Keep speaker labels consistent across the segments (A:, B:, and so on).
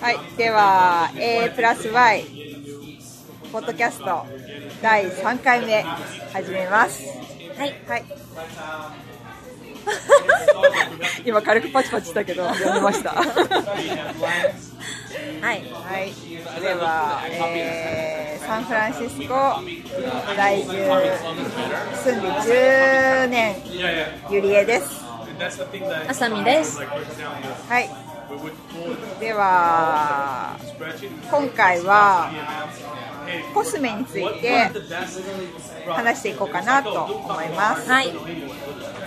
A: はい、では A プラス Y ポッドキャスト第3回目始めます
B: はい、
A: はい 今軽くパチパチしたけど読めましたは
B: はい、
A: い、では、えーサンフランシスコ在住住んで10年ゆりえです
B: あさみです。
A: はい。では、今回はコスメについて話していこうかなと思います。
B: はい、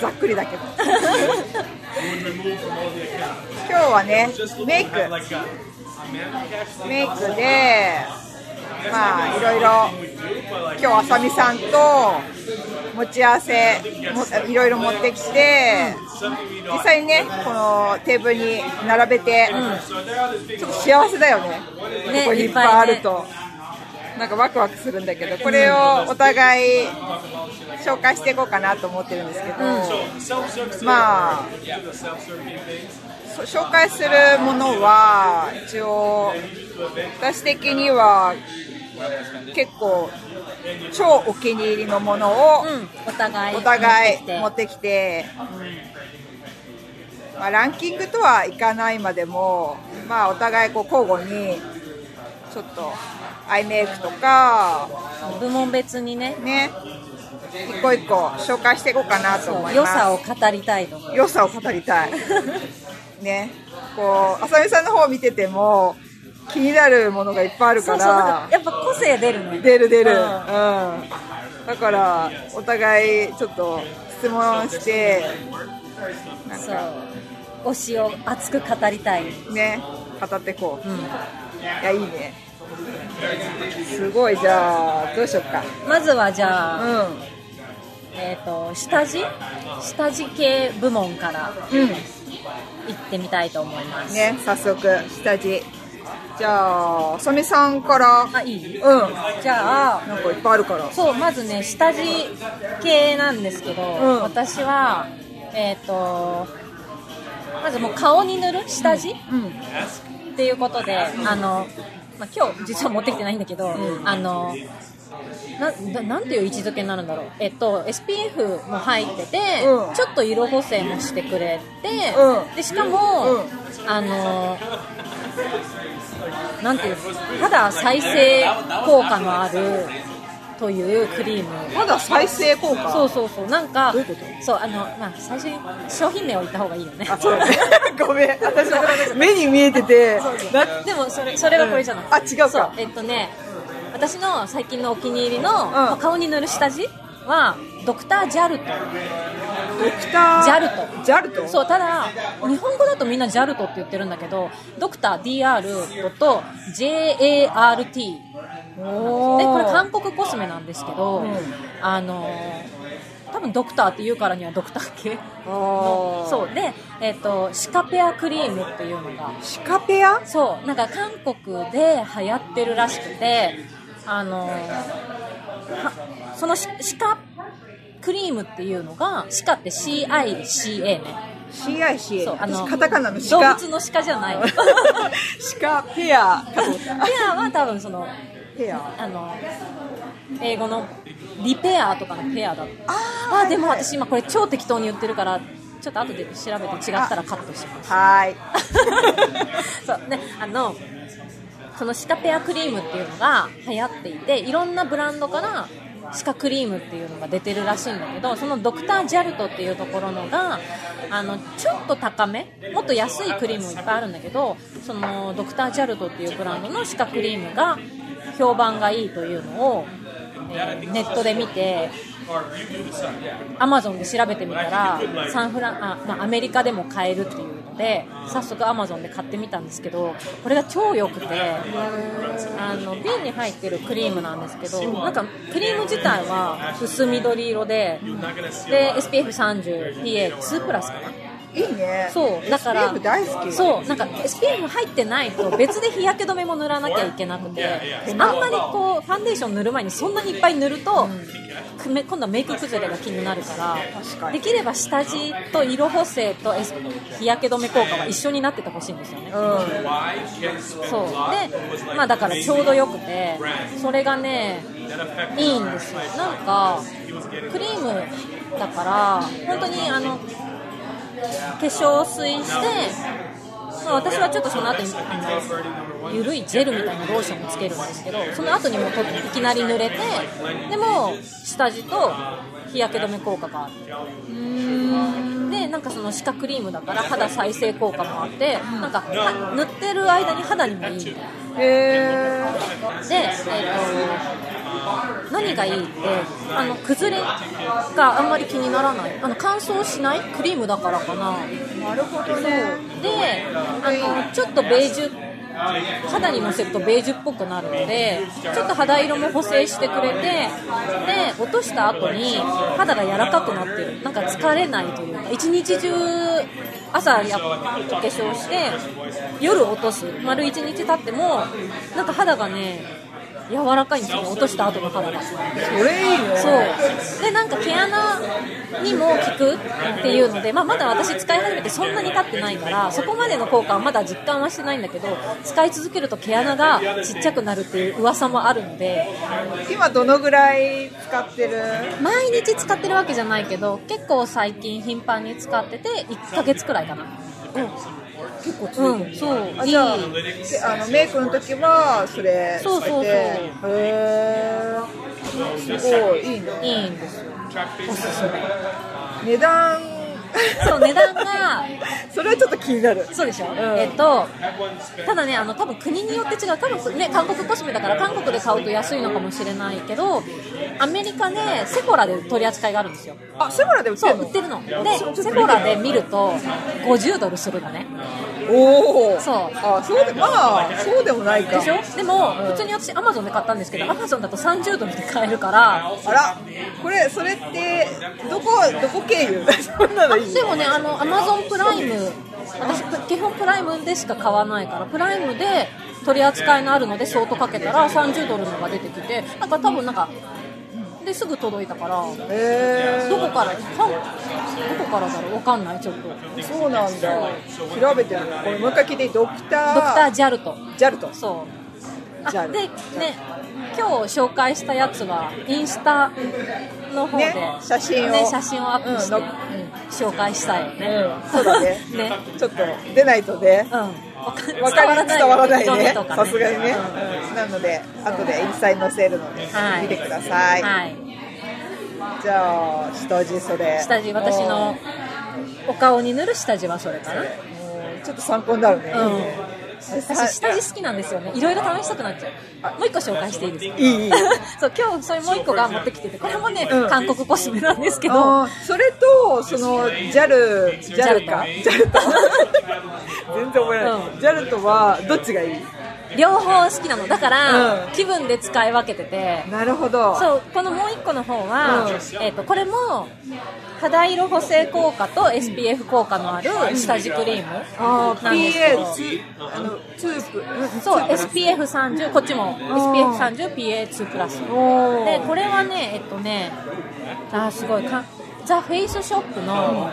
A: ざっくりだけど。今日はね、メイク、メイクで、まあ、いろいろ、今日、あさみさんと持ち合わせ、もいろいろ持ってきて、実際にね、このテーブルに並べて、ちょっと幸せだよね、
B: ね
A: ここにいっぱいあると。なんかワクワクするんだけどこれをお互い紹介していこうかなと思ってるんですけど、まあそ紹介するものは一応私的には結構超お気に入りのものを
B: うん、お互い。
A: お互い持
B: 持
A: っ
B: って
A: てきて、まあ、ランキングとはいかないまでも、まあ、お互いこう交互にちょっとアイメイクとか、
B: きて部門別にね、
A: ね、一個一個紹介していこうかなと
B: そ
A: 思
B: う
A: い
B: 良
A: ます。
B: さを語りたいと。
A: 良さを語りたい。ね、こう浅見さんの方を見てても気になるものがいっぱいある
B: そ
A: か
B: うそう、な
A: ら
B: んかやっぱ個性出るね。
A: 出る出る、う
B: うんん
A: だからお互いちょっと質問してなん
B: そう
A: か。
B: 推しを熱く語りたい。
A: ね語ってこう、
B: うん
A: いやいいねすごいじゃあどうしよっか
B: まずはじゃあ、
A: うん
B: えっ、と下地下地系部門から
A: うん
B: 行ってみたいと思います。
A: ね早速下地じゃああさみさんから
B: あ、いい？
A: うん
B: じゃあ。
A: なんかいっぱいあるから
B: そうまずね下地系なんですけど、
A: ん
B: 私はえっ、とまずもう顔に塗る下地、
A: うん
B: っていうことであの、まあ、今日実は持ってきてないんだけど、あのなななんていう位置づけになるんだろう、えっと、SPF も入ってて、
A: うん
B: ちょっと色補正もしてくれて、
A: うん
B: でしかも、
A: うん
B: あのなんていう肌再生効果のあるというクリーム
A: まだ再生効果
B: そうそうそうなんか
A: どういうこ
B: そうあの、まあ、最初に商品名を言った方がいいよね
A: あそうだ ねごめん私も目に見えててな
B: でもそれそれがこれじゃない、
A: うんあ違うか
B: そうえっとね私の最近のお気に入りの、まあ顔に塗る下地はドクタージャルト
A: ドクター
B: ジャルト
A: ジャルト
B: そうただ日本語だとみんなジャルトって言ってるんだけどドクター DR と JART
A: おー
B: でこれ韓国コスメなんですけど、
A: ん
B: あのー多分ドクターって言うからにはドクター系
A: あー
B: そうで、えっとシカペアクリームっていうのが
A: シカペア
B: そうなんか韓国で流行ってるらしくてあのはそのシシカクリームっていうのがシカって CICA ね
A: CIC
B: そうあの
A: 私カタカナのシ
B: 動
A: カ
B: 物のシカじゃない ペ
A: シカペアかと思った
B: アは多分その
A: ペア
B: あの英語のリペアとかのペアだったああでも私今これ超適当に言ってるからちょっと後で調べて違ったらカットします
A: はーい
B: そうね、あのそのシカペアクリームっていうのが流行っていていろんなブランドからシカクリームっていうのが出てるらしいんだけどそのドクタージャルトっていうところのがあのちょっと高めもっと安いクリームもいっぱいあるんだけどそのドクタージャルトっていうブランドのシカクリームが評判がいいというのを、えーネットで見てアマゾンで調べてみたらサンフランあ、まあ、アメリカでも買えるっていうので早速アマゾンで買ってみたんですけどこれが超良くてあの瓶に入ってるクリームなんですけどなんかクリーム自体は薄緑色でで SPF30PA2 プラスかない
A: いね
B: そうだから
A: SPF 大好き
B: そうなんか SPF 入ってないと別で日焼け止めも塗らなきゃいけなくてあんまりこうファンデーション塗る前にそんなにいっぱい塗ると、くめ今度はメイク崩れが気になるか
A: 確からに
B: できれば下地と色補正とえ日焼け止め効果は一緒になっててほしいんですよね
A: うん
B: そうでまあだからちょうどよくてそれがねいいんですよなんかクリームだから本当にあの化粧水して、まあ、私はちょっとその後にあの緩いジェルみたいなローションをつけるんですけどその後にもうといきなり濡れてでも下地と日焼け止め効果があるでなんかその歯科クリームだから肌再生効果もあってなんかは塗ってる間に肌にもいいみたいな
A: へー
B: で、えー、と何がいいってあの崩れがあんまり気にならないあの乾燥しないクリームだからかな
A: なるほどね
B: であのちょっとベージュ肌にのせるとベージュっぽくなるのでちょっと肌色も補正してくれてで落とした後に肌が柔らかくなってるなんか疲れないというか一日中朝やお化粧して夜落とす丸一日経ってもなんか肌がね柔らかいんですよね落とした後の肌が。
A: それいいね
B: そうでなんか毛穴にも効くっていうので、まあ、まだ私使い始めてそんなに経ってないからそこまでの効果はまだ実感はしてないんだけど使い続けると毛穴がちっちゃくなるっていう噂もあるので
A: 今どのぐらい使ってる
B: 毎日使ってるわけじゃないけど結構最近頻繁に使ってて1ヶ月くらいかな
A: 結構
B: う
A: ついて
B: ん
A: る
B: そう
A: あ
B: い
A: じゃあで
B: い
A: あのメイクの時はそれ
B: そうそうそう
A: つけてへえすごいいいね
B: いいんですよ
A: 値段
B: そう値段が
A: それはちょっと気になる
B: そうでしょ、
A: ん
B: えっとただねあの多分国によって違う多分ね韓国コスメだから韓国で買うと安いのかもしれないけどアメリカでセフォラで取り扱いがあるんですよ
A: あセブラで売って
B: そ
A: る
B: う
A: の
B: 売ってるので
A: そう
B: セフォラで見ると50ドルするのね
A: おお
B: そう
A: あそうでまあそうでもないか
B: でしょでも普通に私アマゾンで買ったんですけどアマゾンだと30ドルで買えるから
A: あらこれそれってどこどこ経由 そんなのいい
B: でもねあのアマゾンプライム私基本プライムでしか買わないからプライムで取り扱いのあるので相当かけたら30ドルのが出てきてなんか多分なんかですぐ届いたからど
A: へ
B: こから韓どこからだろうわかんないちょっとドク
A: えそうなんだ調べてるこれもう一回聞いていいドクター
B: タージャルト
A: ジャルト
B: そうあ
A: ジャル
B: でね今日紹介したやつはインスタの方で、
A: ね写真を
B: ね、写真をアップして、
A: うんの
B: 紹介したいよね、
A: うんそうだね
B: ね
A: ちょっと出ないとね
B: うん、わか
A: わかり伝わらないね
B: 人とか
A: さすがにね、
B: うん
A: うんなので後でインスタに載せるので、
B: はい
A: 見てください、
B: はい、
A: じゃあ下地それ
B: 下地私のお顔に塗る下地はそれかな
A: もうちょっと参考になるね、
B: うん
A: でさ
B: 私下地好きなんですよねいろいろ試したくなっちゃうもう一個紹介していいですか
A: いいいい
B: そう今日それもう一個が持ってきててこれもね、
A: うん
B: 韓国コスメなんですけど
A: あーそれとその JAL ジャルか JAL と全然覚えられない、
B: う
A: JAL とはどっちがいい
B: 両方好きなのだから、
A: うん
B: 気分で使い分けてて
A: なるほど
B: そうこのもう一個の方は、
A: うん
B: えー、とこれも肌色補正効果と SPF 効果のある下地クリーム
A: あ
B: なんですけど
A: PA2 あのツープうん
B: そう SPF30 こっちも SPF30PA2 プラス
A: おー
B: でこれはねえっとねあーすごいかザ・フェイスショップの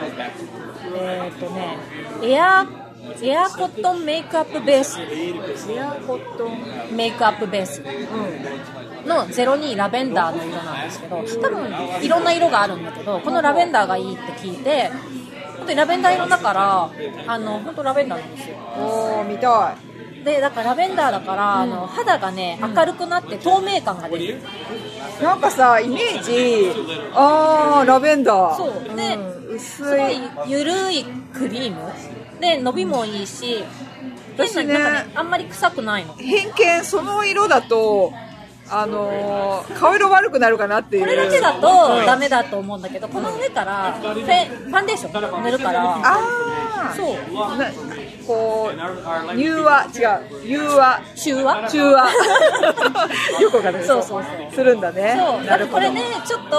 B: えーっとねエアエアコットンメイクアップベース
A: エアコットン、う
B: メイクアップベースの02ラベンダーの色なんですけど多分いろんな色があるんだけどこのラベンダーがいいって聞いて本当にラベンダー色だからあの本当ラベンダーなんですよ
A: ん、おお見たい
B: でだからラベンダーだから、あの肌がね明るくなって透明感が出る、
A: なんかさイメージああラベンダー
B: そうで
A: ん薄
B: すごい
A: い
B: ゆるいクリームで伸びもいいし
A: 私ね
B: 変ななんかねあんまり臭くないのこ
A: 偏見その色だとあのー、顔色悪くなるかなっていう
B: れだけだ
A: う
B: と
A: ん
B: ダメだと思うんだけどこの上からフェファンデーション塗るから
A: ああ
B: そう
A: なこう柔和違う柔和
B: 中和
A: 中 和よくわかんない
B: そうそう
A: うするんだね
B: そう
A: な
B: だ
A: る
B: から
A: ほ
B: こ
A: ど
B: れねちょっと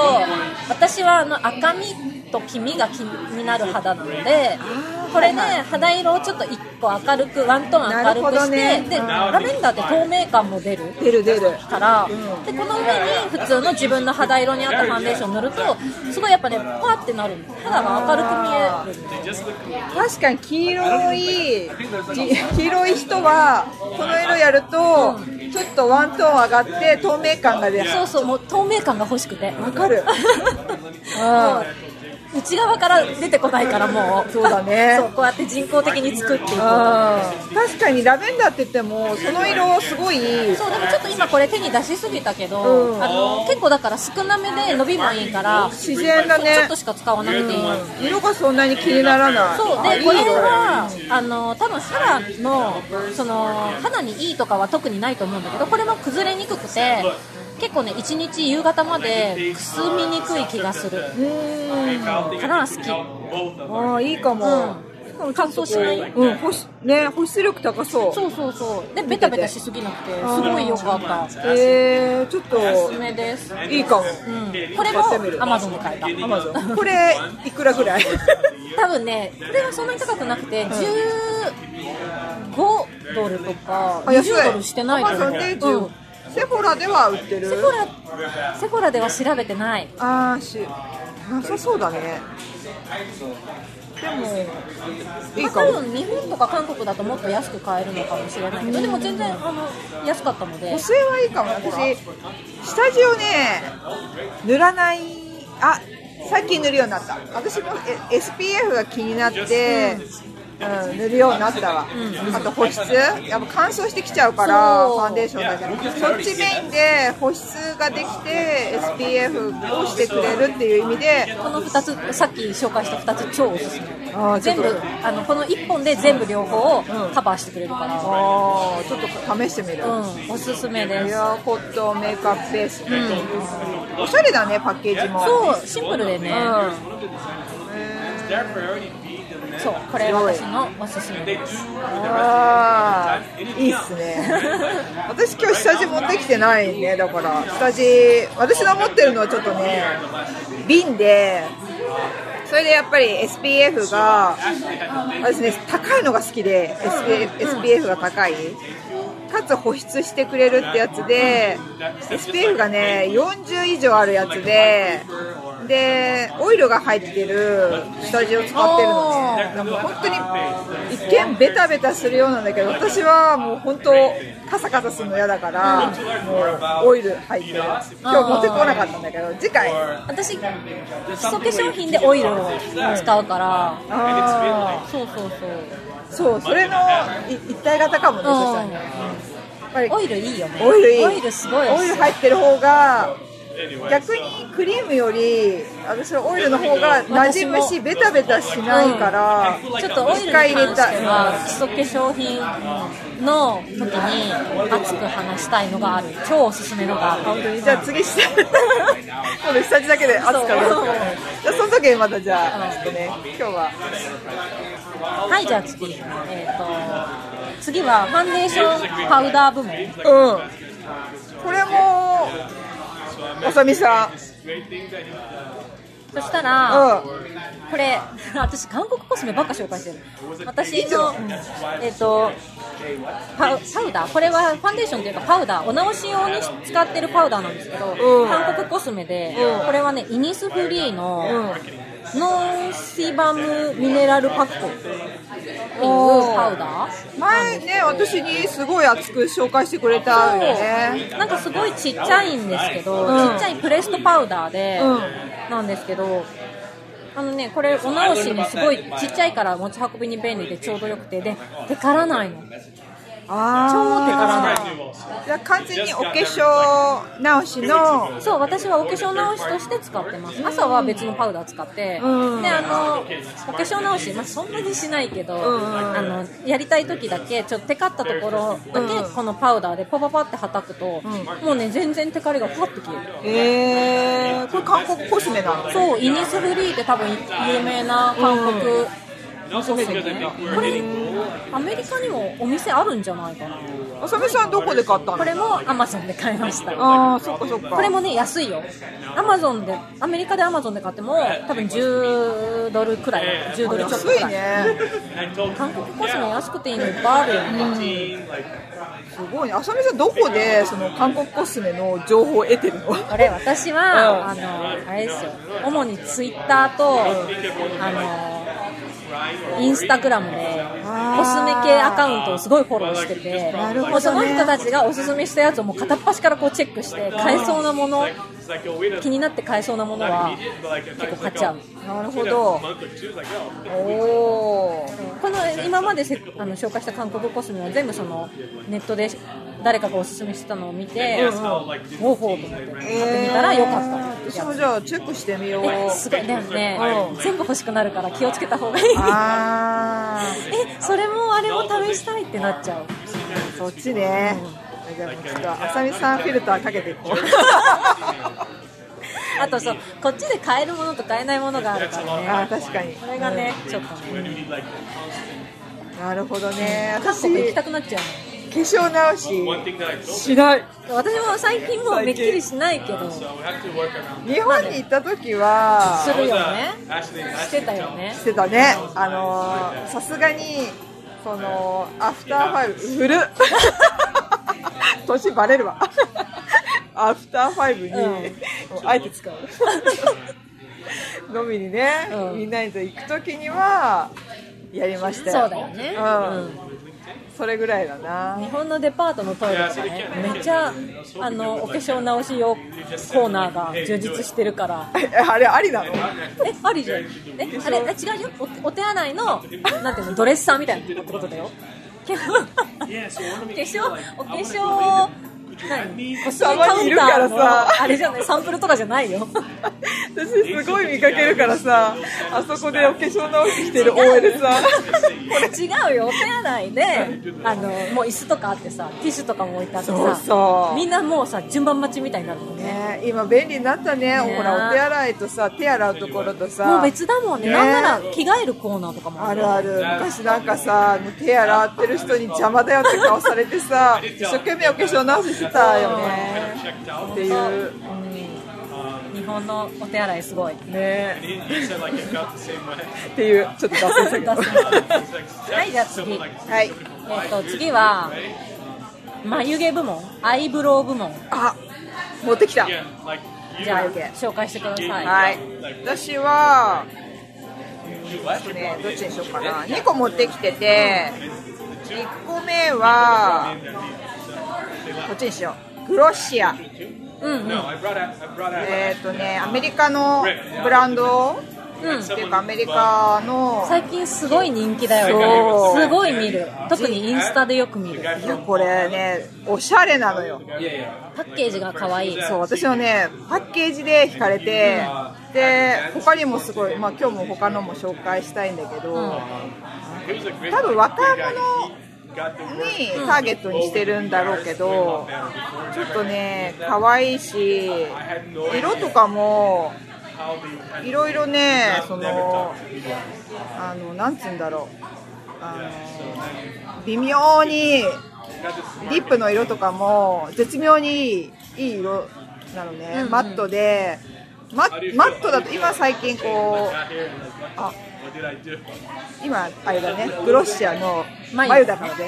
B: 私はあの赤みと黄身が気になる肌なので
A: あ
B: これね、肌色をちょっと1個明るくワントーン明るくして、
A: なるほどね
B: でラベンダーって透明感も出る
A: 出る出る
B: から、でこの上に普通の自分の肌色に合ったファンデーションを塗るとすごいやっぱねパーってなるんです肌が明るく見える
A: 確かに黄色いじ黄色い人はこの色やるとちょっとワントーン上がって透明感が出る
B: そうそうもう透明感が欲しくて
A: わかる
B: もう内側から出てこないからもう
A: そうだね
B: そうこうやって人工的に作っていく
A: うん確かにラベンダーって言ってもその色すごい
B: そうでもちょっと今これ手に出しすぎたけど、
A: うん
B: あの結構だから少なめで伸びもいいから、
A: 自然だね
B: ちょっとしか使わなくていい、
A: 色がそんなに気にならない
B: そう
A: あい
B: で
A: い
B: これ
A: 色
B: はあの多分サラのその肌にいいとかは特にないと思うんだけどこれも崩れにくくて結構ね1日夕方までくすみにくい気がするから好き、
A: ああいいかも、
B: うん、乾燥しない
A: うん保湿ね保湿力高そう
B: そうそうそうでベタベタしすぎなくてすごい良かった
A: えー、ちょっ
B: おすす
A: と
B: めです、
A: いいかも
B: うん、これも
A: 買ってみる
B: Amazon で買えた
A: アマゾンこれいくらぐ らい
B: 多分ねこれはそんなに高くなくて15ドルとか
A: あ安い
B: 20ドルしてない
A: アマ
B: と
A: ゾン
B: 思う
A: で
B: う
A: 10
B: ん
A: セフォラでは売ってる
B: セフォラセフォラでは調べてない
A: ああしなさそうだねでもいい
B: まあ、
A: か
B: 多
A: も
B: 分日本とか韓国だともっと安く買えるのかもしれないけどでも全然あの安かったので
A: 補正はいいかも私下地をね塗らないあさっき塗るようになった私もえ SPF が気になって、うん、塗るようになったわ、あと保湿やっぱ乾燥してきちゃうから
B: そう
A: ファンデーションだけどそっちメインで保湿ができて SPF をしてくれるっていう意味で
B: この2つさっき紹介した2つ超おすすめ
A: あーちょっ
B: 全
A: と
B: 部あのこの1本で全部両方をカバーしてくれるか
A: あーちょっと試してみる、
B: ら、うん、おすすめ
A: ヘ
B: です
A: アコットメイクアップベース、おしゃれだねパッケージも
B: そうシンプルでね、
A: うん
B: そうこれ私のおすすめです
A: あーいいっすね私今日下地持ってきてないねだから下地私の持ってるのはちょっとね瓶でそれでやっぱり SPF が私ね高いのが好きで SPF が高いかつ保湿してくれるってやつで SPF がね40以上あるやつででオイルが入ってる下地を使ってるのねでも本当に一見ベタベタするようなんだけど私はもう本当カサカサするの嫌だからもうオイル入ってる今日持ってこなかったんだけど次回
B: 私基礎化粧品でオイルを使うから
A: あー
B: そうそうそう
A: そうそれのい一体型かもねそしたらねやっぱり
B: オイルいいよね
A: オイルいい
B: オイルすごい
A: オイル入ってる方が逆にクリームより私はオイルの方が馴染む
B: 私
A: しベタベタしないから、
B: ちょっとオイルに関しては基礎化粧品の時に熱く話したいのがある超おすすめのがあ
A: 本
B: る
A: 当にじゃあ次 して今度下地だけで熱くなる
B: そう
A: じゃあその時またじゃ
B: う
A: あ
B: ん
A: ちょっとね今日は
B: はいじゃあ次、えー、と次はファンデーションパウダー部門
A: うんこれもあさみさん
B: そしたら、
A: う
B: これ私韓国コスメばっか紹介してる私
A: 以上
B: の、うんえっとパウパウダーこれはファンデーションというかパウダーお直し用に使ってるパウダーなんですけど、
A: うん
B: 韓国コスメで、
A: うん
B: これはねイニスフリーの、
A: んうん
B: ノンシバムミネラルパックっていうパウダー
A: 前ね私にすごい熱く紹介してくれたよね
B: なんかすごいちっちゃいんですけど、
A: うん
B: ちっちゃいプレストパウダーで、
A: うん
B: なんですけどあのねこれお直しにすごいちっちゃいから持ち運びに便利でちょうどよくてでテカらないの超テ
A: あー
B: カらない
A: じゃあ完全にお化粧直しの
B: そう私はお化粧直しとして使ってます朝は別のパウダー使って、
A: うん
B: であのお化粧直し、まあ、そんなにしないけど、
A: うんうん
B: あのやりたい時だけちょっとテカったところだ
A: うん
B: けこのパウダーでパパパってはたくと、もうね全然テカリがパッと消える
A: えー、これ韓国コスメなの
B: そうイニスフリーって多分有名な韓国そうですよねこれアメリカにもお店あるんじゃないかな
A: あさみさんどこで買った
B: こ
A: の
B: れもアマゾンで買いました
A: ああそっかそっか
B: これもね安いよアマゾンでアメリカでアマゾンで買っても多分10ドルくらい10ドルちょっ
A: 安
B: とく
A: い
B: らい
A: ね
B: 韓国コスメ安くていいのいっぱいあるよね、
A: すごいねあさみさんどこでその韓国コスメの情報を得てるの
B: あれ私は、
A: うん
B: あのあれですよ主にツイッターと、あのインスタグラムで
A: あー
B: コスメ系アカウントをすごいフォローしてて、
A: なるほどね
B: もうその人たちがおすすめしたやつをもう片っ端からこうチェックして買えそうなもの気になって買えそうなものは結構買っちゃう
A: なるほどおー
B: この今までせあの紹介した韓国コスメは全部そのネットで誰かがおすすめしてたのを見て、うほうほうと思って買ってみたらよかった
A: えー私もじゃあチェックしてみよう
B: えすごいでもね、
A: うん
B: 全部欲しくなるから気をつけた方がいい
A: あ
B: えそれもあれも試したいってなっちゃう
A: あそっちねじゃあちょっとあさみさんフィルターかけていこう
B: あとそうこっちで買えるものと買えないものがあるからね
A: あー確かに
B: これがねちょっとね
A: なるほどね
B: 韓
A: 私
B: 国行き
A: 化
B: たくなっちゃう
A: 粧直ししない
B: の私も最近もうめっきりしないけど
A: 日本に行った時は
B: するよねしてたよね
A: してたねあのーさすがにそのアフターファイブ 古っ年バレるわアフターファイブに、
B: う
A: あえて使う飲みにね、
B: うん
A: みんなと行く時にはやりました
B: そうだよね、
A: うんそれぐらいだな
B: 日本のデパートのトイレとかねめっちゃあのお化粧直し用コーナーが充実してるから
A: えあれありなの
B: えありじゃんえあれえ違うよおお手洗いのなんていうのドレッサーみたいなってことだよけ化粧お化粧何コスメカ
A: たま
B: ウンタ
A: にい
B: ー
A: るから
B: の
A: さ
B: あれじゃないサンプルとかじゃないよ
A: 私すごい見かけるからさあそこでお化粧直ししてる OL さ
B: 違うよお手洗いであのもう椅子とかあってさティッシュとかも置いてあってさ
A: そうそう
B: みんなもうさ順番待ちみたいになるのね
A: ね、今便利になったね
B: ね
A: ほらお手洗いとさ手洗うところとさ
B: もう別だもんね
A: ね
B: なんなら着替えるコーナーとかもあ
A: あ
B: る
A: るある昔なんかさ手洗ってる人に邪魔だよって顔されてさ一生懸命お化粧直ししてたよねっていう
B: 日本のお手洗いすごい
A: ねっていうちょっと脱線したけど
B: 脱はいじゃあ次
A: はい
B: えっと次は眉毛部門アイブロウ部門
A: あ持ってきた
B: じゃあ
A: 眉毛
B: 紹介してください、
A: はい私はね、どっちにしようかな2個持ってきてて1個目はこっちにしようグロッシア
B: うんうん
A: えっ、とねアメリカのブランド
B: うん
A: っていうかアメリカの
B: 最近すごい人気だ
A: そ
B: よ
A: う
B: ねすごい見る特にインスタでよく見る
A: いやこれねおしゃれなのよ
B: パッケージが可愛い
A: そう私はねパッケージで惹かれてで他にもすごい、まあ、今日も他のも紹介したいんだけど、
B: うん
A: 多分若者にターゲットにしてるんだろうけど、ちょっとね可愛いし色とかもいろいろねそのあのなんつうんだろうあの微妙にリップの色とかも絶妙にいい色なのね、
B: うんうん
A: マットでママットだと今最近こうあ今あれだねグロッシアの
B: 眉
A: 眉だ からね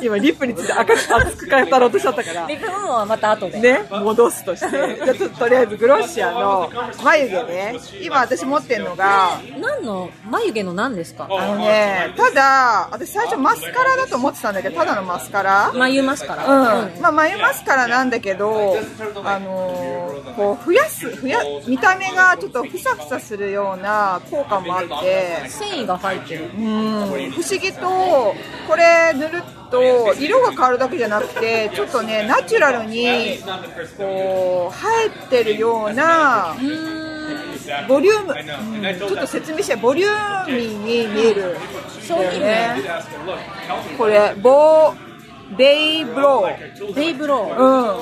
A: 今リップについて赤く熱く語ろうとしちゃったから
B: リップ部門はまた後で、
A: ね戻すとしてじゃあちょっととりあえずグロッシアの眉毛ね今私持ってるのが
B: 何の眉毛の何ですか
A: あのねただ私最初マスカラだと思ってたんだけどただのマスカラ
B: 眉マスカラ、
A: うんまあ、眉マスカラなんだけど、あのーこう増やす増や見た目がちょっとふさふさするような効果もあって
B: 繊維が入ってる
A: うん不思議とこれ塗ると色が変わるだけじゃなくてちょっとねナチュラルにこう生えてるような
B: うーん
A: ボリュームうんちょっと説明してボリューミーに見える
B: 商品名
A: ねこれボーベイブロー
B: ベイブロウ
A: うん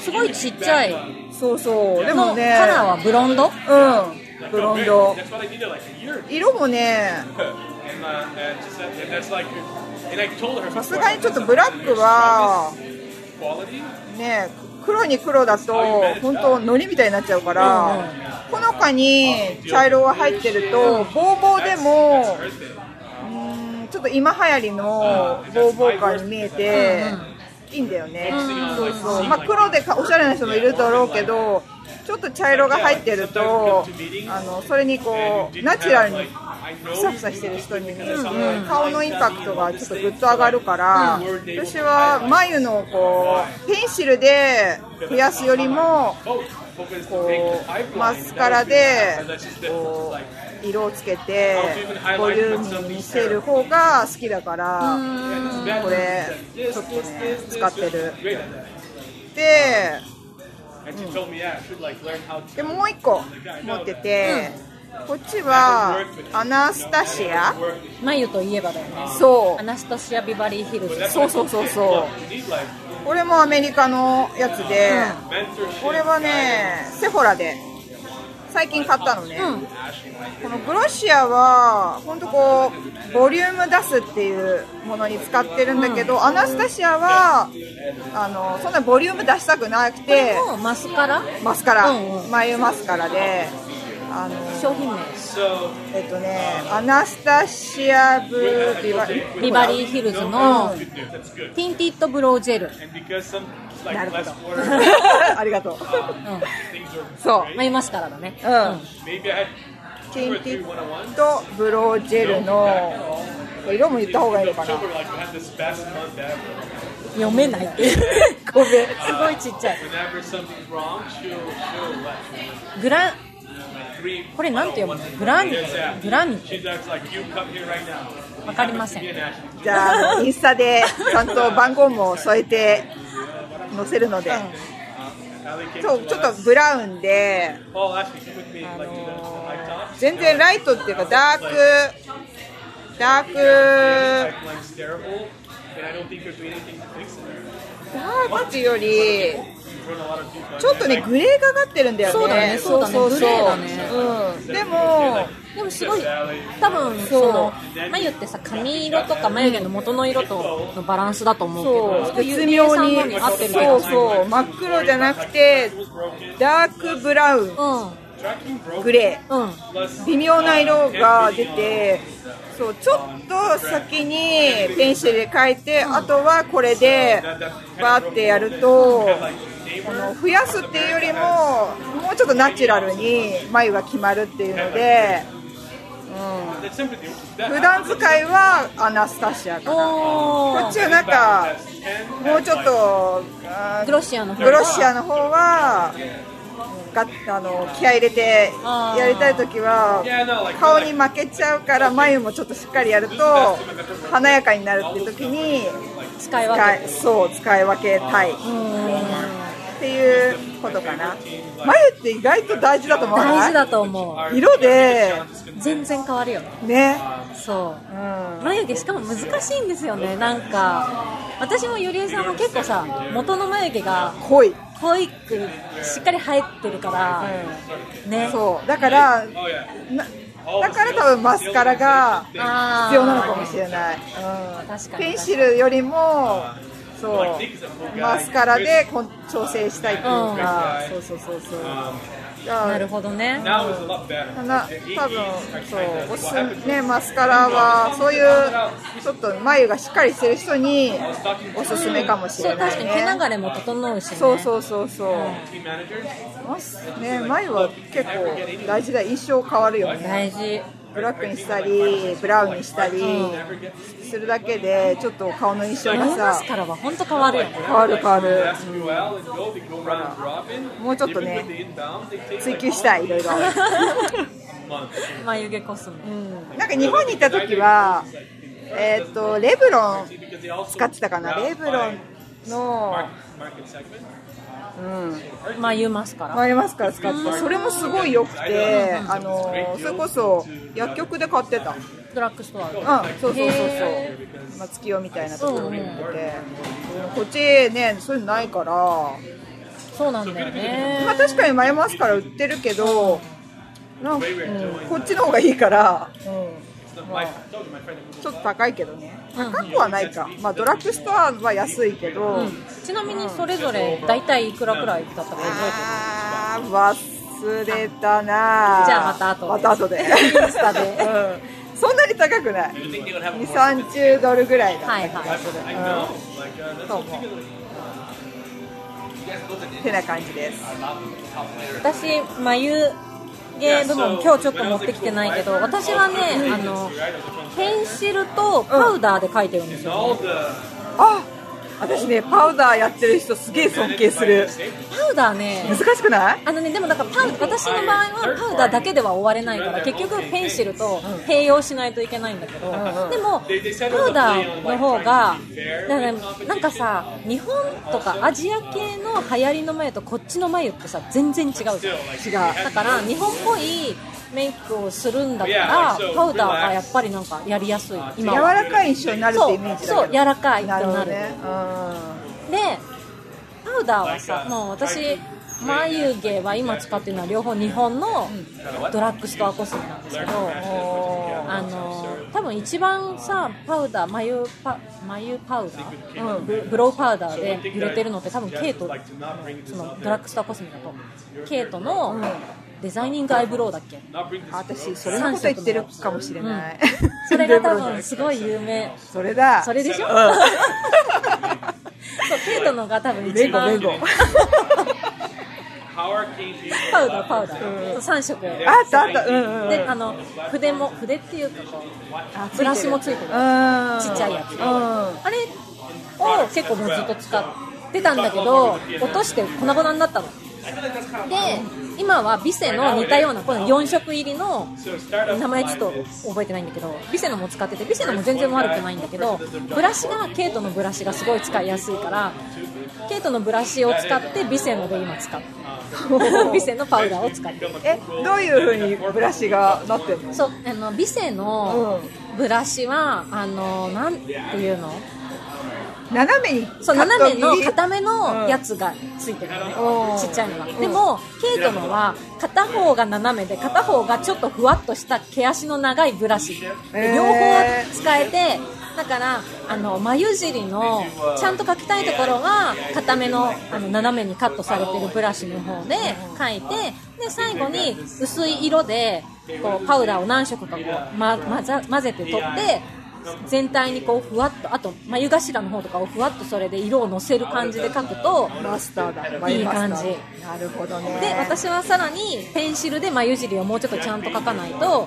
B: すごいちっちゃい
A: そうそうでもね
B: のカラーはブロンド
A: うんブロンド
C: That's what I did it like a year ago.
A: 色もね
C: And, uh, and, just, and that's like, and I told her.
A: さすがにちょっとブラックは
C: Quality?
A: ね黒に黒だと本当のりみたいになっちゃうからほのかに茶色が入ってるとボーボーでも
C: Her thing.
A: うんちょっと今流行りのボーボー感に見えていいんだよねそうそうまあ黒でかおしゃれな人もいるだろうけどちょっと茶色が入ってるとあのそれにこうナチュラルに
C: I
A: ふ
C: know
A: さふさしてる人に、顔のインパクトがちょっとぐっと上がるから、私は眉のこうペンシルで増やすよりも
C: both.
A: こ
C: Because to make the
A: う
C: pipeline,
A: マスカラで
C: that would be- that's just different.
A: こ
C: Like,
A: う色をつけてボリューミーに見せる方が好きだからこれちょっとね使ってる
C: great at that.
A: で
C: And she told me, yeah, I should like learn how to.
A: でもう一個持ってて、こっちはアナスタシア
B: 眉といえばだよね
A: そ
B: ア
A: う
B: ナスタシア・ビバリー・ヒルズ
C: That's
A: そう
C: what
A: そうそう
C: I
A: そう
C: love. You need like
A: これもアメリカのやつで、
C: mentorship.
A: これはねセフォラで最近買ったのね、
B: うん
A: このグロシアは本当こうボリューム出すっていうものに使ってるんだけど、アナスタシアはあのそんなボリューム出したくなくて
B: もうマスカラ
A: マスカラ、
B: うんうん
A: 眉マスカラであの
B: 商品名
C: So
A: えっとねアナスタシアブビバ
B: ビバリー・ヒルズの
C: good news. That's good.
B: ティンティットブロージェル、
C: And because some it's like
A: なるほ
C: less
A: ど
C: water
A: ありがとう
C: things are
A: そう
B: 眉マスカラだね
A: うん
C: maybe I had
A: ティ
C: two or
A: ンテ
C: three
A: ィッ
C: one on one.
A: トブロージェルのこれ色も言った方がいい
C: In
A: のかな
C: October, like we had this best month ever.
B: 読め ないごめんすごいちっちゃい
C: Whenever something's wrong, she'll she'll like
B: グラ
C: three.
B: これなんて読むのグラニ
C: There's that.
B: グラニ
C: She's acts like you come here right now.
B: わかりませ
C: Be
B: ん
C: an Ashley.
A: じゃあ、インスタでちゃんと番号も添えて載せるので、
C: Allie came
A: そう
C: to
A: ちょっ
C: let
A: と
C: us-
A: ブラウンで、
C: Paul Ashley came with me like to the high top.
A: 全然ライトっていうか、ダーク、ダーク、Uh.
C: Pipeline's terrible, and I don't think there's anything to fix it.
A: ダークっていうより、
C: We've run a lot of deep
A: ちょっとね、グレーがかってるんだよね、
B: そうだねそうだねグレーだね
A: うん、でも、
B: でもすごい多分その眉ってさ髪色とか眉毛の元の色とのバランスだと思うけど
A: そ
B: す
A: う、
B: ごい
A: 絶妙
B: さんの
A: に
B: に合ってる、
A: そ
B: よ
A: うそう、真っ黒じゃなくて、ダークブラウン、
B: う
A: グレー。
B: んうん
A: 微妙な色が出てそうちょっと先にペンシルで描いて、あとはこれでバーってやるとこの増やすっていうよりももうちょっとナチュラルに眉が決まるっていうので
C: That's simple.
A: 普段使いはアナスタシアかな
B: お
A: こ
B: ー
A: っちはなんか
C: And
A: もうちょっとあ
B: グロシアの
A: ーグロシアの方はがあの気合い入れてやりたい時は
C: yeah, no, like
A: 顔に負けちゃうから眉もちょっとしっかりやると華やかになるって時に
B: 使い
A: 使
B: 分
A: いそう使い分けたいっていうことかな眉って意外と大事だと思
B: け
A: わない
B: 大事だと思
A: 色で
B: う全然変わるよね
A: ね
B: そううん眉毛しかも難しいんですよねなんか私もゆりえさんも結構さ元の眉毛が
A: 濃い、
B: 濃いくしっかり生えてるからね
A: そうだからな
C: oh yeah.
A: だから多分マスカラが
B: あー
A: 必要なのかもしれない、
B: 確
A: う
B: か
A: ん、
B: に
A: ペンシルよりもそうマスカラでこん調整したいっていうか、そうそうそうそうだから
B: なるほどね
C: Now is a lot better.
A: かな多分そうおすすめマスカラはそういうちょっと眉がしっかりしてる人におすすめかもし
B: そ
A: れ
B: う
A: ない
B: 確かに
A: ね、
B: 毛流れも整うしね
A: そう
B: う
A: そうそうそう、
C: Team managers,
A: ますね眉は結構大事だ印象変わるよね
B: 大事
A: ブラックにしたりブラウンにしたり
C: never get
A: するだけでちょっと顔の印象が
B: 眉マ
A: さ
B: スカラは本当変わるよね
A: 変わる変わる
C: SQL and go, they go round and drop in.
A: もうちょっと
C: Even with
A: ね
C: the inbound, they take
A: 追
C: like
A: 求したいいろいろ
C: months.
B: 眉毛コスメ、
A: なんか日本に行った時はえっ、とレブロン
C: Because they also
A: 使ってたかなレブロン
C: by
A: の
C: market segment.
B: 眉マスカラ、
A: 眉マスカラ使ってたそれもすごい良くてあのそれこそ薬局で買ってたうん
B: ドラッグストア
A: そうそうそう
B: へ
A: そうまあ月夜みたいなところに行っててこっちねそういうのないからま
B: そうなんだよね
A: あ確かに眉マスカラ売ってるけどなんかうんこっちの方がいいから、うん
C: My,
A: まあ
C: I told you, my friend who
A: ちょっと高いけどね
B: うん
A: 高くはないか、まあ、ドラッグストアは安いけど、
B: ちなみにそれぞれ大体いくらくらいだったか覚えてる
A: あー忘れたなあ
B: じゃあまた後で
A: また後で
B: スタで
A: うん、そんなに高くない
C: you think they would have a
A: 2
C: more.
A: 3 0ドルぐらいだ、
B: はいはい
C: I know. Like, uh, that's
A: と
C: what
A: 思う
C: you guys look at
A: てな感じです
C: it.
B: 私眉毛部分今日ちょっと持ってきてないけど私はねあの
C: Right? It was from
B: ペンシルとパウダーで描いてるんですよ、
C: all the
A: あ私ねパウダーやってる人すげえ尊敬する
B: パウダーね
A: 難しくない
B: あのねでもなんかパウ私の場合はパウダーだけでは終われないから結局ペンシルと併用しないといけないんだけど、でもパウダーの方がだからなんかさ日本とかアジア系の流行りの眉とこっちの眉ってさ全然違うじゃん
A: 違う
B: だから日本っぽいメイクをするんだからパウダーがやっぱりなんかやりやすい今
A: 柔
B: は
A: らかい印象になるって
B: そ
A: イ
B: う
A: メージだけど
B: そう柔らかいって
A: なるほど
B: なる
A: ね
B: でパウダーはさもう私眉毛は今使ってるのは両方日本のドラッグストアコスメなんですけど、あの多分一番さパウダー眉パ眉パウダー、
A: うん
B: ブブローパウダーで揺れてるのって多分ケイトそのドラッグストアコスメだとケイトのデザイニングアイブロウだっけ、
A: うん私それのこと言ってるかもしれない、
B: それが多 分すごい有名
A: それだ
B: それでしょ、
A: うん
B: そうケイトのが多分一番
A: レゴレゴ
C: Power King Beauty
B: パウダーパウダー、3色
A: あったあったうんうんうん
B: であの筆も筆っていうかこうブラシもついてる
A: うん
B: ちっちゃいやつ
A: うん
B: あれを結構もうずっと使ってたんだけど落として粉々になったので今はビセの似たようなこの4色入りの
C: So startup
B: 名前ちょっと
C: line is
B: 覚えてないんだけどビセのも使っててビセのも全然悪くないんだけどブラシがケイトのブラシがすごい使いやすいからケイトのブラシを使ってビセので今 使ってビセのパウダーを使って
A: えどういうふうにブラシがなってんの
B: そうあのビセのブラシはあのなんていうの
A: 斜めにカット
B: そう斜めの
A: 右
B: 固めのやつがついてるの
A: うん
B: ねちっちゃいのがでもケイトのは片方が斜めで片方がちょっとふわっとした毛足の長いブラシ
A: へー
B: 両方使えてだからあの眉尻のちゃんと描きたいところは固めのあの斜めにカットされてるブラシの方で描いてで最後に薄い色でこうパウダーを何色かこう、ま、混ざ混ぜて取って全体にこうふわっとあと眉頭の方とかをふわっとそれで色をのせる感じで描くと
A: マスターだ
B: いい
A: マイ
B: 感じ
A: マスターなるほどね
B: で私はさらにペンシルで眉尻をもうちょっとちゃんと描かないと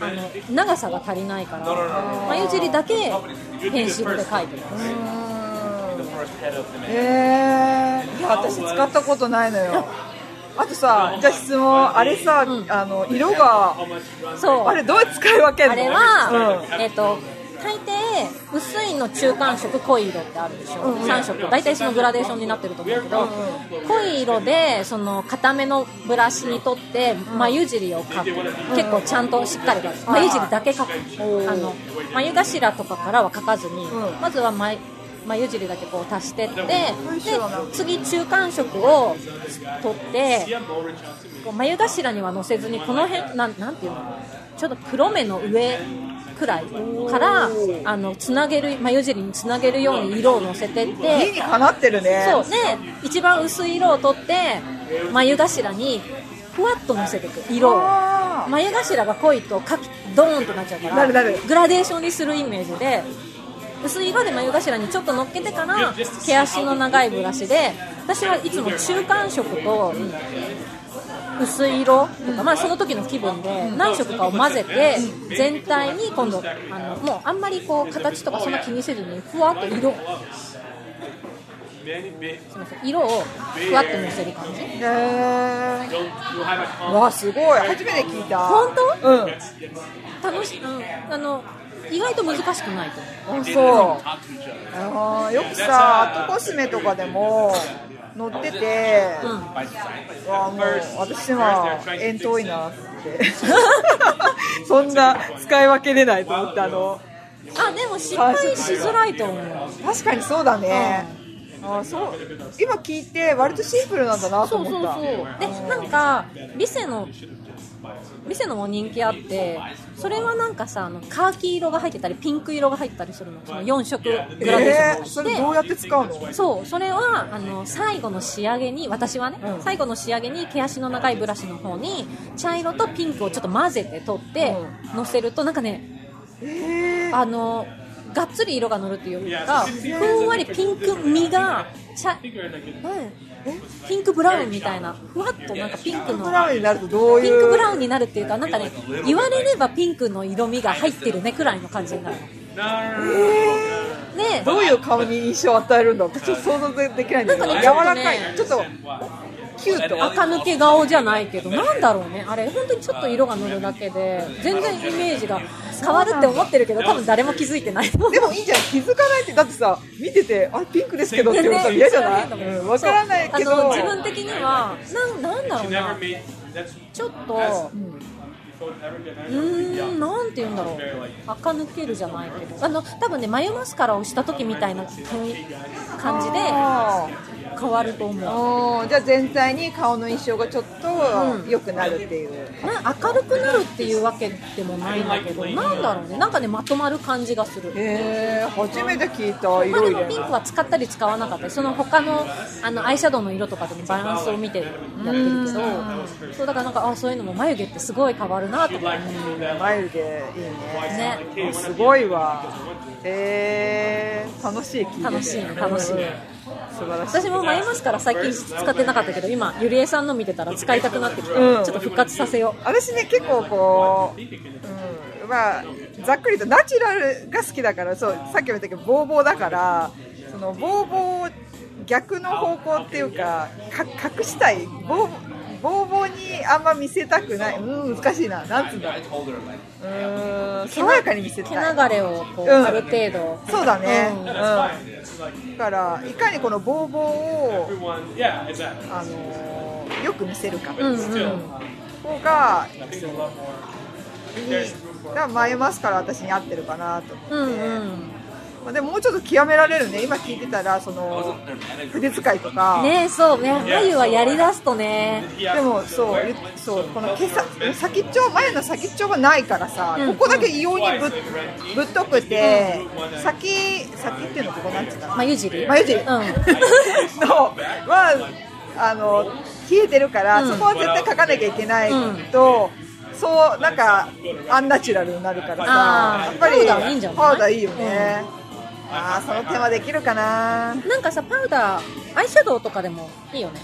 B: あの長さが足りないから眉尻だけペンシルで描いてる
C: the first head of the man.
A: えー、いや私使ったことないのよあとさじゃあ質問あれさ、
B: うん
A: あの色が
B: そう
A: あれどう使い分けるの
B: あれは、えっ、と大抵薄いの中間色濃い色ってあるでしょ、3色大体そのグラデーションになってると思うけど、濃い色でその固めのブラシにとって眉尻を描く、結構ちゃんとしっかり描く、眉尻だけ描くあの眉頭とかからは描かずに、
A: うん
B: まずは眉眉尻だけこう足してってで
A: 一緒だな
B: 次中間色を取ってこう眉頭には乗せずにこの辺なんなんていうのちょっと黒目の上くらいからあのつなげる眉尻につなげるように色を乗せてっ
A: うん理
B: て
A: にかなってるね
B: そうね一番薄い色を取って眉頭にふわっと乗せていく色を
A: あー
B: 眉頭が濃いとかきドーンとなっちゃうから
A: なるなる
B: グラデーションにするイメージで薄い色で眉頭にちょっと乗っけてから毛足の長いブラシで私はいつも中間色と薄い色とか、まあ、その時の気分で何色かを混ぜて全体に今度あのもうあんまりこう形とかそんな気にせずにふわっと色
C: Many big
B: すみません色をふわっとのせる感じ
A: へー
C: don't you have a
A: わすごい初めて聞いた
B: 本当
A: うん
B: 楽しい、うん、あの意外と難しくないと思う
A: あそうあーよくさアートコスメとかでも載ってて、
B: うん
A: わあもう私は縁遠いなって そんな使い分けれないと思ってあの
B: あでも失敗しづらいと思う
A: 確かにそうだね、あそう今聞いて割とシンプルなんだなと
B: そう
A: 思っ
B: そう
A: た
B: そうでなんかリセのリセのも人気あってそれはなんかさあのカーキ色が入ってたりピンク色が入ったりするのその4色グラデーション
A: え
B: が
A: ー、
B: し
A: そ
B: て、
A: れどうやって使うの
B: そうそれはあの最後の仕上げに私はね、最後の仕上げに毛足の長いブラシの方に茶色とピンクをちょっと混ぜて取ってのせるとなんかね
A: えー、
B: あのがっつり色が乗るっていうよりかふんわりピンクみが茶
C: Figure like it-
B: なんえピンクブラウンみたいなふわっとなんかピンクの
A: ブラウンになるとどう
B: ピ
A: い
B: ンクブ
A: う
B: ラウンになるっていうかなんかね言われればピンクの色味が入ってるねくらいの感じになる
C: No, no, no,
B: の
C: no,
B: で
A: どういう顔に印象を与えるんだってちょっと想像できないんだけど
B: なん
A: 柔
B: からね
A: かいちょっとキュート
B: 垢抜け顔じゃないけどなんだろうねあれ本当にちょっと色が塗るだけで全然イメージが変わるって思ってるけど多分誰も気づいてないと思う
A: でもいいじゃん気づかないってだってさ見ててあれピンクですけどって言われたら嫌じゃ ない、うん、分からないけど
B: そうあの自分的にはなんなんだろ
C: no.
B: う
C: Never
B: な
C: made. That's
B: ちょっと
C: you thought never
B: う
C: get never.
B: ーん、なんて言うんだろう、垢抜けるじゃないけど、あの多分ね、眉マスカラをした時みたいな感じ感じで
A: あ
B: 変わると思う。
A: ー
B: な
A: おーじゃあ全体に顔の印象がちょっと良くなるっていう、
B: 明るくなるっていうわけでもないんだけど、なんだろうね、なんかね、まとまる感じがする。
A: へえ初めて聞いた
B: まあ、
A: 色
B: で
A: 入
B: も
A: れ
B: ピンクは使ったり使わなかったりその他のあのアイシャドウの色とかでもバランスを見てやってるけどそうだからなんかあそういうのも眉毛ってすごい変わるなとか、
A: 眉毛いい
B: ね
A: ねすごいわへえ楽しい聞いてて
B: 楽しいね楽しいね
A: 素晴らしい
B: 私も眉マスカラ最近使ってなかったけど今ゆりえさんの見てたら使いたくなってきた、
A: うん
B: ちょっと復活させよう
A: 私ね結構こう、うん、まあざっくりとナチュラルが好きだからそうさっきも言ったけどボーボーだからそのボーボー逆の方向っていうかか隠したいボーボーボーにあんま見せたくないうん難しいななんつうんだろううーん爽やかに見せ
B: 毛
A: たい
B: 流れをこう、
A: うん
B: ある程度
A: そうだね、
B: う
A: うんん、だからいかにこのボーボーを
C: Everyone, yeah, exactly.
A: あのーよく見せるか、
B: うんうん
C: Still, um,
A: 方が
C: I think there's a lot more.
A: い
C: I think
A: い
C: there's
A: だ
C: room for.
A: から眉マスカラ私に合ってるかなと思って、
B: うんうん
A: まあ、でももうちょっと極められるね今聞いてたらその筆使いとか、
B: ねそうね眉はやりだすとね
A: でもそうゆそうこの毛先先っちょ眉の先っちょがないからさ、
B: うん
A: ここだけ異様にぶっぶっとくて先先っていうのここなんつうかな
B: 眉尻
A: 眉尻、
B: うん
A: のはあの冷えてるから、
B: うん
A: そこは絶対描かなきゃいけないと、そうなんかアンナチュラルになるから
B: あ
A: さ
B: ー
A: やっぱり
B: パウダーいいんじゃない
A: パウダーいいよね、ああその手間できるかな
B: なんかさパウダーアイシャドウとかでもいいよね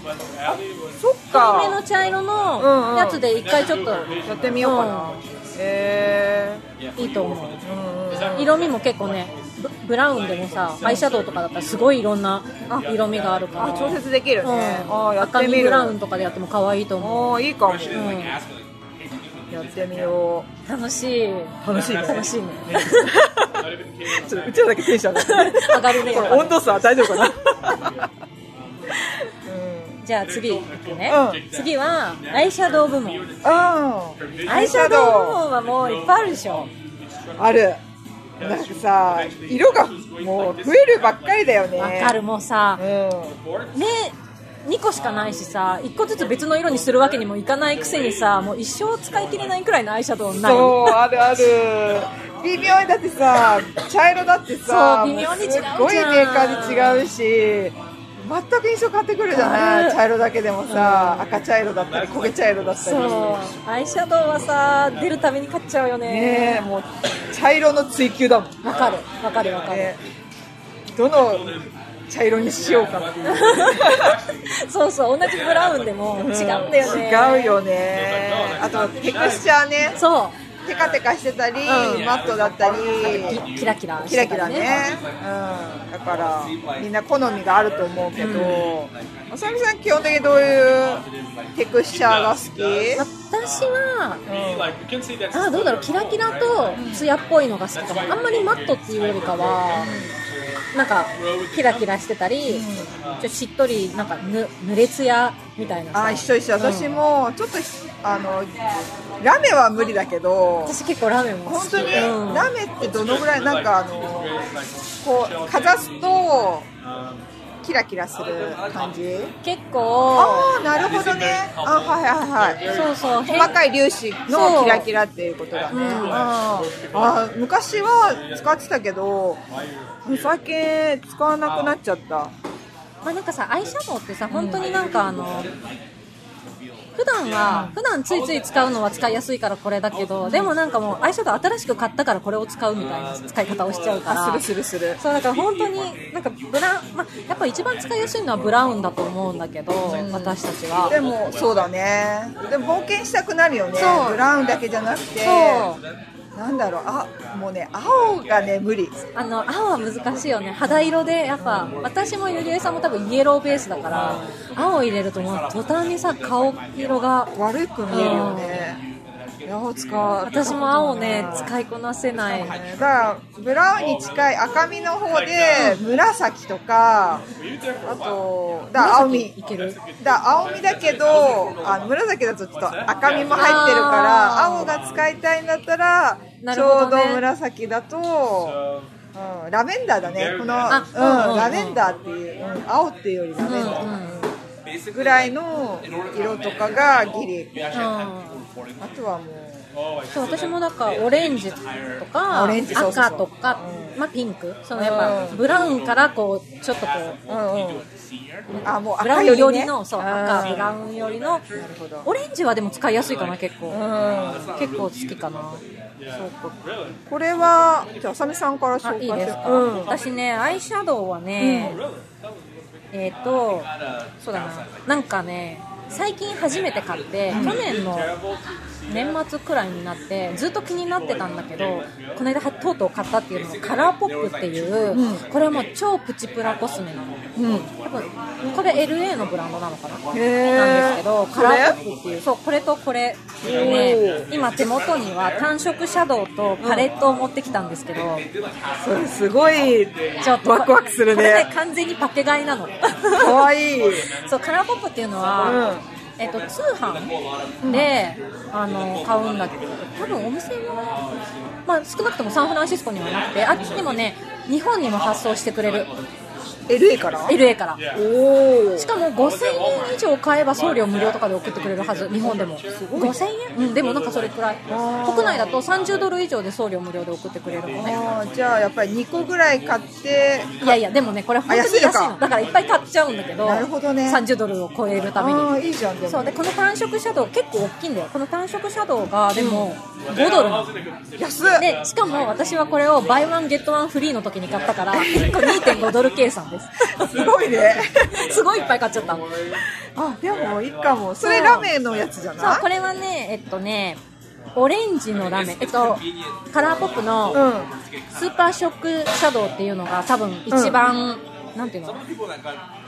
A: そっ
B: 透明の
A: か
B: 茶色
A: うんう
B: の
A: ん
B: やつで一回ちょっと
A: やってみようかな、
B: うん
A: え
B: いいと思う
A: ーうんうん
B: 色味も結構ねブブラウンでもさアイシャドウとかだったらすごいいろんなあ色味があるから
A: あ調節できる
B: うん
A: ね、ああやっ
B: 赤
A: てみ
B: 身
A: る
B: ブラウンとかでやっても可愛いと思う
A: おおいいかも、
B: うん
A: やってみよう
B: 楽しい
A: 楽しいね
B: 楽しいね
A: ちょっとうちらだけテンション上が る
B: 上がるね
A: これ温度差大丈夫かな
B: じゃあ次行くね
A: うん
B: 次はアイシャドウ部門
A: うんうん
B: アイシャドウ部門はもういっぱいあるでしょ
A: あるなんかさ色がもう増えるばっかりだよね
B: わかるもうさ
A: う
B: 目2個しかないしさ1個ずつ別の色にするわけにもいかないくせにさもう一生使い切れないくらいのアイシャドウ
A: ん
B: ない
A: そうあるある微妙にだってさ茶色だってさ
B: そう微妙に違うじゃん
A: すごいメーカーで違うし全く印象変わってくるじゃ
B: あ
A: ない
B: る
A: 茶色だけでもさ赤茶色だったり焦げ茶色だったり
B: そうアイシャドウはさ出るために買っちゃうよ
A: ねえ
B: ね
A: もう茶色の追求だもん
B: わかるわかるわかる、
A: ねどの茶色にしようかっていう
B: そうそう同じブラウンでも違うんだよね
A: 違うよねあとテクスチャーね
B: そ
A: テカテカしてたり、
B: うん
A: マットだったり
B: うキキラキラし
A: キ
B: て
A: ラ
B: た
A: キ
B: り
A: ラねうん、だからみんな好みがあると思うけどあさみさん基本的にどういうテクスチャーが好き
B: 私は
C: Be like, you can say that's
B: あどうだろうキラキラとツヤっぽいのが好きかもあんまりマットっていうよりかはなんかキラキラしてたり、ちょしっとりなんかぬ濡れツヤみたいなさ
A: あ一緒一緒私もちょっとひあのラメは無理だけど
B: 私結構ラーメンも好き
A: 本当に
B: うん
A: ラメってどのぐらいなんかあのこうかざすとキラキラする感じ
B: 結構
A: ああなるほどねあはいはいはい
B: そうそう変
A: 細かい粒子のキラキラっていうことだね、あーあー昔は使ってたけど最近使わなくなっちゃった
B: まあなんかさアイシャドウってさ本当になんかあの、普段は普段ついつい使うのは使いやすいからこれだけどでもなんかもうアイシャドウ新しく買ったからこれを使うみたいな使い方をしちゃうから
A: あするするする
B: そうだから本当になんかブラウン、まあ、やっぱ一番使いやすいのはブラウンだと思うんだけど、私たちは
A: でもそうだねでも冒険したくなるよね
B: そう
A: ブラウンだけじゃなくて
B: そう
A: なんだろうあもうね青がね無理
B: あの青は難しいよね肌色でやっぱ私もゆりえさんも多分イエローベースだから青を入れるともう途端にさ顔色が
A: 悪く見えるよねいや使う
B: 私も青ね使いこなせない
A: だからブラウンに近い赤身の方で紫とかあとだから青み
B: いける
A: だ青みだけどあ紫だとちょっと赤みも入ってるから
B: あー
A: 青が使いたいんだったら、
B: な
A: ち
B: る
A: ょ
B: ほ
A: う
B: どね
A: ど紫だと、うん、ラベンダーだねこの、
B: あうんうん
A: う
B: うん
A: ん、ラベンダーっていう、うん青っていうよりラベンダ
B: う
A: ー
B: ん
A: ぐらいの色とかがギリ
B: うん
A: あとはもう
B: そう私もなんかオレンジとか
A: オレンジそうそうそう
B: 赤とか、まあ、ピンクそのやっ
A: う
B: ぱ
A: ん
B: ブラウンからこうちょっとこう
A: うんうんあもう
B: ブラ
A: 赤
B: ウン
A: より,、ね、
B: 寄りのそう
A: うん
B: 赤ブラウン寄りの
A: ほど
B: オレンジはでも使いやすいかな結構、
A: うん
B: 結構好きかな
A: そうかこれはじゃあ浅見さんから紹
B: あ
A: 介
B: いいですか、
A: うん
B: 私ねアイシャドウはね、えっ、とそうだななんかね最近初めて買って、去年の年末くらいになってずっと気になってたんだけどこの間はとうとう買ったっていうのがカラーポップっていう、これはもう超プチプラコスメなの、多分これ LA のブランドなのかななん
A: へー
B: ですけどカラーポッ
A: こ
B: プっていうそうこれとこれで今手元には単色シャドウとパレットを持ってきたんですけど、
A: それすごい
B: ちょっと
A: ワクワクする
B: これね
A: ね
B: 完全にパケ買 いなの
A: かわいい
B: そうカラーポップっていうのは、えっと、通販で、あの買うんだけど多分お店は、まあ、少なくともサンフランシスコにはなくてあっちにもね日本にも発送してくれる
A: LA から
B: LA から
A: おお
B: しかも5000円以上買えば送料無料とかで送ってくれるはず日本でも5000円、うん、でもなんかそれくらい国内だと30ドル以上で送料無料で送ってくれるのね
A: じゃあやっぱり2個ぐらい買って
B: いやいやでもねこれ本当に安い
A: あ安い
B: の
A: のか
B: だからいっぱい買っちゃうんだけど
A: なるほどね
B: 30ドルを超えるために
A: ああいいじゃんで
B: そう
A: も
B: でこの単色シャドウ結構大きいんだよこの単色シャドウがでも5ドルなの
A: 安っ
B: でしかも私はこれをバイワンゲットワンフリーの時に買っ たから1個2.5ドル計算です
A: すごいね
B: すごいいっぱい買っちゃったの
A: あでもいいかもそれ
B: そう
A: ラメのやつじゃ
B: そう
A: ない
B: これはねえっとねオレンジのラメ、えっと、カラーポップ
A: う
B: の
A: ん
B: スーパーショックシャドウっていうのが多分一番、なんていうの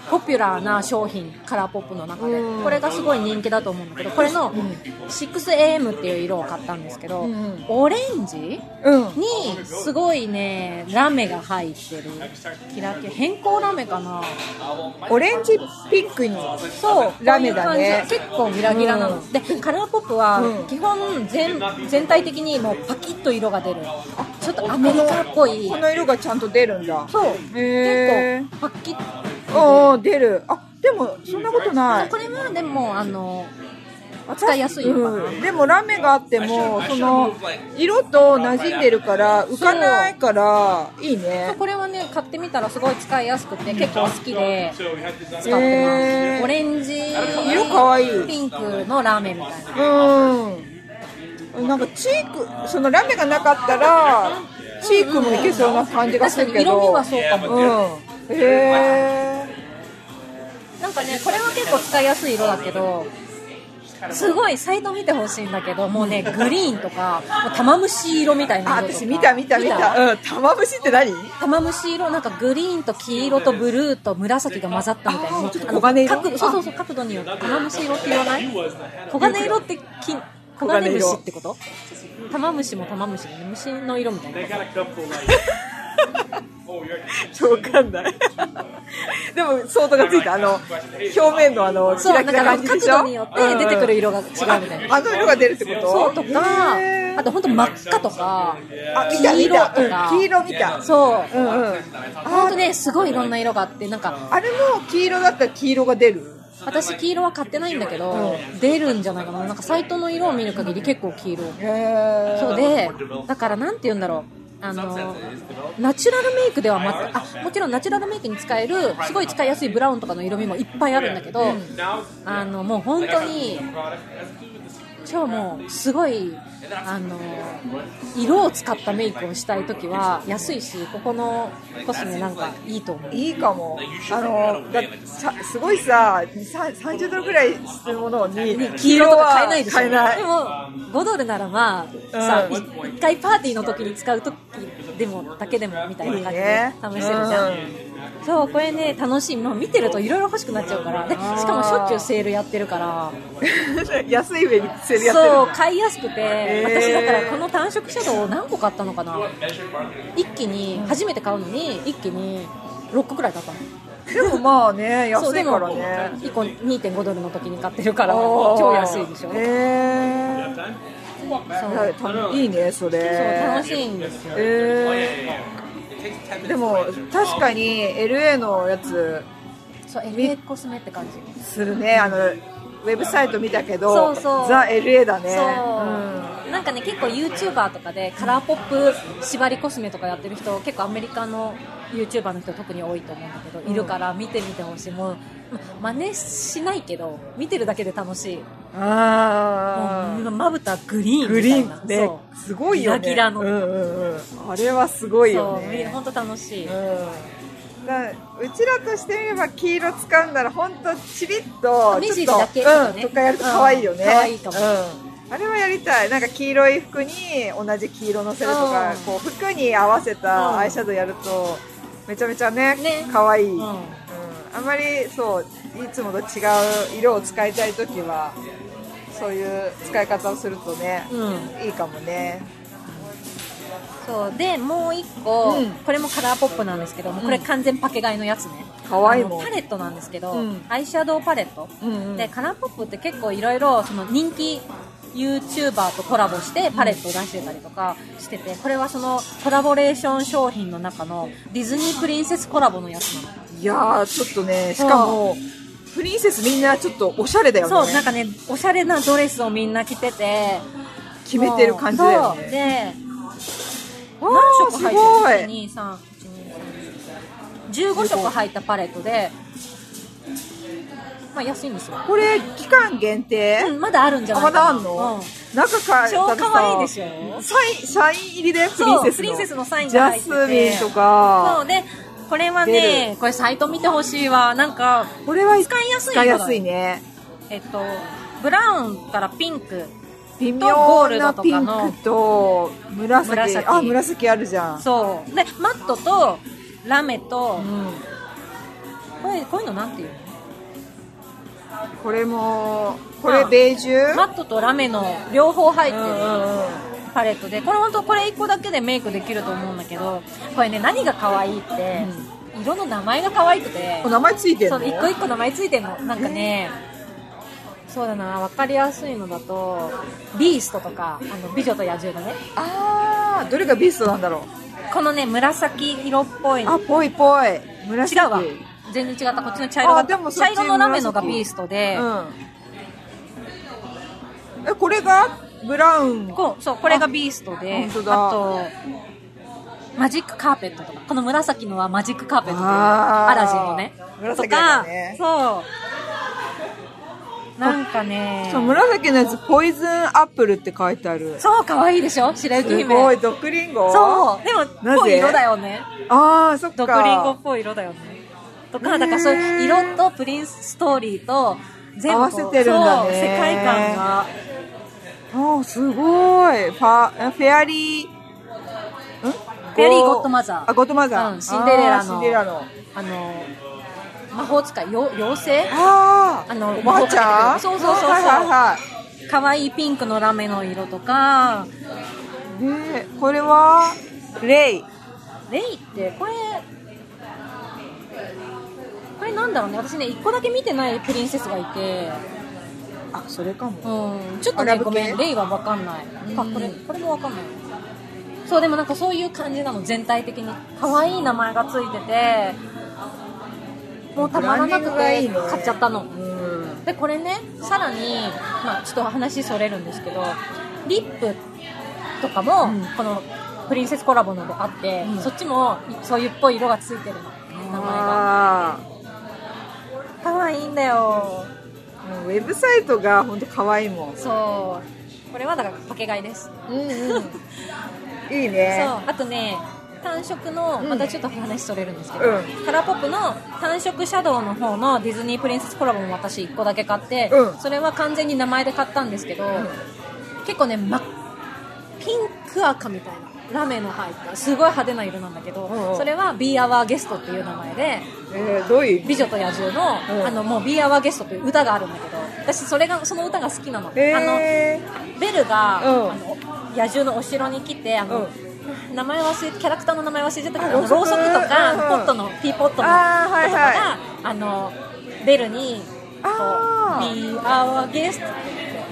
B: ポピュラーな商品カラーポップの中で
A: うん
B: これがすごい人気だと思うんだけどこれの 6AM っていう色を買ったんですけど、
A: ん
B: オレンジ
A: うん
B: にすごいねラメが入ってるキラキラ変更ラメかな
A: オレンジピンクに
B: そう
A: ラメだね
B: こういう感じ結構ギラギラなの、
A: うん
B: でカラーポップは
A: うん
B: 基本全全体的にもうパキッと色が出るちょっとアメリカっぽい
A: この色がちゃんと出るんだ
B: そう
A: へー
B: 結構パキッ
A: おお出るあでもそんなことない
B: これはでもあの扱いやすいのかな、
A: うんでもラメがあってもその色と馴染んでるから浮かないからいいね
B: これはね買ってみたらすごい使いやすくて結構好きで使
C: So we had to
B: ってます、
A: へー
B: オレンジ
A: 色かわいい
B: ピンクのラーメンみたいな
A: うんなんかチークそのラメがなかったらチークもいけそうな感じが
B: 確
A: す
B: か
A: るけ
B: に
A: ど
B: 色味はそうかも、
A: うんへえ
B: なんかねこれは結構使いやすい色だけどすごいサイト見てほしいんだけどもうねグリーンとかもう玉虫色みたい
A: あ
B: な色とか
A: 私見た見た見たうん玉虫って何
B: 玉虫色なんかグリーンと黄色とブルーと紫が混ざったみたい
A: あ
B: な
A: ーちょっと黄金色
B: あの角度そうそうそう角度によって玉虫色って言わない黄金色ってき黄金虫ってこと玉虫も玉虫で、ね、虫の色みたいな
C: They got a couple like Oh, you're
A: わかんない。 でも、相当がついた。あの、表面のあの、キ
B: そう、
A: ラキ
B: なんか
A: ラ
B: あ
A: 感
B: の
A: じで
B: 角
A: しょ
B: 度によって出てくる色が違うみたいな。
A: あの色が出るってこと
B: そうとか
A: へ、ー
B: あと本当真っ赤とか、
A: あ、見た見た。
B: 黄色とか
A: うん黄色見た。
B: そう、
A: うんうん。
B: 本当ね、すごいいろんな色があって、なんか、
A: あれも黄色だったら黄色が出る。
B: 私黄色は買ってないんだけど、出るんじゃないかな。なんかサイトの色を見る限り結構黄色。
A: へー
B: そうで、だからなんて言うんだろう。あのナチュラルメイクでは全くあもちろんナチュラルメイクに使えるすごい使いやすいブラウンとかの色味もいっぱいあるんだけど、
C: now
B: あのもう本当に
C: product has to do with the secret.
B: 今日もすごいあの色を使ったメイクをしたい時は安いしここのコスメなんかいいと思う
A: いいかも。あの、ださすごいさ、にさ30ドルぐらいするもの に、
B: 黄色とか買えないでしょ
A: 買えない
B: で。も5ドルならまあさ、
A: う
B: 1回パーティーの時に使う時でもだけでもみたいな感じで試してるじゃん、そうこれね楽しいもう見てるといろいろ欲しくなっちゃうからでしかもしょっちゅうセールやってるから
A: うん。 安い上にセールやってる。
B: そう買いやすくて、
A: へー
B: 私だからこの単色シャドウを何個買ったのかな一気に初めて買うのに一気に6個くらい買ったの
A: でもまあ ね、
B: そ
A: 安
B: うで
A: い
B: も
A: からね。
B: 1個2.5ドルの時に買ってるから
A: あー
B: 超安いでしょ、
A: へえ
C: Done?
B: そう
A: いいね、そ
B: そう
A: れ
B: 楽。しいんですよ
A: えー、でも確かに LA のやつ
B: そう LA コスメって感じ
A: するねあのウェブサイト見たけど
B: そうそう
A: ザ・ LA だね
B: そう、なんかね結構 YouTuber とかでカラーポップ縛りコスメとかやってる人結構アメリカの YouTuber の人特に多いと思うんだけど、いるから見てみてほしいもうま真似しないけど見てるだけで楽しい
A: うん、ああ
B: もうまぶたグリーン
A: グ
B: み
A: リ
B: たいな
A: ーンね
B: そう
A: すごいよね
B: ギラギラの、
A: うんうんうん、あれはすごいよ
B: そうみ
A: ね
B: 本当楽しい、
A: うんだうちらとしてみれば黄色使うんだら本当チリッと
B: 目尻
A: ちょっと
B: だけとか
A: う
B: ね
A: ん、とかやると可愛いよね、
B: うん可愛いかも
A: うん、あれはやりたいなんか黄色い服に同じ黄色のせるとか、
B: うん
A: こう服に合わせ
B: うん
A: たアイシャドウやるとめちゃめちゃね
B: ね
A: 可愛い、
B: う
A: うんんあんまりそういつもと違う色を使いたい時はそういう使い方をするとね、
B: う
A: いいかもね
B: そうでもう一個、
A: うん
B: これもカラーポップなんですけどもうこれ完全パケ買いのやつね
A: 可愛いもん
B: あのパレットなんですけど、
A: うん
B: アイシャドウパレット、
A: うんうん
B: でカラーポップって結構いろいろその人気 YouTuber とコラボしてパレットを出してたりとかしてて、これはそのコラボレーション商品の中のディズニープリンセスコラボのやつなの
A: いやーちょっとねしかもプリンセスみんなちょっとおしゃれだよね
B: そうなんかねおしゃれなドレスをみんな着てて
A: 決めてる感じだよ
B: そう
A: ね
B: で
A: わ
B: 何
A: ー
B: 色
A: す
B: 入っ
A: ご
B: てる
A: い
B: ?1、2、3、1、2、3。15色入ったパレットで、まあ安いんですよ。
A: これ期間限定、
B: うん、まだあるんじゃ
A: あま
B: ないかな
A: だあんの、
B: う
A: 中から
B: 超可愛いでしょ
A: サインサイン入りでプリン
B: そ
A: セ
B: う
A: スの
B: プリンセスのサイン
A: ジ
B: が
A: ャ
B: 入って
A: ス
B: て
A: ミンと
B: んそ
A: か
B: うで、これは
A: 出
B: ね、これサイト見てほしいわ。なんか、
A: これは
B: 使いやすい
A: 使いやすいね
B: えっと、ブラウンからピンク。
A: 微
B: ゴー
A: 妙
B: ルド
A: な
B: と
A: ピ
B: か
A: ン
B: の
A: クと紫
B: 紫
A: あ紫あるじゃん
B: そう。で、マットとラメと
A: う、ん、
B: これこういうのなんていうの
A: これもこれベージュ、
B: マットとラメの両方入っ
A: う
B: て
A: ん
B: る。
A: うんうん
B: パレットでこれ本当これ1個だけでメイクできると思うんだけどこれね何が可愛いって、色の名前が可愛くて
A: お名前ついてる
B: そ
A: の
B: う一個一個名前ついてんのなんかねそうだな分かりやすいのだとビーストとかあの美女と野獣のね
A: あーどれがビーストなんだろう
B: このね紫色っぽいの
A: あぽいぽい紫
B: 違うわ全然違ったこっちの茶色だ
A: あ
B: っ
A: で
B: た
A: もそっち
B: 茶色のラメのがビーストで、
A: うん、えこれがブラウン
B: こうそうこれがビーストで
A: 本当だ
B: あとマジックカーペットとかこの紫のはマジックカーペットという
A: あー
B: アラジンのね
A: 紫
B: とか
A: だね
B: そうなんかね
A: そう紫のやつポイズンアップルって書いてある
B: そう可愛いでしょ白雪
A: す
B: 姫
A: ごい毒リンゴ
B: そうでも
A: なぜ
B: ぽい色だよね
A: あーそっか
B: 毒リンゴっぽい色だよねとか
A: ね
B: だからそういう色とプリンスストーリーと全部こう
A: 合わせてるんだね
B: そう世界観が
A: あーすごいファフェアリーん
B: フェアリーゴッドマザー
A: あゴッドマザー、
B: うんシンデレラの
A: あーシンデレラの
B: あの魔法使いよ妖精
A: あー
B: あの
A: おばあちゃん
B: そうそうそうそう
A: はいはいはい
B: 可愛いピンクのラメの色とか
A: でこれはレイ
B: レイってこれこれなんだろうね私ね1個だけ見てないプリンセスがいて
A: あそれかも
B: うんちょっと
A: アラ
B: ね
A: ブ系
B: ごめんレイは分かんないあこれこれも分かんないそうでもなんかそういう感じなの全体的に可愛い名前がついててもうたまら
A: ブランディ
B: なくて
A: ングがいいね
B: 買っちゃったの
A: うん
B: でこれねさらに、まあ、ちょっと話それるんですけどリップとかも、
A: うん
B: このプリンセスコラボのであって、
A: うん
B: そっちもそういうっぽい色がついてるの名前が
A: あ
B: 可愛いんだよ
A: ーもうウェブサイトが本当可愛いもん
B: そうこれはだからパケ買いです、
A: いい
B: そ
A: ね
B: うあとね単色の
A: ん
B: またちょっと話それるんですけど、
A: うん
B: カラーポップの単色シャドウの方のディズニープリンセスコラボも私1個だけ買って、
A: うん
B: それは完全に名前で買ったんですけど、
A: ん
B: 結構ね真っピンク赤みたいなラメの入ったすごい派手な色なんだけど、
A: うんうん
B: それは「Be Our Guest」っていう名前で
A: えーどういう意
B: 「
A: 味
B: 美女と野獣の」
A: うん
B: あのもう「Be Our Guest」という歌があるんだけど私それがその歌が好きなの,、
A: え
B: あのベルが、
A: うん
B: あの野獣のお城に来てあの、名前忘れキャラクターの名前忘れちゃったけどあの
A: ろ
B: ろ
A: う
B: う
A: そ
B: そ
A: く
B: くとか、
A: うんうん
B: ポットのティーポットのとか
A: あ
B: が
A: ーはいはい
B: あのベルにこう
A: あー
B: Be Our Guest」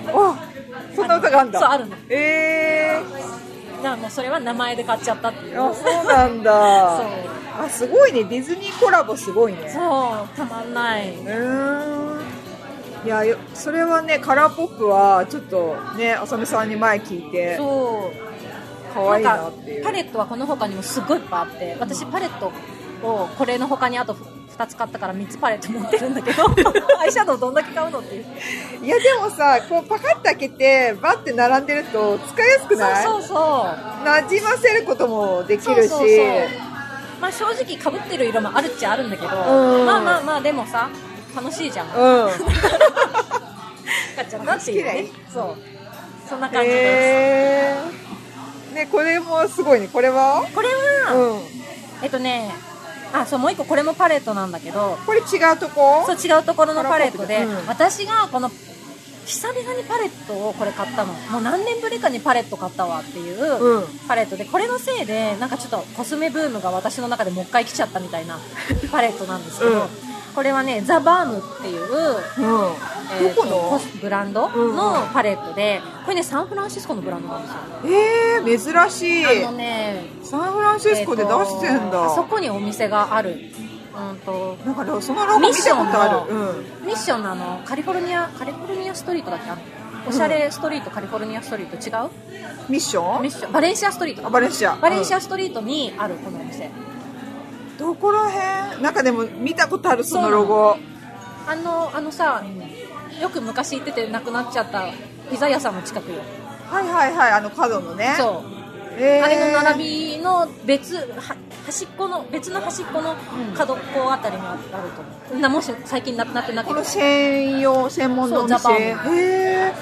A: ー、おそんな歌があるんだ
B: そうあるの
A: え
B: だからもうそれは名前で買っちゃったってい
A: ー、
B: う
A: あそうなんだ
B: そう
A: あすごいねディズニーコラボすごいね
B: そうたまんないう
A: ーんいやよそれはねカラーポップはちょっとね浅見さんに前聞いて
B: そう
A: 可愛い
B: な
A: なんっ
B: か
A: ていう
B: パレットはこの他にもすごいいっぱいあって私パレットをこれの他にあと2つ買ったから3つパレット持ってるんだけ どアイシャドウどんだけ買うのっていう
A: いやでもさこうパカッと開けてバッて並んでると使いやすくない
B: そうそうそう
A: 馴染ませることもできるし
B: そうそうそうまあ正直かぶってる色もあるっちゃあるんだけど、
A: ん
B: まあまあまあでもさ楽しいじゃん、買
A: うん
B: っちゃったっていうね
A: 好き
B: そうそんな感じで
A: へえねこれもすごいねこれは
B: すこれは、
A: うん
B: えっとねあそうもう一個これもパレットなんだけど
A: これ違うとこ
B: そう違うところのパレットで、
A: うん
B: 私がこの久々にパレットをこれ買ったのもう何年ぶりかにパレット買ったわっていううんパレットでこれのせいでなんかちょっとコスメブームが私の中でもう一回来ちゃったみた いなパレットなんですけど、
A: うん
B: これはねザ・バームっていう
A: うん
B: えー
A: どことの
B: コスブランド
A: うん
B: のパレットで、これねサンフランシスコのブランドなんですよ
A: えー、珍しい
B: あのね
A: サンフランシスコで出して
B: え
A: ん
B: ーと
A: だ、
B: あそこにお店があるうんと
A: なんかそのロゴ見たことある
B: ミッション
A: う
B: の
A: ん
B: ミッションのあのカリフォルニアカリフォルニアストリートだっけあのおしゃれストリート、カリフォルニアストリート違う
A: ミッション
B: ミッションバレンシアストリート
A: あ
B: か
A: バレンシア
B: バレンシ
A: う
B: アストリートにあるこのお店、
A: んどこら辺なんかでも見たことあるそのロゴ
B: あのあのさよく昔行っててなくなっちゃったピザ屋さんの近くよ
A: はいはいはいあの角のね
B: そう
A: えー
B: あれの並びの別は端っこの別の端っこの角っこあたりにあると思う、なもし最近なくなってなけ
A: こ
B: れば
A: の専用専門のお
B: そ
A: 店
B: うジ
A: へ
B: ャパ
A: え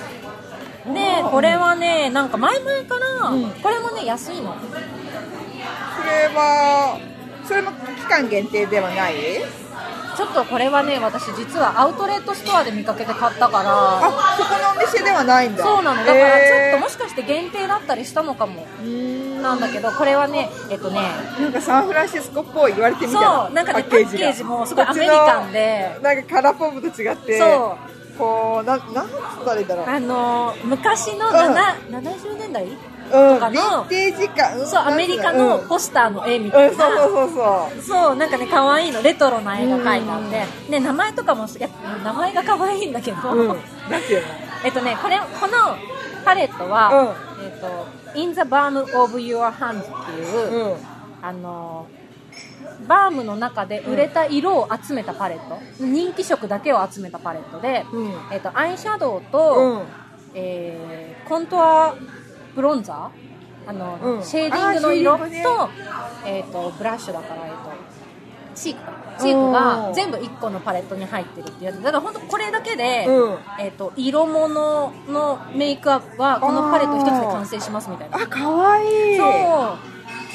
B: でこれはねなんか前々から、
A: うん
B: これもね安いの
A: それはそれも期間限定ではない
B: ちょっとこれはね私実はアウトレットストアで見かけて買ったから
A: あそこのお店ではないんだ
B: そうなのだからちょっとも
A: し
B: しかして限定だったりしたのかもなんだけどこれはねえっとね
A: なんかサンフランシスコっぽい言われてみたら
B: そうなんかねパッケージもすごいアメリカンで
A: なんかカラーポブと違って
B: そう
A: こうななんつったらいいんだろう
B: あの昔の、なな70年代と
A: う
B: か
A: ん、ヴ
B: の
A: ィンテージ感
B: そうアメリカ
A: うん、う
B: の
A: ん、そう
B: ポスターの絵みた
A: そう
B: いな、
A: そうそう
B: そうなんかね可愛いのレトロな絵が描いてあって、ね、名前とかもいや名前が可愛いんだけど、
A: うんなんていうの
B: えっとねこれこのパレットは「えっと、In the Balm of Your Hands」ってい
A: う
B: う、
A: ん
B: あのバームの中で売れた色を集めたパレット、人気色だけを集めたパレットで、
A: うん
B: えっと、アイシャドウ
A: うん
B: と、えーコントアブロンザーあの、
A: うん
B: シェーディングの色
A: あ
B: と,、
A: ーシェーデ
B: えっとブラッシュだから、えっと、チークかチーク
A: お
B: が
A: ー
B: 全部1個のパレットに入ってるっていうやつだから本当これだけで、
A: うん
B: えっと色物のメイクアップはこのパレット1つで完成しますみたいな
A: あ可愛い
B: そう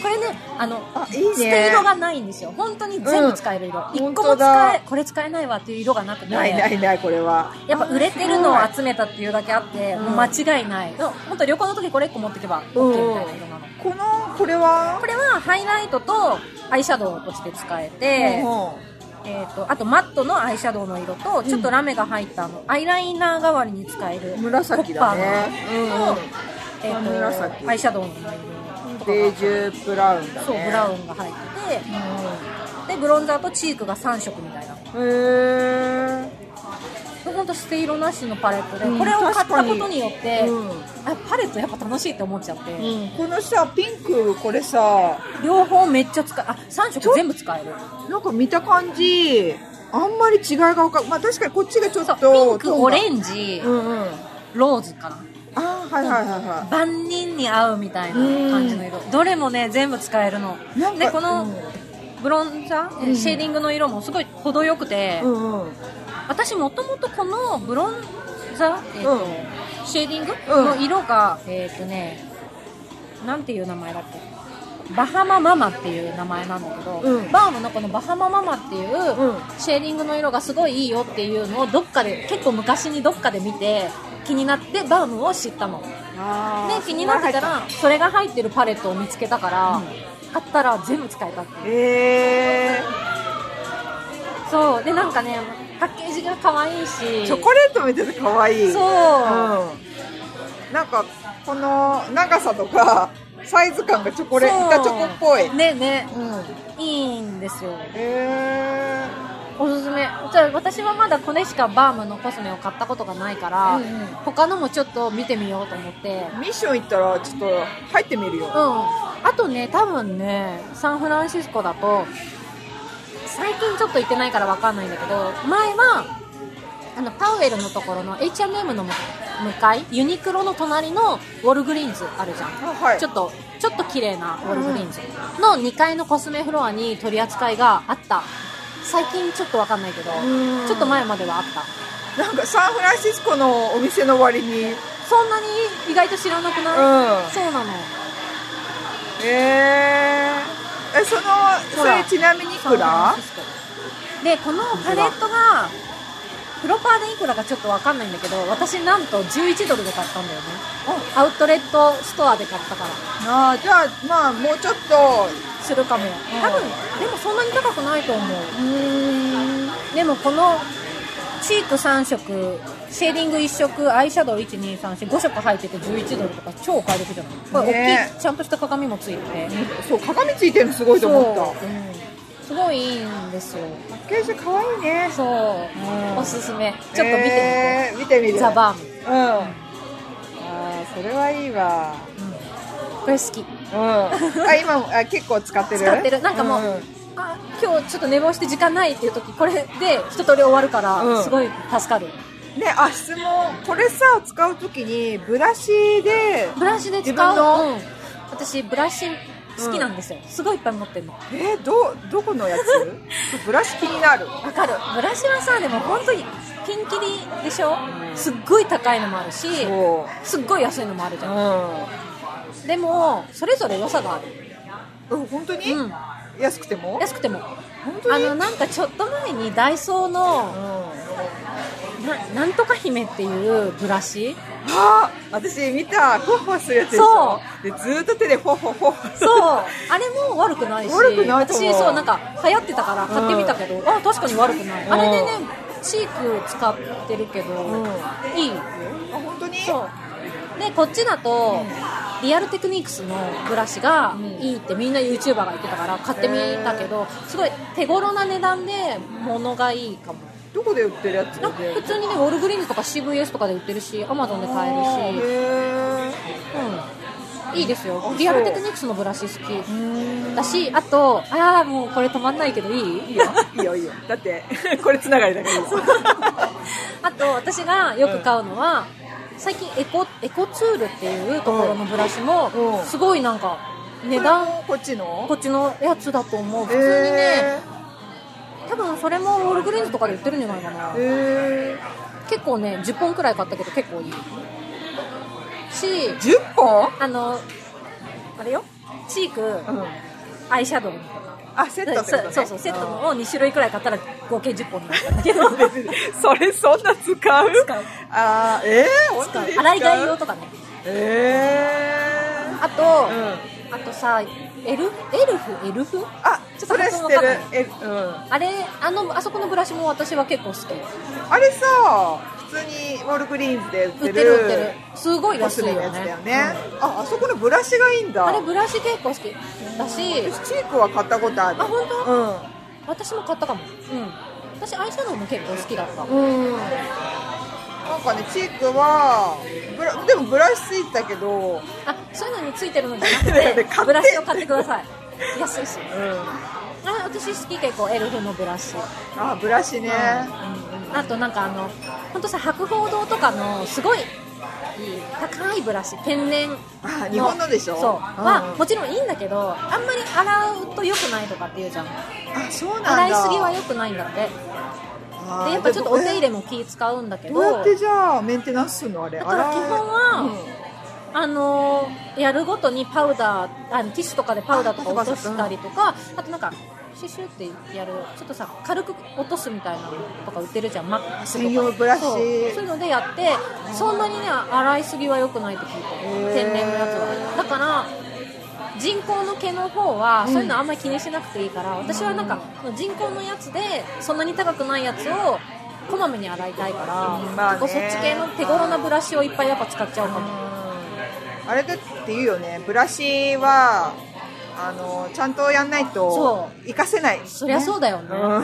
B: これねあの
A: あいいね
B: 捨て色がないんですよ本当に全部使える色、
A: うん
B: 一1個
A: 本当
B: も
A: だ
B: 使えこれ使えないわっていう色がなくて
A: ないないないこれは
B: やっぱ売れてるのを集めたっていうだけあって、もう間違いない、の本当旅行の時これ1個持ってけば OK みたいな色なの、
A: このこれは
B: これはハイライトとアイシャドウとして使えて、
A: ほうほ
B: えー、とあとマットのアイシャドウの色とちょっとラメが入ったあの、アイライナー代わりに使える
A: 紫だね
B: ポッパーのと,、
A: うん
B: えー、と
A: 紫
B: アイシャドウの色
A: う
B: とか
A: ベ
B: が
A: ージュブラウンだね
B: そうブラウンが入ってて、でブロンザーとチークが3色みたいな
A: へえ
B: ほんと捨て色なしのパレットで、
A: うん
B: これを買ったことによって、
A: うん
B: あパレットやっぱ楽しいって思っちゃって、
A: うん、このさピンクこれさ
B: 両方めっちゃ使えあ3色全部使える
A: なんか見た感じあんまり違いが分かまあ確かにこっちがちょっ
B: そ
A: と
B: うピンクオレ
A: ジ
B: ンジ、
A: うんうんあ
B: ローズかな
A: あーはいはいはいは
B: 万人に合うみたいな感じの色どれもね全部使えるの
A: なんか
B: でこの
A: うん
B: ブロンザー、シェーディングの色もすごい程よくて、
A: いうんうん
B: 私もともとこのブロンザー、えーと
A: うん
B: シェーディング
A: うん
B: の色が、えっ、とねなんていう名前だっけバハマママっていう名前なんだけど、
A: うん
B: バームのこのバハマママっていう
A: うん
B: シェーディングの色がすごいいいよっていうのをどっかで結構昔にどっかで見て気になってバームを知ったの。
A: あー
B: で気になってたらそれが入ってるパレットを見つけたから、買ったら全部使えたっていう
A: え
B: そうでなんかねパッケージが可愛いし
A: ー、チョコレートみたいで可愛い
B: そ
A: う、
B: う
A: ん、なんかこの長さとかサイズ感がチョコレ
B: そう
A: ート板チョコっぽい、
B: ねね
A: うん、
B: いいんですよ
A: え
B: おすすめじゃあ私はまだこれしかバームのコスメを買ったことがないから、
A: うんうん
B: 他のもちょっと見てみようと思って
A: ー、ミッション行ったらちょっと入ってみるよ、
B: うんあとね多分ねサンフランシスコだと最近ちょっと行ってないから分かんないんだけど前はあのパウエルのところの H&M の向かいユニクロの隣のウォルグリーンズあるじゃん
A: あはい
B: ちょっとちょっと綺麗なウォルグリーンズの2階のコスメフロアに取り扱いがあった最近ちょっと分かんないけど
A: うん
B: ちょっと前まではあった
A: なんかサンフランシスコのお店の割にうん
B: そんなに意外と知らなくない、そうなの
A: えー、えそのそれちなみにいくら
B: でこのパレットがプロパーでいくらかちょっとわかんないんだけど私なんと11ドルで買ったんだよねアウトレットストアで買ったから
A: あーじゃあまあもうちょっと
B: するかも多分でもそんなに高くないと思うでもこのチーク3色シェーディング1色アイシャドウ12345色入ってて11ドルとか超お買い得じゃないこれ大
A: ね
B: きいちゃんとした鏡もついてて
A: そう鏡ついてるのすごいと思った
B: そううんすごいいいんですよ
A: パッケージ可愛いね
B: そう、
A: ん
B: おすすめちょっと見てみて、
A: えー見てみる
B: ザ・バーム、
A: うんああそれはいいわ
B: これ好き
A: うん あ今もあ結構使ってる
B: 使ってるなんかもう、
A: ん
B: あ今日ちょっと寝坊して時間ないっていう時これで一通り終わるから、
A: うん
B: すごい助かる
A: ねあ質問これさ使うときにブラシで
B: ブラシで使
A: 自分
B: う、
A: の
B: うん私ブラシ好きなんですよ、すごいいっぱい持ってるのわ
A: えー、どどこのや つブラシ気になる
B: かるブラシはさでも本当にピンキリでしょ、すっごい高いのもあるし
A: そ
B: すっごい安いのもあるじ
A: う
B: ゃん、でもそれぞれ良さがあ
A: う
B: る、
A: ん本当に、
B: うん
A: 安くても
B: 安くても
A: 本当
B: あ
A: に
B: のなんかちょっと前にダイソーの
A: うん
B: ななんとか姫っていうブラシ
A: あ私見たフォッフォするやつでしょでずーっと手でフォッフォフォッフォ
B: そうあれも悪くないし
A: 悪くないと思う
B: 私そうなんか流行ってたから買ってみたけど、あ確かに悪くない、
A: うん
B: あれでねチーク使ってるけど、
A: ん
B: いい
A: あ本当に
B: そうでこっちだと、リアルテクニクスのブラシがいいってみんな YouTuber が言ってたから買ってみたけど、すごい手頃な値段で物がいいかも
A: どこで売ってるやつ
B: なんか普通にねウォルグリーンズとか CVS とかで売ってるし Amazon で買えるし
A: へ
B: うん、いいですよ
A: あ
B: リアル
A: そう
B: テクニクスのブラシ好
A: ー
B: き
A: う
B: だしあとああもうこれ止まんないけどいい
A: いいよいいよいいよだって これつながりだからいいよ
B: あと私がよく買うのは、最近エコエコツールっていうところのブラシも
A: うん
B: すごいなんか値段
A: こっちの
B: こっちのやつだと思う普
A: へ
B: 通にね
A: え
B: 多分それもウォルグリーンズとかで売ってるんじゃないかな
A: ーえ
B: 結構ね10本くらい買ったけど結構いいし
A: ー、10本、
B: あのあれよチーク、
A: うん、
B: アイシャドウ
A: あセットってことね
B: そうそうそうセットのを2種類くらい買ったら合計10本になったんだけど
A: それそんな使う
B: 使う
A: あーえー、本当に使う
B: 洗い替え用とかね
A: え
B: あと、
A: ー、
B: あとさエルエルフエルフ
A: あ
B: ち
A: そ
B: ょっと
A: れ知
B: 発音
A: って
B: わかん
A: る
B: ない
A: え、うん、
B: あれあのあそこのブラシも私は結構好き
A: あれさ普通にウォールグリーンズで売って
B: 売
A: る
B: ってる売ってるすごい
A: コ
B: 安
A: ス
B: い
A: メの
B: よ
A: やつだ
B: ね
A: よねああそこのブラシがいいんだ
B: あれブラシ結構好きだし
A: 私チークは買ったことある
B: あ本当
A: う
B: 私も買ったかもうん私アイシャドウも結構好きだった
A: んうんなんかねチークはブラでもブラシついてたけど
B: あそういうのについてるのじゃ なく
A: だよね
B: て
A: 買って
B: ブラシを買ってください安いし
A: うん
B: あ私好き結構エルフのブラシ、
A: あブラシね、
B: うんあとなんかあの本当さ博報堂とかのすごいいい高いブラシ天然
A: あ日本のでしょ
B: そう、
A: うん
B: まあもちろんいいんだけどあんまり洗うと良くないとかって言うじゃん
A: あそうなんだ
B: 洗いすぎは良くないんだって
A: あ
B: でやっぱちょっとお手入れも気使うんだけ
A: え
B: ど
A: どうやってじゃあメンテナンスするのあれ
B: だから基
A: 洗
B: 本
A: い
B: は、あのーやるごとにパウダーあのティッシュとかでパウダーとか
A: あパ
B: 落
A: サパ
B: と
A: サ
B: したりとかあとなんかシュシュってやるちょっとさ軽く落とすみたいなのとか売ってるじゃんマックスとか
A: 専用ブラシ
B: そうそういうのでやってそんなにね洗いすぎは良くないって聞い
A: へー
B: て天然のやつはだから人工の毛の方はそういうのあんまり気にしなくていいから、私はなんか人工のやつでそんなに高くないやつをこまめに洗いたいから、
A: うんまあね
B: 結構そっち系の手頃なブラシをいっぱいやっぱ使っちゃうかも、
A: うんあれだって言うよねブラシはあのちゃんとやんないと
B: そ
A: 活かせない
B: そりゃそうだよね、
A: うん、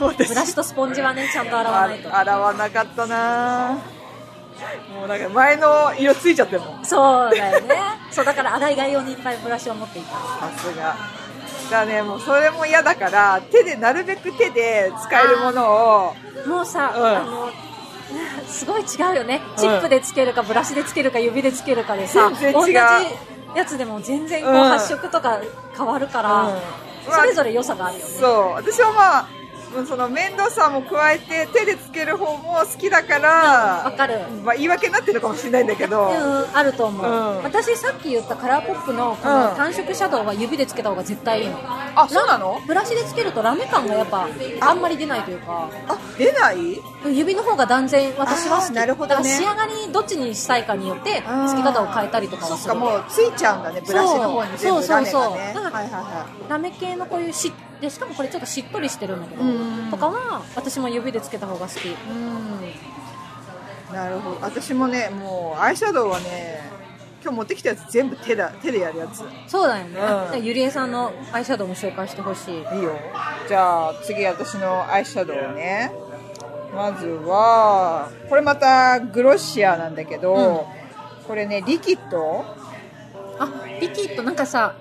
A: 私
B: ブラシとスポンジ はねちゃんと洗わないと
A: あ洗わなかったなもうなんか前の色ついちゃってもん
B: そうだよねそうだから洗い替え用にいっぱいブラシを持っていた
A: さすがだからねもうそれも嫌だから手でなるべく手で使えるものを
B: もうさ、
A: うん
B: あの すごい違うよねチップでつけるかブラシでつけるか指でつけるかでさ
A: 全然
B: 同
A: 違う
B: じやつでも全然こう
A: うん
B: 発色とか変わるから、
A: うん
B: それぞれ良さがあるよね
A: そう私はまあうんその面倒さも加えて手でつける方も好きだから
B: わかる
A: まあ、言い訳になってるかもしれないんだけど、
B: うん、あると思う、
A: うん
B: 私さっき言ったカラーポップの
A: う
B: こ
A: ん
B: の単色シャドウは指でつけた方が絶対いいの、
A: あそうなの
B: ブラシでつけるとラメ感がやっぱあんまり出ないというか
A: あ出ない
B: 指の方が断然私は好
A: あー
B: き
A: なるほどね
B: だから仕上がりどっちにしたいかによって付け
A: あー
B: 方を変えたりとか
A: そ
B: は
A: っ
B: す
A: か
B: る
A: もうついちゃうんだねブラシの方に全
B: そう
A: 部ラメが
B: そう
A: ね
B: そうそう
A: はいはいはい
B: ラメ系のこういうしでしかもこれちょっとしっとりしてるんだけど
A: うん
B: とかは私も指でつけた方が好き
A: うんなるほど私もねもうアイシャドウはね今日持ってきたやつ全部手だ手でやるやつ
B: そうだよね、
A: うん
B: ゆりえさんのアイシャドウも紹介してほしい
A: いいよじゃあ次私のアイシャドウねまずはこれまたグロシアなんだけど、これねリキッド
B: あリキッドなんかさ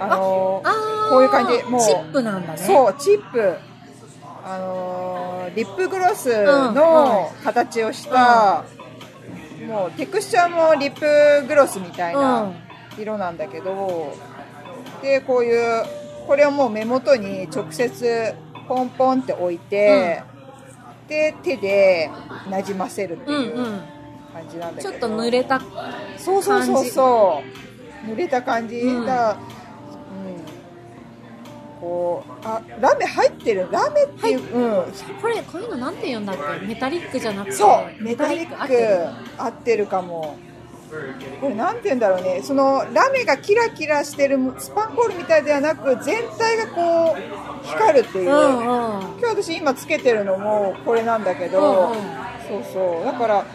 A: あの
B: あー
A: こういう感じもう
B: チップなんだね
A: そうチップあのーリップグロス
B: うん
A: の形をした、もうテクスチャーもリップグロスみたいな色なんだけど、でこういうこれをもう目元に直接ポンポンって置いて、で手でなじませるって
B: う
A: い
B: ん
A: う
B: うん
A: 感じなんだけ
B: ち
A: ど、
B: ょっと濡れた
A: そうそうそうそう濡れた感じ、
B: うん
A: だから、うん、こうあラメ入ってるラメっていう、
B: これこういうのなんて言うんだっけメタリックじゃな
A: う
B: くて
A: ん、そうメタリック
B: 合ってる
A: 合ってるかもこれなんて言うんだろうねそのラメがキラキラしてるスパンコールみたいではなく全体がこう光るっていう、
B: うんうん
A: 今日私今つけてるのもこれなんだけど、
B: うんうん
A: そうそうだから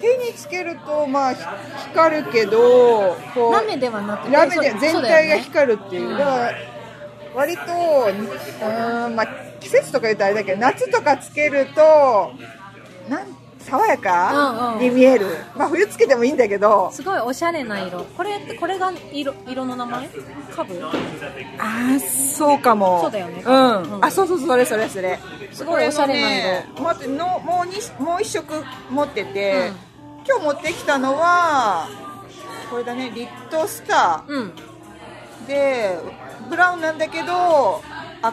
A: 手につけるとまあひ光るけどこう
B: ラメではなくて
A: ラメで
B: そう
A: 全
B: そうだ
A: 体
B: よ
A: が
B: ね
A: 光るっていうだから割とうーん、まあ、季節とか言うとあれだけど夏とかつけるとなん爽やか
B: うんうん
A: に見える、まあ、冬つけてもいいんだけど
B: すごいおしゃれな色これってこれが色色の名前カブ
A: ああそうかも
B: そうだよね
A: うん、
B: うん
A: あそうそうそうそれそれそれ
B: すごいおしゃれな
A: これのね待ってのもうにもう一色持ってて、今日持ってきたのはこれだねリットスタ
B: うん
A: ーでブラウンなんだけど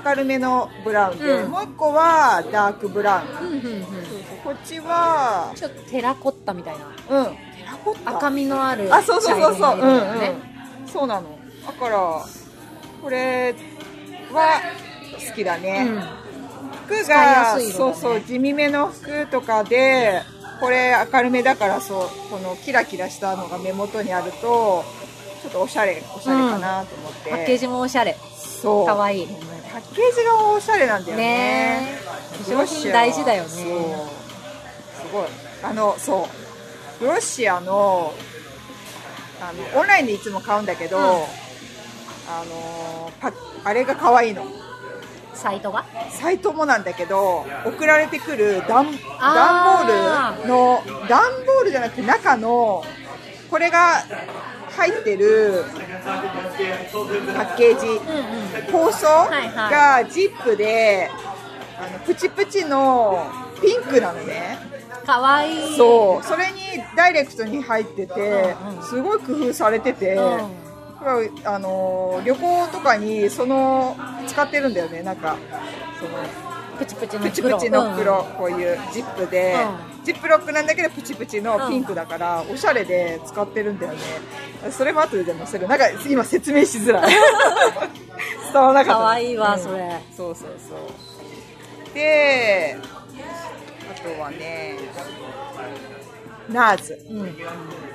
A: 明るめのブラウンで、
B: うん
A: もう一個はダークブラウン
B: うんうんうん
A: こっちは
B: ちょっとテラコッタみたいな
A: うんテラコッタ
B: 赤みのある
A: あそうそうそうそう、
B: 茶色
A: うん
B: の
A: う
B: 色だよね
A: んそうなのだからこれは好きだね、
B: うん
A: 服
B: 使い
A: が、
B: やすい色
A: そ
B: だ
A: う
B: ね
A: そう地味めの服とかでこれ明るめだからそうこのキラキラしたのが目元にあるとちょっとおしゃれおしゃれかなと思って、
B: パッケージもおしゃれ
A: そう
B: かわいい
A: パッケージがおしゃれなんだよね
B: ねえ
A: グロッシア
B: 化粧品大事だよね
A: そうすごいあのそうグロッシアのあのオンラインでいつも買うんだけど、
B: うん
A: あのパあれが可愛いの
B: サイトが
A: サイトもなんだけど送られてくる段
B: あ
A: 段ボールの段ボールじゃなくて中のこれが入ってるパッケージ、
B: うんうん
A: 包装
B: いはい
A: がジップで、あのプチプチのピンクなのね、
B: かわいい
A: そうそれにダイレクトに入ってて、
B: うんうん
A: すごい工夫されてて、
B: うん
A: あの旅行とかにその使ってるんだよねなんかその
B: プチプチの
A: プチ
B: 袋
A: プチの
B: うん
A: 袋、こういうジップで、ジップロックなんだけどプチプチのピンクだから、おしゃれで使ってるんだよねそれも後ででも載せるなんか今説明しづ らい伝わらなかった
B: 可愛いわ
A: うん
B: それ
A: そうそうそうであとはね NARS
B: うん、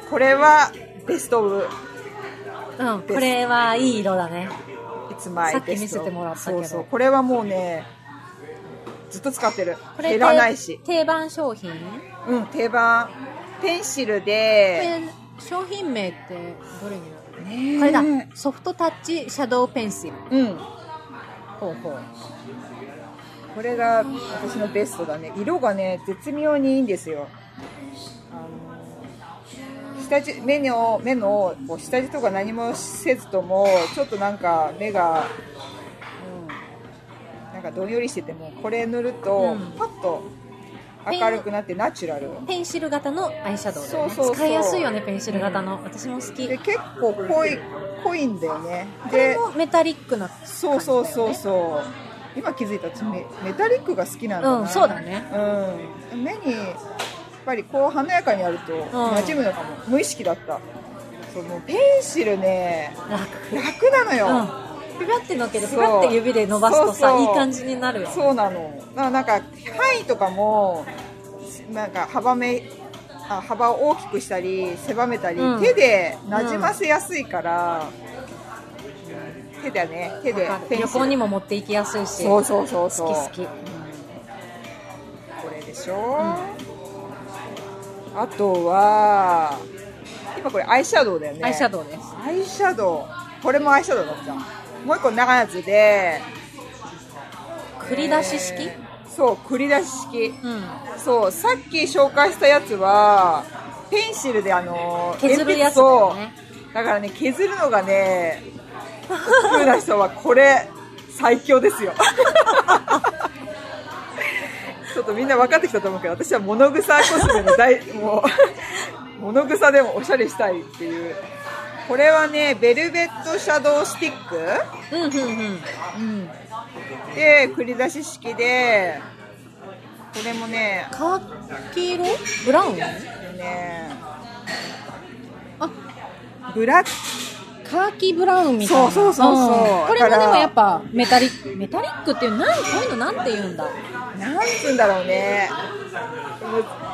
A: これはベストオブ
B: うん、これはいい色だね
A: いつまい
B: さっき見せてもらったけど
A: そうそうこれはもうねずっと使ってる
B: これ
A: 減らないし
B: 定番商品
A: うん、定番。ペンシルで、
B: え商品名ってどれになるの
A: ねえ
B: これだソフトタッチシャドウペンシル
A: うん。
B: 方法
A: これが私のベストだね。色がね、絶妙にいいんですよ。あの下地、目の、目の、こう下地とか何もせずとも、ちょっとなんか目が、うん、なんかどんよりしてても、これ塗ると
B: うん、
A: パッと明るくなってナチュラル。
B: ペンシル型のアイシャドウだよね
A: そうそうそう
B: 使いやすいよねペンシル型の、私も好き
A: で、結構濃い、濃いんだよね。
B: これ
A: で、
B: もメタリックな感じだよ
A: そ
B: ね
A: うそうそうそう。今気づいた私メメタリックが好きなんだな。
B: うんそうだね。
A: うん。目にやっぱりこう華やかにやると馴染むのかも。無意識だった。そのペンシルね
B: 楽
A: 楽なの
B: う
A: よ。
B: んピラってのけて
A: そう
B: ピラって指で伸ばすとさ
A: そうそう
B: いい感じになるよ
A: そうなの。ななんか範囲とかもなんか幅めあ幅を大きくしたり狭めたり、
B: うん
A: 手で馴染ませやすいから、手だね手で
B: わかる
A: ペンシ
B: 旅
A: ル
B: 行にも持っていきやすいし
A: そうそうそうそう
B: 好き好き
A: これでしょ、あとは今これアイシャドウだよね
B: アイシャドウです
A: アイシャドウこれもアイシャドウだったもう一個長いやつで
B: 繰り出し式、
A: えーそう繰り出し式
B: うん
A: そうさっき紹介したやつはペンシルであの
B: 削るやつだ
A: 鉛筆
B: よ
A: を
B: ね
A: だからね削るのがね億劫な人はこれ最強ですよ ちょっとみんな分かってきたと思うけど私は物草コスメの 大もう物草でもおしゃれしたいっていうこれはねベルベットシャドウスティック
B: うんうんうん
A: で繰り出し式でこれもね
B: カキ色ブラウン
A: ね
B: あ
A: ブラック
B: カーキブラウンみたいな
A: そうそうそうそうん
B: これ
A: だ
B: も
A: か
B: で
A: ら
B: もやっぱメタリックメタリックっていうなんこういうのなんて言うんだ
A: なんつうんだろうねう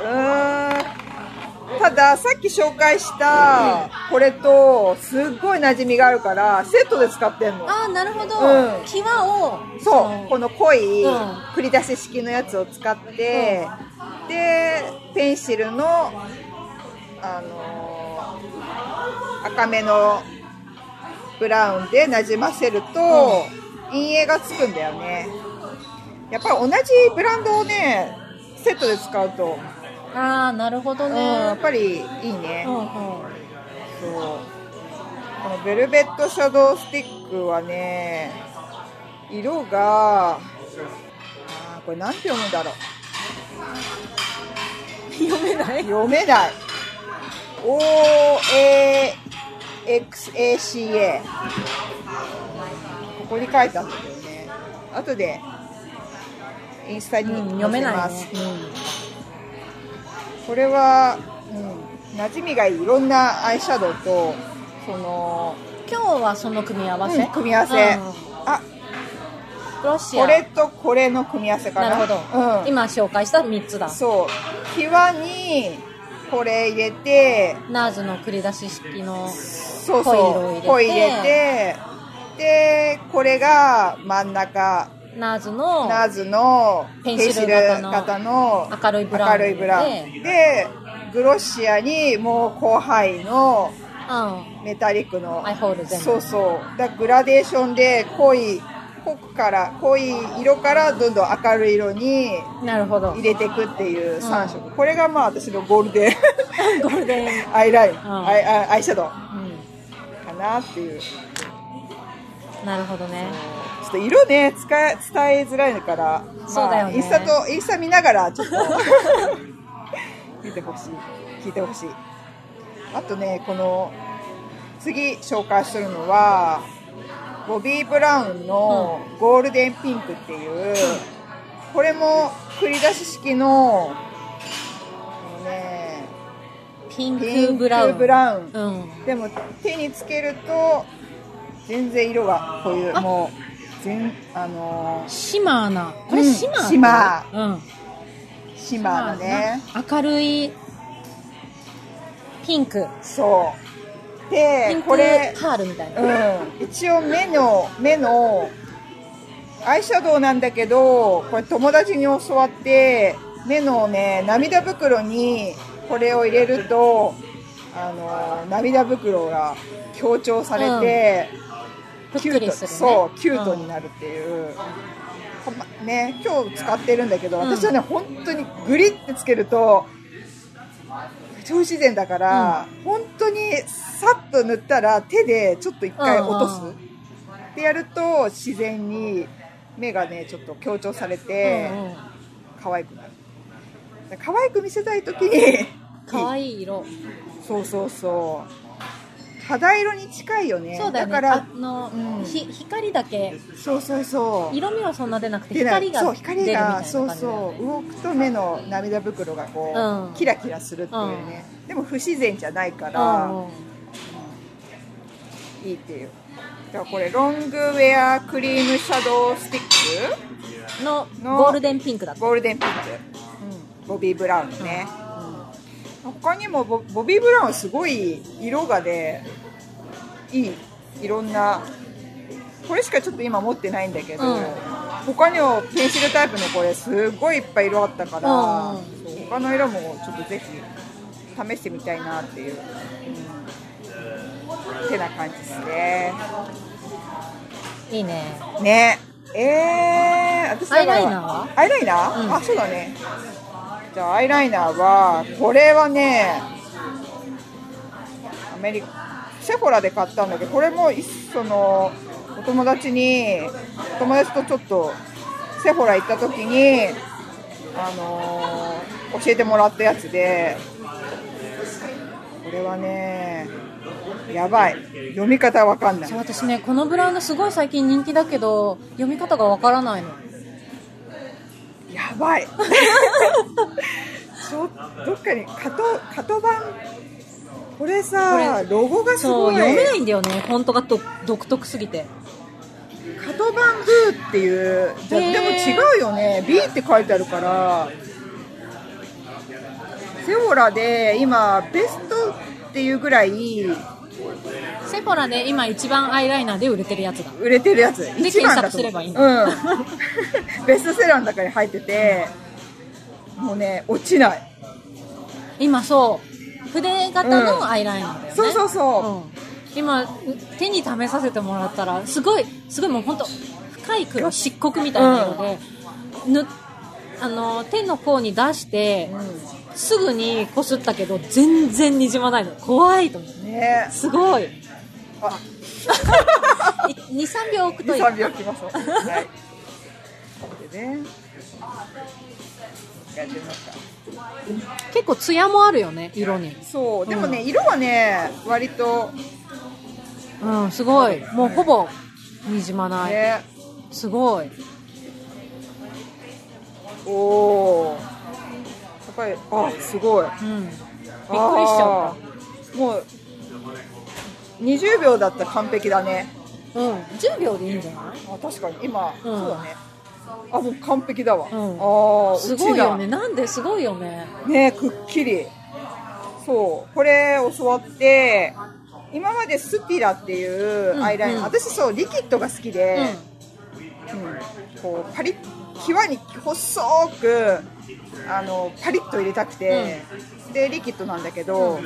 A: うーんたださっき紹介したこれとすっごい馴染みがあるからセットで使ってんの
B: ああなるほど、
A: うん
B: 際を
A: そうこ
B: こ
A: の濃い
B: うん
A: 繰り出し式のやつを使ってでペンシルのあのー赤めのブラウンでなじませると陰影がつくんだよねやっぱり同じブランドをねセットで使うと、
B: ああなるほど
A: うん、
B: ね、
A: やっぱりいいね、
B: うんうん
A: そうこのベルベットシャドウスティックはね色があーこれなんて読むんだろう
B: 読めない
A: 読めない OAXACA ここに書いてあったんだよね後でインスタに載せます、
B: 読めないね、
A: これは、うん、馴染みがいいいろんなアイシャドウとその、
B: 今日はその組み合わせ、
A: うん組み合わせ、
B: うん
A: あ
B: クロシア
A: これとこれの組み合わせか
B: なる
A: な
B: ほど、
A: うん、
B: 今紹介した3つだ
A: そう際にこれ入れて
B: ナーズの繰り出し式の
A: そうそう
B: ホ
A: ホ
B: イ
A: イル
B: ルを
A: を
B: 入れて
A: 入れてでこれが真ん中
B: ナーズの
A: ナーズの
B: ペンシル型の
A: ペンシル型の
B: 明るいブラウン
A: 明るいブラウン
B: で
A: でグロッシアにもう後輩の
B: う
A: メタリックの
B: アイホール全部
A: そうそうだグラデーションで濃い濃くから濃い色からどんどん明るい色に
B: んなるほど
A: 入れていくっていう3色、これがまあ私のゴールデン
B: ゴールデン、
A: アイライン、
B: ん
A: アイアイアイシャドウ
B: う
A: かなっていうち
B: ん、なるほどね
A: ょっと色ね使い伝えづらいから、まあ
B: そうだよね
A: インスタとインスタ見ながらちょっと 見てほしい聞いてほしいあとねこの次紹介するのはボビー・ブラウンのゴールデンピンクっていう、これも繰り出し式のこのね
B: ピン
A: ピ
B: ク
A: ンク
B: ブラウン
A: ブラウン
B: うん
A: でも手につけると全然色がこういう
B: あ
A: もう全あのー
B: シマーなこれ
A: うん
B: シマー、
A: シマ
B: うん
A: シマーだね
B: シマーな明るいピンク
A: そう
B: ピン
A: で
B: ク
A: これ
B: パールみたいな、
A: うん一応目の目のアイシャドウなんだけどこれ友達に教わって目のね涙袋にこれを入れるとあのー涙袋が強調されて、
B: ぷっ
A: キ
B: く
A: ュー
B: り
A: ト
B: するね
A: そうキュート
B: うん
A: になるっていう、ほんまね今日使ってるんだけど、
B: うん
A: 私はね本当にグリってつけると不自然だから、本当にさっと塗ったら手でちょっと一回落とす、
B: うん
A: ってやると自然に目がねちょっと強調されて、
B: うんうん
A: 可愛くなるだから可愛く見せたい時に
B: 可愛い色
A: そうそうそう肌色に近いよね
B: そうだよね
A: から
B: あの、
A: うん
B: ひ光だけ
A: そうそうそう
B: 色味はそんな出なくて
A: で
B: 光が
A: そう
B: 出るみ
A: 光
B: たいな
A: が
B: 感じだ
A: そ
B: よ
A: う
B: ね
A: そう動くと目の涙袋がこう、
B: うん
A: キラキラするっていうね、でも不自然じゃないか
B: う
A: ら
B: んうん
A: いいっていうだからこれロングウェアクリームシャドウスティッ
B: の
A: の
B: ゴールデンピンクだっ
A: ク
B: た
A: ゴールデンピンク、ボビー・ブラウンのね、他にもボボビー・ブラウンすごい色がで、いいいろんなこれしかちょっと今持ってないんだけど、
B: うん
A: 他にもペンシルタイプのこれすごいいっぱい色あったから、
B: うん
A: そう他の色もちょっとぜひ試してみたいなっていう、うん、てな感じですね
B: いいね
A: ねえー、私だから
B: アイライナーは
A: アイライナー、
B: うん
A: あそうだねじゃあアイライナーはこれはねアメリカセフォラで買ったんだけどこれもいそのお友達にお友達とちょっとセフォラ行った時にあのー教えてもらったやつでこれはねやばい読み方わかんない
B: そう私ねこのブランドすごい最近人気だけど読み方がわからないの
A: やばい ちょどっかにカトカト版これさ
B: これ
A: ロゴがす
B: そ
A: ご
B: う
A: い
B: 読めないんだよねフォントがど独特すぎて
A: カトバングーっていうじゃ
B: へー
A: でも違うよね B って書いてあるからセオラで今ベストっていうぐらい
B: セフォラで今一番アイライナーで売れてるやつだ
A: 売れてるやつ一番だ
B: 検索
A: と
B: すればいいんだ
A: うん、 ベストセラーの中に入っててもうね落ちない
B: 今そう筆型のアイライナーだよね、
A: そうそうそ
B: うん今手に試させてもらったらすごいすごいもう本当深い黒漆黒みたいな色で、ぬあの手の甲に出して、すぐにこすったけど全然にじまないの怖いと思う
A: うん、ね
B: すごい
A: あ
B: 23秒置くといい
A: 23秒来ます。はい。でね。やってみますか。
B: 結構ツヤもあるよね色に
A: そう、でもね、色はね、割と、
B: うんすごいもうほぼにじまない、
A: ね、
B: すごい
A: おお。やっぱり、あ、すごい。びっく。
B: うんびっくりしちゃった
A: もう。20秒だったら完璧だね。
B: たうん10秒でいいんじゃない
A: あ、確かに、今、
B: うん
A: そうだね。あ、もう完璧だわ。
B: ん
A: ああ、
B: すごいよ
A: 落
B: ねなんですごいよね
A: ちだ。ね、くっきり。そう、これ教わって。今までスピラっていうアイライン、
B: うんうん
A: 私そうリキッドが好きで、うんこうパリッ際に細くあのパリッと入れたくて、でリキッドなんだけど、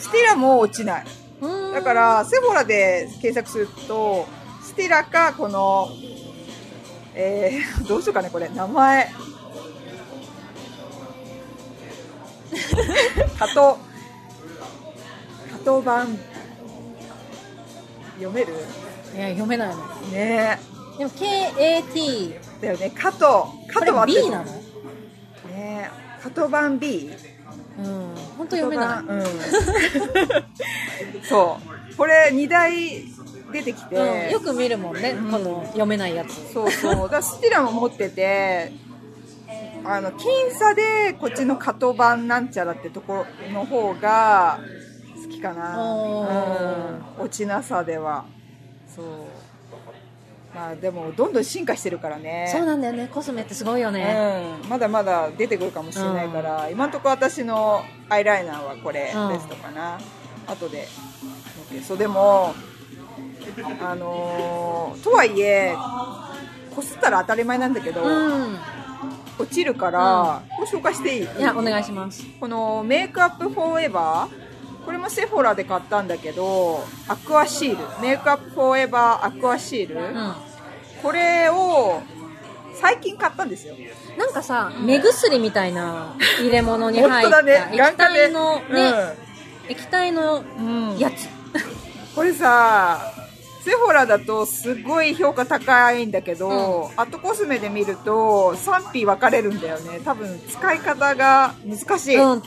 A: ステラも落ちない
B: うん
A: だからセフォラで検索するとステラかこのえー、 どうしようかねこれ名 前加藤加藤版読める
B: いや読めないの
A: ね
B: でも KAT
A: えだよね加藤加
B: こ
A: 藤
B: れ
A: は合ってる
B: B なの
A: ねえ加藤版 B
B: うん本当読めない
A: うん、 そうこれ2台出てきて、
B: うん、よく見るもんね、この読めないやつ
A: そうそうだからスティラも持っててあの僅差でこっちの加藤版なんちゃらってところの方が好きか
B: お
A: な、うん、落ちなさではそうまあでもどんどん進化してるからね
B: そうなんだよねコスメってすごいよね、
A: うん、まだまだ出てくるかもしれないから、今のところ私のアイライナーはこれ
B: うん
A: ベストかな、後で持ってそうでもあのーとはいえこすったら当たり前なんだけど、
B: うん、
A: 落ちるから、これ紹介していい
B: いやお願いします
A: このメイクアップフォーエバーこれもセフォラで買ったんだけどアクアシールメイクアップフォーエバーアクアシール、
B: うんな
A: これを最近買ったんですよ
B: んかさ目薬みたいな入れ物に入
A: 本
B: っ
A: 当
B: た
A: だね眼
B: 液
A: 科で
B: 体のね、液体の
A: うんうん
B: やつ
A: これさセフォラだとすごい評価高いんだけど、アットコスメで見ると賛否分かれるんだよね多分使い方が難しい、
B: うん、うん、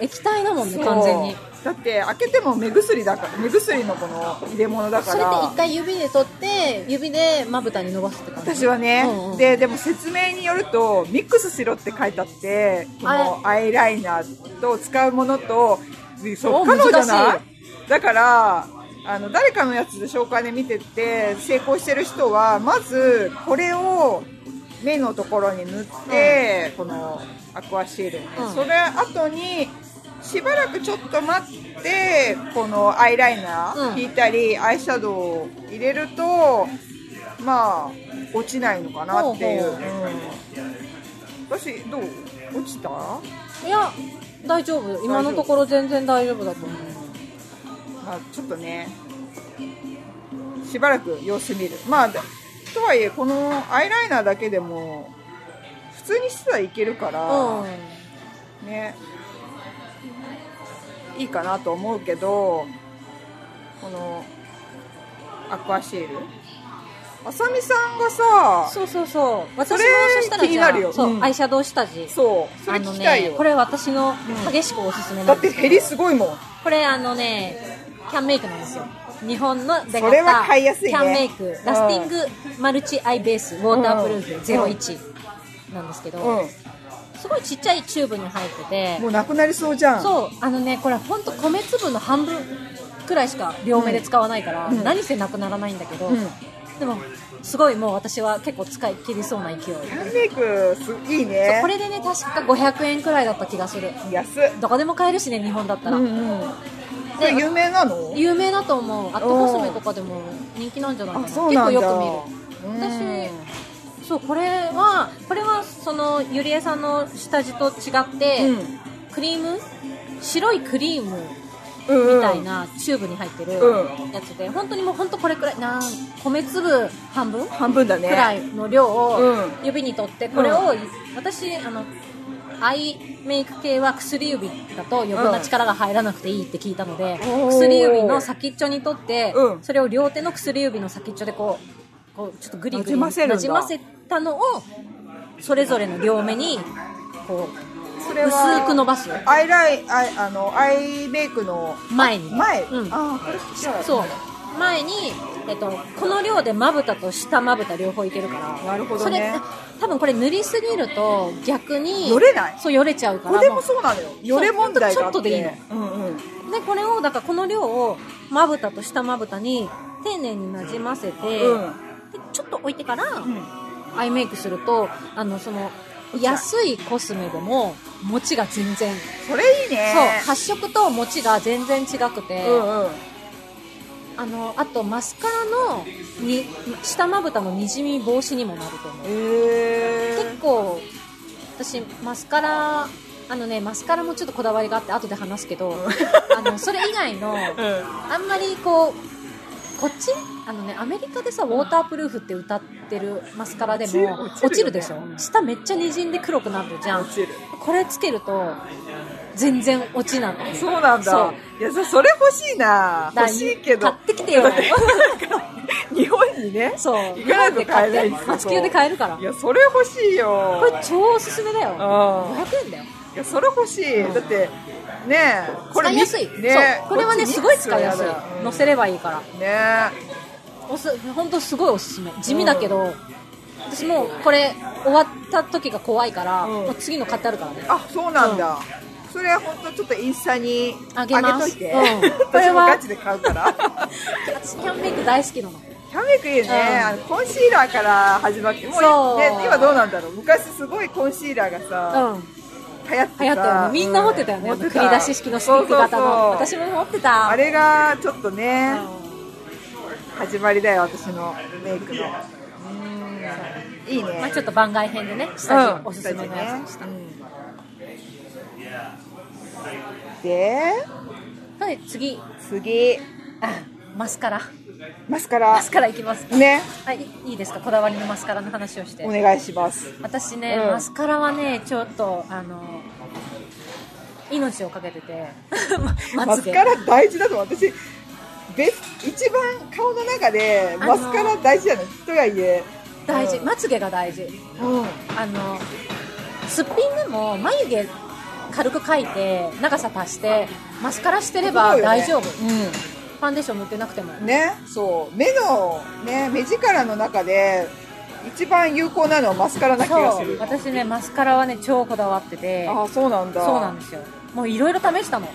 B: 液体だもんね
A: そう
B: 完全に
A: だって開けても目薬だから目薬のこの入れ物だか
B: それで
A: ら
B: 一回指で取って指でまぶたに伸ばすって感じ
A: 私はね、
B: うんうん
A: ででも説明によるとミックスしろって書いてあってこのアイライナーと使うものとそ
B: お
A: っかのじゃな
B: 難
A: いだからあの誰かのやつで紹介で見てて成功してる人はまずこれを目のところに塗って、このアクアシールね、
B: うん
A: それ後にしばらくちょっと待ってこのアイライナ
B: う
A: ー
B: ん
A: 引いたり、アイシャドウを入れるとまあ落ちないのかなっていう、
B: ほうほ
A: うん私どう落ちたま
B: いや大丈夫今のところ全然大丈夫だと思う
A: あちょっとねしばらく様子見るまあだとはいえこのアイライナーだけでも普通にしてたらいけるから、
B: う
A: ねいいかなと思うけどこのアクアシールあさみさんが
B: ん、
A: さ
B: そうそうそう私
A: そ
B: も
A: れ
B: そしたら
A: 気に
B: じゃ
A: な
B: あ
A: るよ
B: そう、
A: うん
B: アイシャドウ下地
A: そうそれ聞きたいよ、
B: あのね、これ私の激しくおすすめ
A: だ
B: なん
A: っ
B: で
A: て
B: すけど
A: 減りすごいもん
B: これあのねキャンメイクなんですよ日本の出
A: それは買いやすいね
B: キャンメイクラスティングマルチアイベースウォータープルーフ
A: うん
B: 01なんですけど、
A: う
B: すごいちっちゃいチューブに入ってて
A: んもうなくなりそうじゃん
B: そうあのねこれほんと米粒の半分くらいしか両目で使わないから、
A: うん
B: 何せなくならないんだけど、
A: うん
B: でもすごいもう私は結構使い切りそうな勢い
A: キャンメイクすいいね
B: これでね確か500円くらいだった気がする
A: 安
B: どこでも買えるしね日本だったら、
A: うんうんこ
B: で
A: れ有名なの
B: 有名だと思うアットコスメとかでも人気なんじゃないかな
A: あ
B: 結
A: そうな
B: 構
A: んだ
B: よく見る
A: うん
B: 私そうこれはこれはそのゆりえさんの下地と違って、クリーム白いクリーム
A: うんうん
B: みたいなチューブに入ってる
A: う
B: やつで、本当にもう本当これくらいなん米粒半分
A: 半分だね
B: くらいの量を
A: う
B: 指に取って、これを私あのアイメイク系は薬指だと余分な力が入らなくていいって聞いたので、
A: おー
B: 薬指の先っちょに取って、
A: うん
B: それを両手の薬指の先っちょでこうこうちょっとグリグ
A: なじ
B: リ
A: ませるんだ
B: なじませたのをそれぞれの両目にこ
A: そうれは
B: 薄く伸ばす
A: アイラインアイあのアイメイクの
B: 前に
A: 前、
B: うん
A: あこれじゃあ
B: そう前に、えっと、この量でまぶたと下まぶた両方いけるから
A: なるほどね
B: それ多分これ塗りすぎると逆に
A: よれない
B: そうよれちゃうから
A: これも
B: も
A: そうなのよよれ問題があって
B: ほんとちょっとでいいの
A: うんうん
B: うでこれをだからこの量をまぶたと下まぶたに丁寧になじませて、
A: うん
B: でちょっと置いてから、
A: うん
B: アイメイクするとあのその安いコスメでも持ちが全然、
A: それいいね
B: そう発色と持ちが全然違くて、
A: うんうん
B: あのあとマスカラのに下まぶたのにじみ防止にもなると思う
A: え
B: 結構私マスカラあのねマスカラもちょっとこだわりがあって後で話すけどあのそれ以外の
A: ー、
B: あんまりこうこっちあのねアメリカでさウォータープルーフって歌ってるマスカラでも
A: 落ちる
B: 落ちるでし
A: 落ちるよね
B: ょ下めっちゃにじんで黒くなるじゃん
A: 落ちる
B: これつけると全然落ちなの
A: そうなん
B: そ
A: だ
B: う
A: いやそそれ欲しいな
B: だ
A: 欲しいけど
B: 買ってきてよ
A: だって日本にね
B: そう
A: 行かないと買えない
B: 日本で買って松久で買えるから
A: いやそれ欲しいよ
B: これ超おすすめだよ
A: あー
B: 500円だよ
A: いやそれ欲しい、だってねえ
B: 使いやすい、
A: ね
B: そうこれはね
A: っち
B: すごい使いやすい
A: ミックスは嫌だ
B: 乗せればいいから
A: ね
B: おす本当すごいおすすめ地味だけど、私もうこれ終わった時が怖いから、
A: うん
B: もう次の買ってあるからね
A: あそうなんだ、それは本当ちょっとインスタに
B: あ
A: あ
B: げ
A: げ
B: ます
A: といて、
B: うんこれ
A: 私も
B: は
A: ガチで買うから
B: 私キャンメイク大好きなの
A: キャメクいいね、
B: うん
A: あのコンシーラーから始まってもう
B: そう
A: ね、今どうなんだろう昔すごいコンシーラーがさ、
B: うん
A: 流行ってた
B: 流行ったよねみんな持ってたよね、
A: う
B: あ
A: ん
B: の
A: 持って
B: 繰
A: た
B: り出し式のスティック型の
A: そうそうそう
B: 私も持ってた
A: あれがちょっとね、
B: うん
A: 始まりだよ私のメイクのいいね、
B: まあ、ちょっと番外編でねスタジ
A: うん
B: オおすすめのやつでした、
A: で
B: はい次
A: 次
B: あマスカラ
A: マスカラ
B: マスカラいきます
A: ね
B: はいいいいですかこだわりのマスカラの話をして
A: お願いします
B: 私ね、
A: うん
B: マスカラはねちょっとあの命をかけ ててま
A: マ
B: ま
A: ス
B: つげ
A: カラ大事だと思う私べ一番顔の中でマスカラ大事じゃないとはいえ
B: 大事
A: うん
B: まつげが大事
A: うん
B: あのすっぴんでも眉毛軽く描いて長さ足してマスカラしてれば大丈夫、ファンデーション塗ってなくても、
A: うんねそう目のね目力の中で一番有効なのはマスカラな気が
B: そ
A: す
B: う
A: る
B: 私ねマスカラはね超こだわってて
A: ああそうなんだ
B: そうなんですよもういろいろ試したの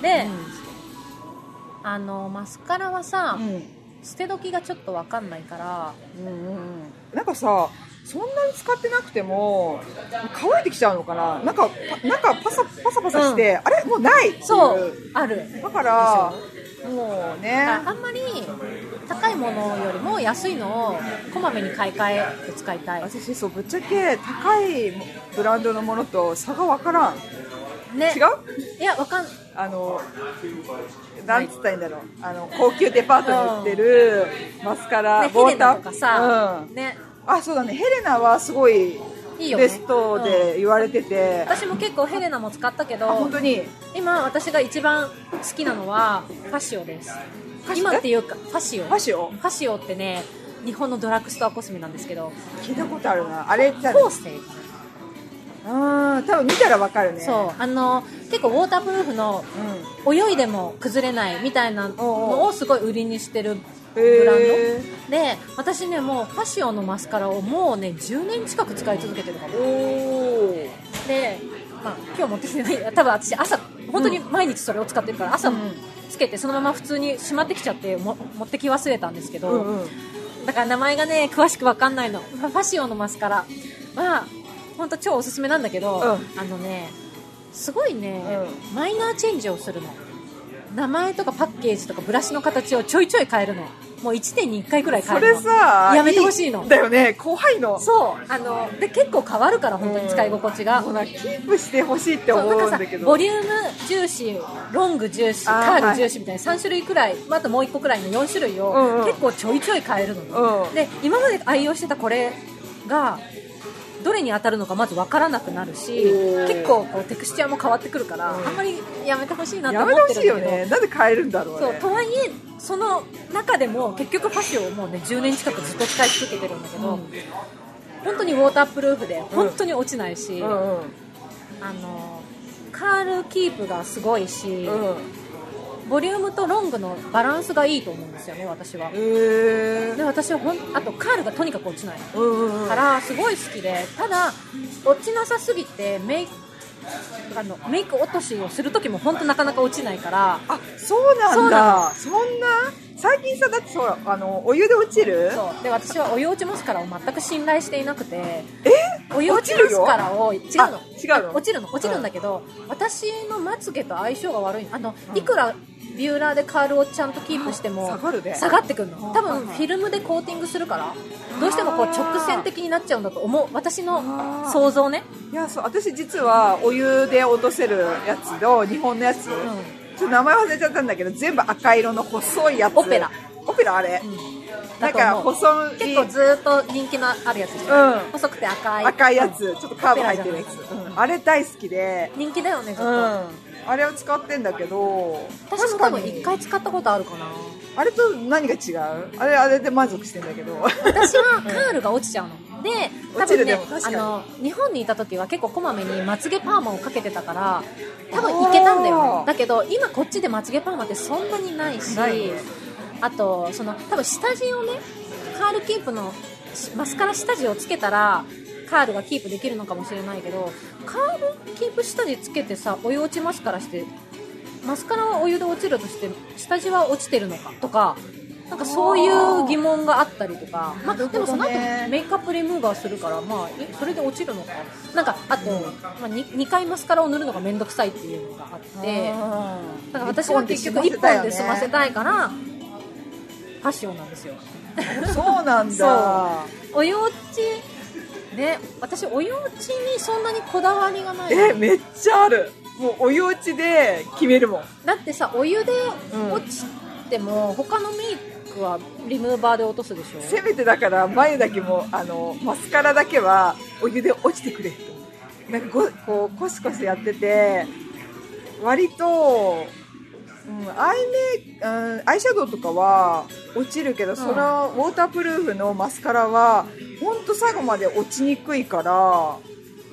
B: で、
A: う
B: あのマスカラはさ、
A: んうん
B: 捨て時がちょっとわかんないから
A: うんうんうんなんかさそんなに使ってなくても乾いてきちゃうのかななんかパなんかパサパサパサして、あれもうないっていう
B: そうある
A: だからもうね
B: あんまり高いものよりも安いのをこまめに買い替えて使いたい
A: 私そうぶっちゃけ高いブランドのものと差がわからん
B: ね
A: 違う
B: いやわかん
A: あのなんつったらいいんだろうあの高級デパートに売ってるマスカラ、
B: ねヘレ
A: ウォ
B: ナと
A: ー
B: かさ、
A: うん、
B: ね
A: あそうだねヘレナはすごい
B: いいよね
A: ベストで言われてて、
B: 私も結構ヘレナも使ったけ
A: あ本
B: ど
A: 当に
B: 今私が一番好きなのはファシオです
A: ァシオ
B: 今っていうかファシオ
A: ファシオ
B: ファシオってね日本のドラッグストアコスメなんですけど
A: 聞いたことあるなあれじゃ
B: 後世かな
A: あー多分見たらわかるね
B: そうあの結構ウォータープルーフの
A: うん、
B: 泳いでも崩れないみたいなのをすごい売りにしてるブランド
A: へ
B: で私ねもうファシオのマスカラをもうね10年近く使い続けてるかも
A: おお
B: で、まあ、今日持ってきてない多分私朝本当に毎日それを使ってるから朝
A: うん
B: つけてそのまま普通にしまってきちゃっても持ってき忘れたんですけど、
A: うんうん
B: だから名前がね詳しく分かんないのファシオのマスカラは本当超おすすめなんだけど、
A: う
B: あのねすごいね、
A: う
B: マイナーチェンジをするの名前とかパッケージとかブラシの形をちょいちょい変えるのもう1年に1回くらい変
A: そ
B: える
A: れ
B: の
A: さ
B: やめてほしいの
A: だよね後輩の
B: そうあので結構変わるから本当に使い心地が、
A: もうなキープしてほしいって
B: そ
A: 思
B: うな
A: うんん
B: か
A: だ
B: さ
A: けど
B: ボリューム重視ロング重視
A: あー
B: カール重視みたいな3種類くらい、まあ、あともう1個くらいの4種類
A: うんう
B: を
A: ん
B: 結構ちょいちょい変えるのね、
A: うん
B: で今まで愛用してたこれがどれに当たるのかまず分からなくなるし
A: おー
B: 結構こうテクスチャーも変わってくるから、
A: うん
B: あんまりやめてほしいなと
A: やめ
B: 思
A: て
B: っ
A: ほ
B: て
A: し
B: る
A: いよ
B: んだけど
A: ねなんで変えるんだろう
B: そう
A: ね
B: とはいえその中でも結局ファシオをもうね10年近くずっと使い続けてるんだけど、本当にウォータープルーフで本当に落ちないし、
A: うんうん
B: あのカールキープがすごいし、
A: うん
B: ボリュームとロングのバランスがいいと思うんですよね私は
A: へえ
B: で私はほんあとカールがとにかく落ちない
A: うんうんうん
B: からすごい好きでただ落ちなさすぎてメイクあのメイク落としをする時も本当なかなか落ちないから
A: あそうなんだそんな最近さだってそうあのお湯で落ちる
B: そうで私はお湯落ちますからを全く信頼していなくて
A: え
B: お湯落ちますからを違うの
A: あ違うの
B: 落ちるの落ちるんだけど、私のまつげと相性が悪いのあのいくらビューラーでカールをちゃんとキープしても
A: 下がるね
B: 下がってくるの多
A: はい
B: 分
A: は
B: フ
A: い
B: ィルムでコーティングするからどうしてもこう直線的になっちゃうんだと思う私の想像ね
A: いやそう私実はお湯で落とせるやつと日本のやつ、ちょっと名前忘れちゃったんだけど全部赤色の細いやつ
B: オペラ
A: オペラあれ、なんか細い
B: 結構ずーっと人気のあるやつでしょ、
A: うん
B: 細くて赤い
A: 赤いやつ、
B: うん
A: ちょっとカーブ入ってるやつ、
B: オペラじゃない
A: うんあれ大好きで、
B: 人気だよねずっ
A: う
B: と、
A: ん、あれを使ってんだけど
B: 私も多分一回使ったことあるかな
A: あれと何が違うあれあれで満足してんだけど
B: 私はカールが落ちちゃうの。で、多
A: 落ちるで
B: 分ね
A: も確か
B: あ
A: に
B: の、日本にいた時は結構こまめにまつげパーマをかけてたから、多分いけたんだよ
A: おー
B: ね。だけど、今こっちでまつげパーマってそんなにないし、
A: ないね
B: あと、その、多分下地をね、カールキープの、しマスカラ下地をつけたら、カールがキープできるのかもしれないけど、カールキープ下地つけてさ、お湯落ちますからして、マスカラはお湯で落ちるとして下地は落ちてるのかとかなんかそういう疑問があったりとか、まあ、でもその後メイクアップリムーバーするから、まあ、えそれで落ちるのかなんかあと、まあ、に 2, 回マスカラを塗るのが面倒くさいっていうのがあって
A: うん
B: だから私は結局1本で済ませたいからパッションなんですよ
A: そうなんだ
B: お湯落ちね私お湯落ちにそんなにこだわりがない
A: えめっちゃあるもうお湯落ちで決めるもん
B: だってさお湯で落ちても、他のメイクはリムーバーで落とすでしょ
A: せめてだから眉だけもあのマスカラだけはお湯で落ちてくれとなんかごこうコシコシやってて割と、うん、アイメイク、うん、アイシャドウとかは落ちるけど、そのウォータープルーフのマスカラはほんと最後まで落ちにくいから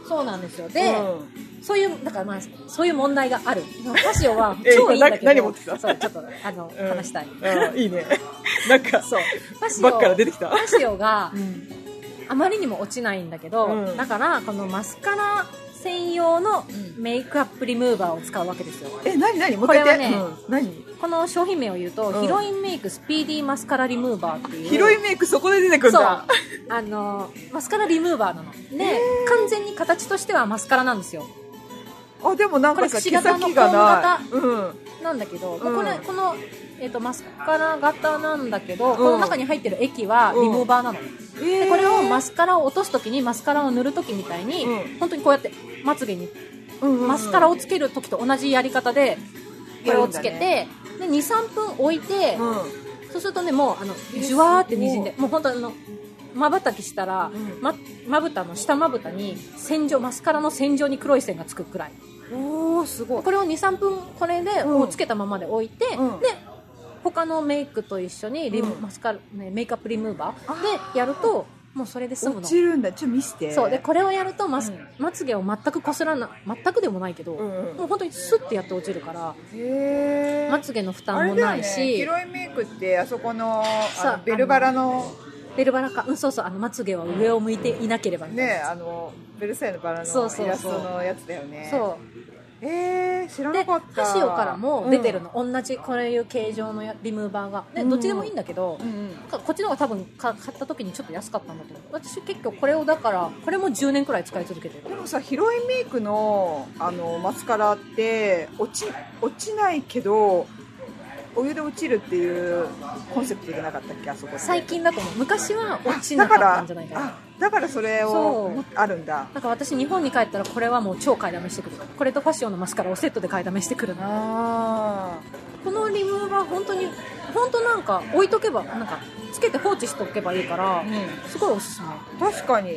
B: そうなんですよで、
A: うん
B: そういうだからまあそういう問題があるカシオは
A: え
B: 超いいんだけど
A: な何持ってた
B: そうちょっとあの、
A: うん
B: 話したい
A: うんいいね なんか
B: そうカシ
A: バッから出
B: オ
A: てきた
B: カシオが
A: うん
B: あまりにも落ちないんだけど、
A: うん
B: だからこのマスカラ専用のメイクアップリムーバーを使うわけですよ
A: え何何もう一回言って、
B: これはね
A: うん何
B: この商品名を言うと、
A: うん
B: ヒロインメイクスピーディーマスカラリムーバーっていう
A: ヒロインメイクそこで出てくるん
B: そう
A: だ
B: あのマスカラリムーバーなので、完全に形としてはマスカラなんですよ
A: あでもなんかさ
B: これ
A: 毛
B: 櫛形の
A: 先がない、うん、
B: なんだけど、
A: うん
B: これこの、えっとマスカラ型なんだけど、
A: ん
B: この中に入ってる液は
A: うん
B: リムーバーなの、
A: え
B: でこれをマ
A: ス、
B: スカラを落とす時にマスカラを塗る時みたいに、
A: うん
B: 本当にこうやってまつげに
A: うんうんうん
B: マスカラをつける時と同じやり方でこれをつけて、で23分置いて、
A: うん
B: そうするとねもうあの
A: え
B: じゅわーってにじん
A: す
B: でもう本当あのまばたきしたら、
A: うん
B: ままぶたの下まぶたに線状マスカラの線状に黒い線がつくくらい
A: おおすごい
B: これを23分これで、
A: うん
B: もうつけたままで置いて、
A: うん
B: で他のメイクと一緒にリム、
A: うん
B: マスカラ、ね、メイクアップリムーバ
A: あ
B: ーでやるともうそれで済む
A: 落
B: の
A: ちるんだちょっと見せて
B: そうでこれをやるとま,、
A: うん
B: まつげを全くこすらな全くでもないけど、
A: うんうん
B: もう本当にスッてやって落ちるから
A: へー
B: まつげの負
A: あ
B: 担
A: れ
B: も
A: だよ
B: ない
A: ね、
B: し、
A: ヒロインメイクってあそこの
B: さ
A: あのベルバラの
B: ベルバラか、うん、そうそうあのまつげは上を向いていなければみたいな
A: ねあのベルサイユのバラの
B: そうそうそう
A: イラストのやつだよね
B: そう
A: えー、知ら
B: うで
A: なかった
B: カシオからも出てる、の、同じこういう形状のやリムーバーがで
A: うん
B: どっちでもいいんだけど、
A: うんうん
B: なんかこっちの方が多分か買った時にちょっと安かったんだと思う私結構これをだからこれも10年くらい使い続けて
A: うん、で
B: る
A: もさヒロインメイクのあのマスカラって落ち落ちないけどお湯で落ちるっていうコンセプトじゃなかったっけあそこって
B: 最近だと思う昔は落ち
A: だ
B: な
A: か
B: からったんじゃないかな
A: あだからそれ
B: そ
A: を
B: う
A: もあるんだ
B: なんか私日本に帰ったらこれはもう超買いだめしてくるこれとファッションのマスカラをセットで買いだめしてくるの
A: あ
B: このリムーバー本当に本当なんか置いとけばなんかつけて放置しておけばいいから、
A: ん
B: すごいおすすめ
A: ー確かに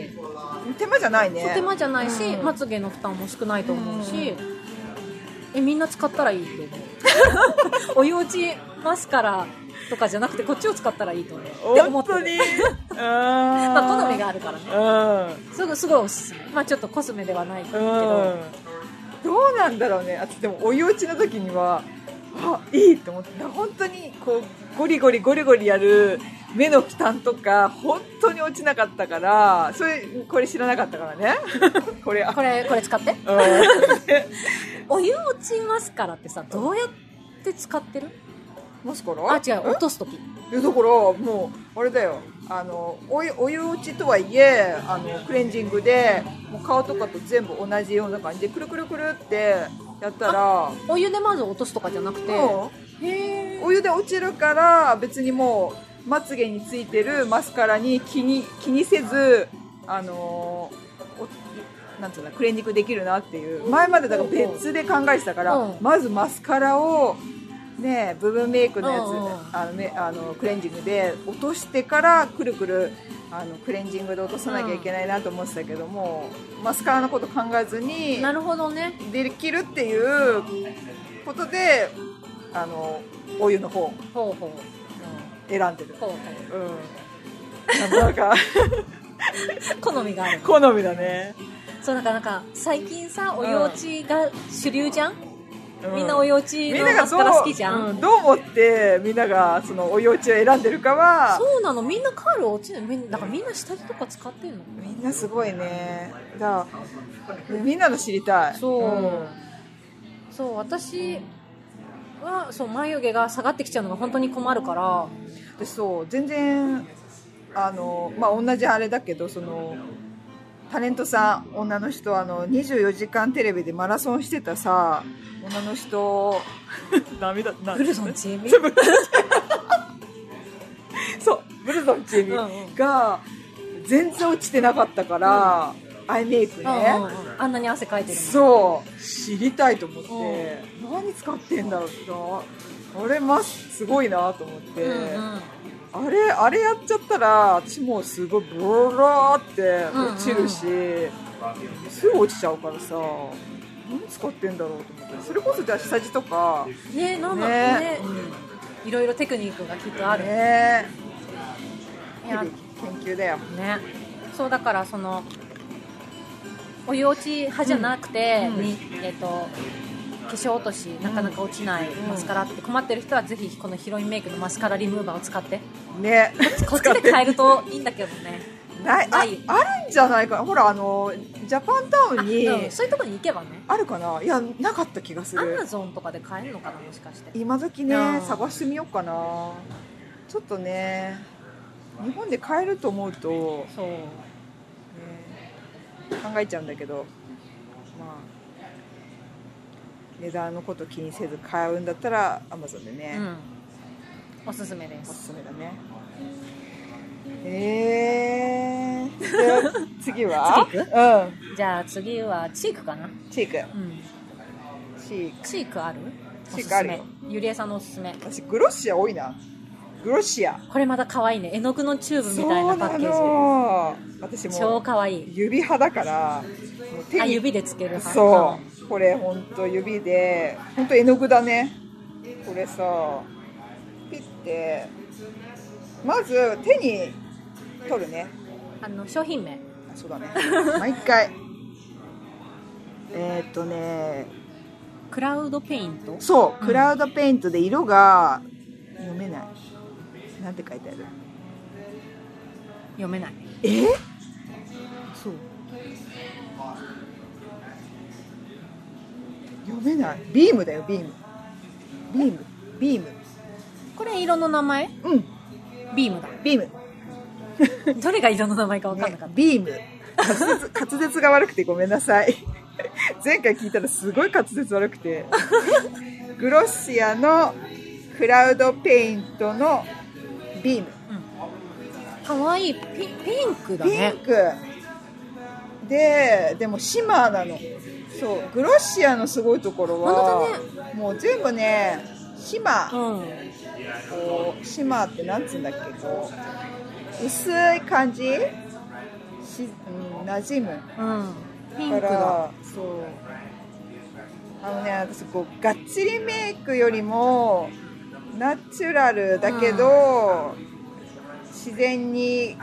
A: 手間じゃないね
B: 手間じゃないし、
A: うん
B: まつげの負担も少ないと思うし、えみんな使ったらいいと 思うお湯落ちマスカラとかじゃなくてこっちを使ったらいいと思うって思
A: 本
B: って
A: 当
B: る
A: に
B: ま
A: ま
B: あ好みがあるからね
A: うん
B: すごすごいおすすめ、まあ、ちょっとコスメではないけど、
A: うんどうなんだろうねあでもお湯落ちの時にはあいいと思って本当にこうゴリゴリゴリゴリやる目の負担とか本当に落ちなかったからそれこれ知らなかったからね これあ
B: これこれ使って
A: うん
B: お湯落ちマスカラってさどうやって使ってる
A: マスカラ
B: あ違う落とす時
A: いやだからもうあれだよあのお湯お湯落ちとはいえあのクレンジングでもう顔とかと全部同じような感じでくるくるくるってやったら
B: お湯でまず落とすとかじゃなくて
A: も
B: へ
A: うお湯で落ちるから別にもうまつげについてるマスカラに気に気にせずあのおなんつうのクレンジングできるなっていう前までだから別で考えてたから、
B: うん
A: まずマスカラを。ね、部分メイクのやつ、
B: うんうん
A: あのめあのクレンジングで落としてからくるくるあのクレンジングで落とさなきゃいけないなと思ってたけども、マスカラのこと考えずに
B: なるほどね
A: できるっていうことであのお湯の方を
B: ほうほう
A: 選んでる、
B: ほうほ
A: うん、なんか
B: う好みがある
A: 好みだね、
B: そうなんかなんか最近さお湯落ちが主流じゃん、
A: う
B: みんなお湯落ち
A: みん
B: の
A: なが
B: マス
A: ど
B: カ
A: う
B: ラ好きじゃん、
A: うんどう思ってみんながそのお湯落ちを選んでるかは
B: そうなのみんなカール落ちるみんだからみんな下地とか使ってるの
A: みんなすごいねだからみんなの知りたい
B: そうんそう私はそう眉毛が下がってきちゃうのが本当に困るから
A: でそう全然あの、まあ、同じあれだけどそのタレントさん女の人あの24時間テレビでマラソンしてたさ女の 人涙な
B: ブルゾンちえみ
A: そうブルゾンちえみ
B: うんうん
A: が全然落ちてなかったから、アイメイクね、
B: あんなに汗かいてる
A: そう知りたいと思って、何使ってんだろうなあれますすごいなと思って、
B: もんうんうん
A: あれあれやっちゃったら私もうすごいブローって落ちるし、すぐ落ちちゃうからさ何使ってんだろうと思ってそれこそじゃあ下地とか
B: ねなんだろ
A: ね
B: うねいろいろテクニックがきっとあるね
A: ね
B: いや
A: 日々研究だよ
B: そうだからそのお湯落ち派じゃなくて、
A: うんうん
B: にえっと化粧落としなかなか落ちないマスカラって困ってる人はぜひこのヒロインメイクのマスカラリムーバーを使って
A: ね
B: こっちで変えるといいんだけどね
A: ないあ
B: ない
A: あるんじゃないかなほらあのジャパンタウンに
B: うんそういうとこに行けばね
A: あるかないやなかった気がす
B: アマ
A: る
B: ゾンとかで買えるのかなもしかして
A: 今時
B: う
A: ね
B: ん
A: 探してみようかなちょっとね日本で買えると思うと
B: そう
A: ね考えちゃうんだけど、まあ、値段のこと気にせず買うんだったらアマゾンでね
B: う、んおすすめで
A: お
B: す
A: すすめだねえー、で次は
B: 次行
A: う
B: じゃあ次はチークかな、
A: んチーク
B: うん、
A: チーク
B: チークあるお
A: チー
B: す
A: クあ
B: す
A: る
B: め
A: よ
B: ゆりえさんのおすすめ
A: 私グロッシア多いなグロッシア
B: これまた可愛いね絵の具のチューブみ
A: そう
B: たいなパ
A: な
B: ッケージ
A: の私
B: 超
A: も
B: 可愛い
A: 指派だからもう手
B: あ
A: に
B: 指でつける派
A: そうこれ本当指で本当絵の具だねこれさピッてまず手に取るね
B: あの商品名
A: あそうだね毎回 えーっとね
B: クラウドペイント
A: そう
B: うん
A: クラウドペイントで色が読めないなんて書いてある
B: 読めない
A: えそう読めないビームだよビームビームビーム
B: これ色の名前
A: うん
B: ビーム
A: ビーム
B: だどれが色の名前か分かんなかっ
A: ビーム滑舌 滑舌が悪くてごめんなさい 前回聞いたらすごい滑舌悪く てグロッシアのクラウドペイントのビーム
B: た可愛いピピンクだ
A: ピ
B: ね
A: ンクででもシマーなのそうグロッシアのすごいところは
B: 本
A: もう全部ねシマー
B: うん
A: こうシマーってなんつうんだっけこう薄い感じし、うん、馴染む
B: うんピン
A: か
B: クだ
A: らそうあのね私こうがっちりメイクよりもナチュラルだけど、自然に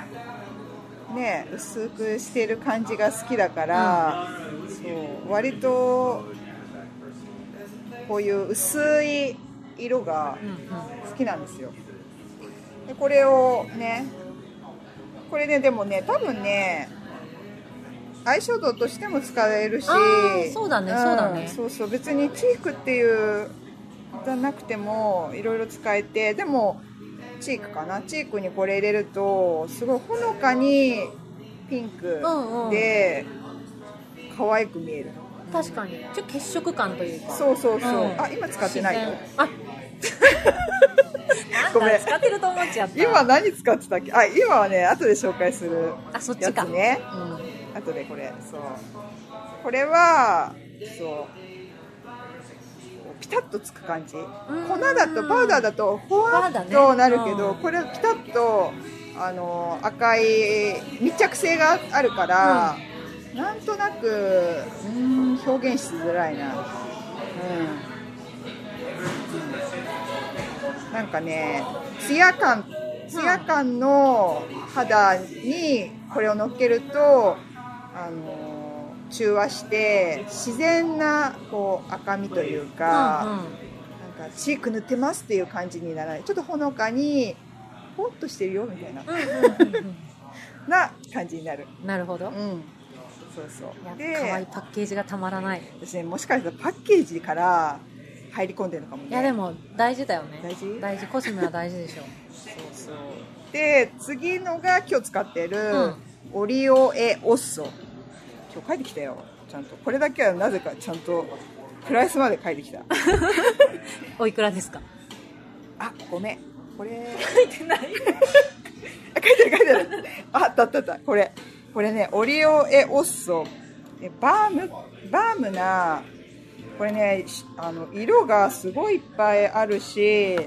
A: ね薄くしてる感じが好きだから、そう割とこういう薄い色が
B: うんうん
A: 好きなんですよでこれをねこれねでもね多分ねアイシャドウとしても使えるし
B: あーそうだねそうだね
A: そうそう別にチークっていうじゃなくてもいろいろ使えてでもチークかなチークにこれ入れるとすごいほのかにピンク
B: うんうん
A: で可愛く見える、
B: 確かにちょっと血色感というか
A: そうそうそう、
B: うん
A: あ今使ってないよ
B: あな ん
A: ごめ
B: か
A: ん
B: 使ってると思っちゃった
A: 今何使ってたっけあ今はね後で紹介する
B: あそっち
A: や
B: か
A: つね
B: うん
A: 後でこれそうこれはそうピタッとつく感じ粉だとパウダーだとほわっとなるけ
B: ふわだね
A: ど、
B: うん
A: これはピタッとあの赤い密着性があるから、なんとなくうーん表現しづらいな、うん、なんかねツヤ感ツヤ感の肌にこれをのっけるとあの中和して自然なこう赤みというか、
B: うんうん
A: なんかチーク塗ってますっていう感じにならないちょっとほのかにポンとしてるよみたいな、な感じになる
B: なるほど
A: う。んそうそう
B: いや可愛い
A: で
B: パッケージがたまらない。
A: 私ねもしかしたらパッケージから入り込んでるのかもね
B: いやでも大事だよね。
A: 大事
B: 大事。コスメは大事でし ょ。
A: そうそうで次のが今日使ってる、
B: ん
A: オリオエオッソ今日書いてきたよちゃんとこれだけはなぜかちゃんとプライスまで書いてきた
B: おいくらですか。
A: あごめんこれ
B: 書いて ない。
A: あ書いてる書いてる。あ、あったあったあった。これ。これね、オリオエオッソ。えバーム、バームな、これね、しあの、色がすごいいっぱいあるし、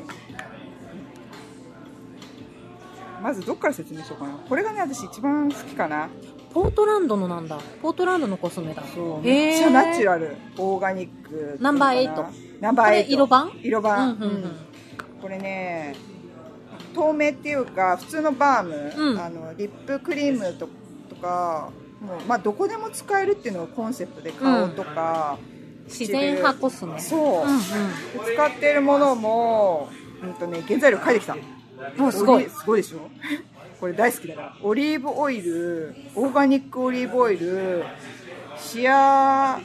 A: まずどっから説明しようかな。これがね、私一番好きかな。
B: ポートランドのなんだ。ポートランドのコスメだ。
A: そう、
B: へ
A: め
B: ー
A: っちゃナチュラル。オーガニック。
B: ナンバーエイト。
A: ナンバーエイ
B: こ
A: ト。
B: れ色版
A: 色版。
B: うんうんうん
A: うんこれね透明っていうか普通のバーム、
B: うん
A: あのリップクリームととかもう、まあ、どこでも使えるっていうのをコンセプトで顔とか、
B: 自然派コスメ。
A: そう、
B: う
A: 使ってるものも、うんとね、原材料書いてきた
B: んうん。もうすご
A: オ
B: い
A: リ。すごいでしょこれ大好きだからオリーブオイルオーガニックオリーブオイルシア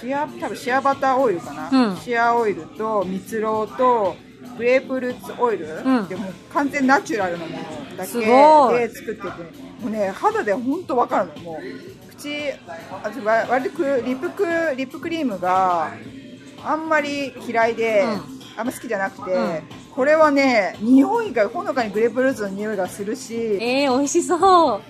A: シア多分シアバターオイルかな、
B: うん
A: シアオイルと蜜ろうとグレープフルーツオイル、
B: うん
A: でもう完全ナチュラルなものだ
B: すご
A: け
B: い
A: で作っててもうね肌で本当わかるのもう口私わ割とくリップクリップクリームがあんまり嫌いで、あんま好きじゃなくて、
B: うん
A: これはね日本以外ほのかにグレープフルーツの匂いがするし
B: えー、美味しそう。
A: ほの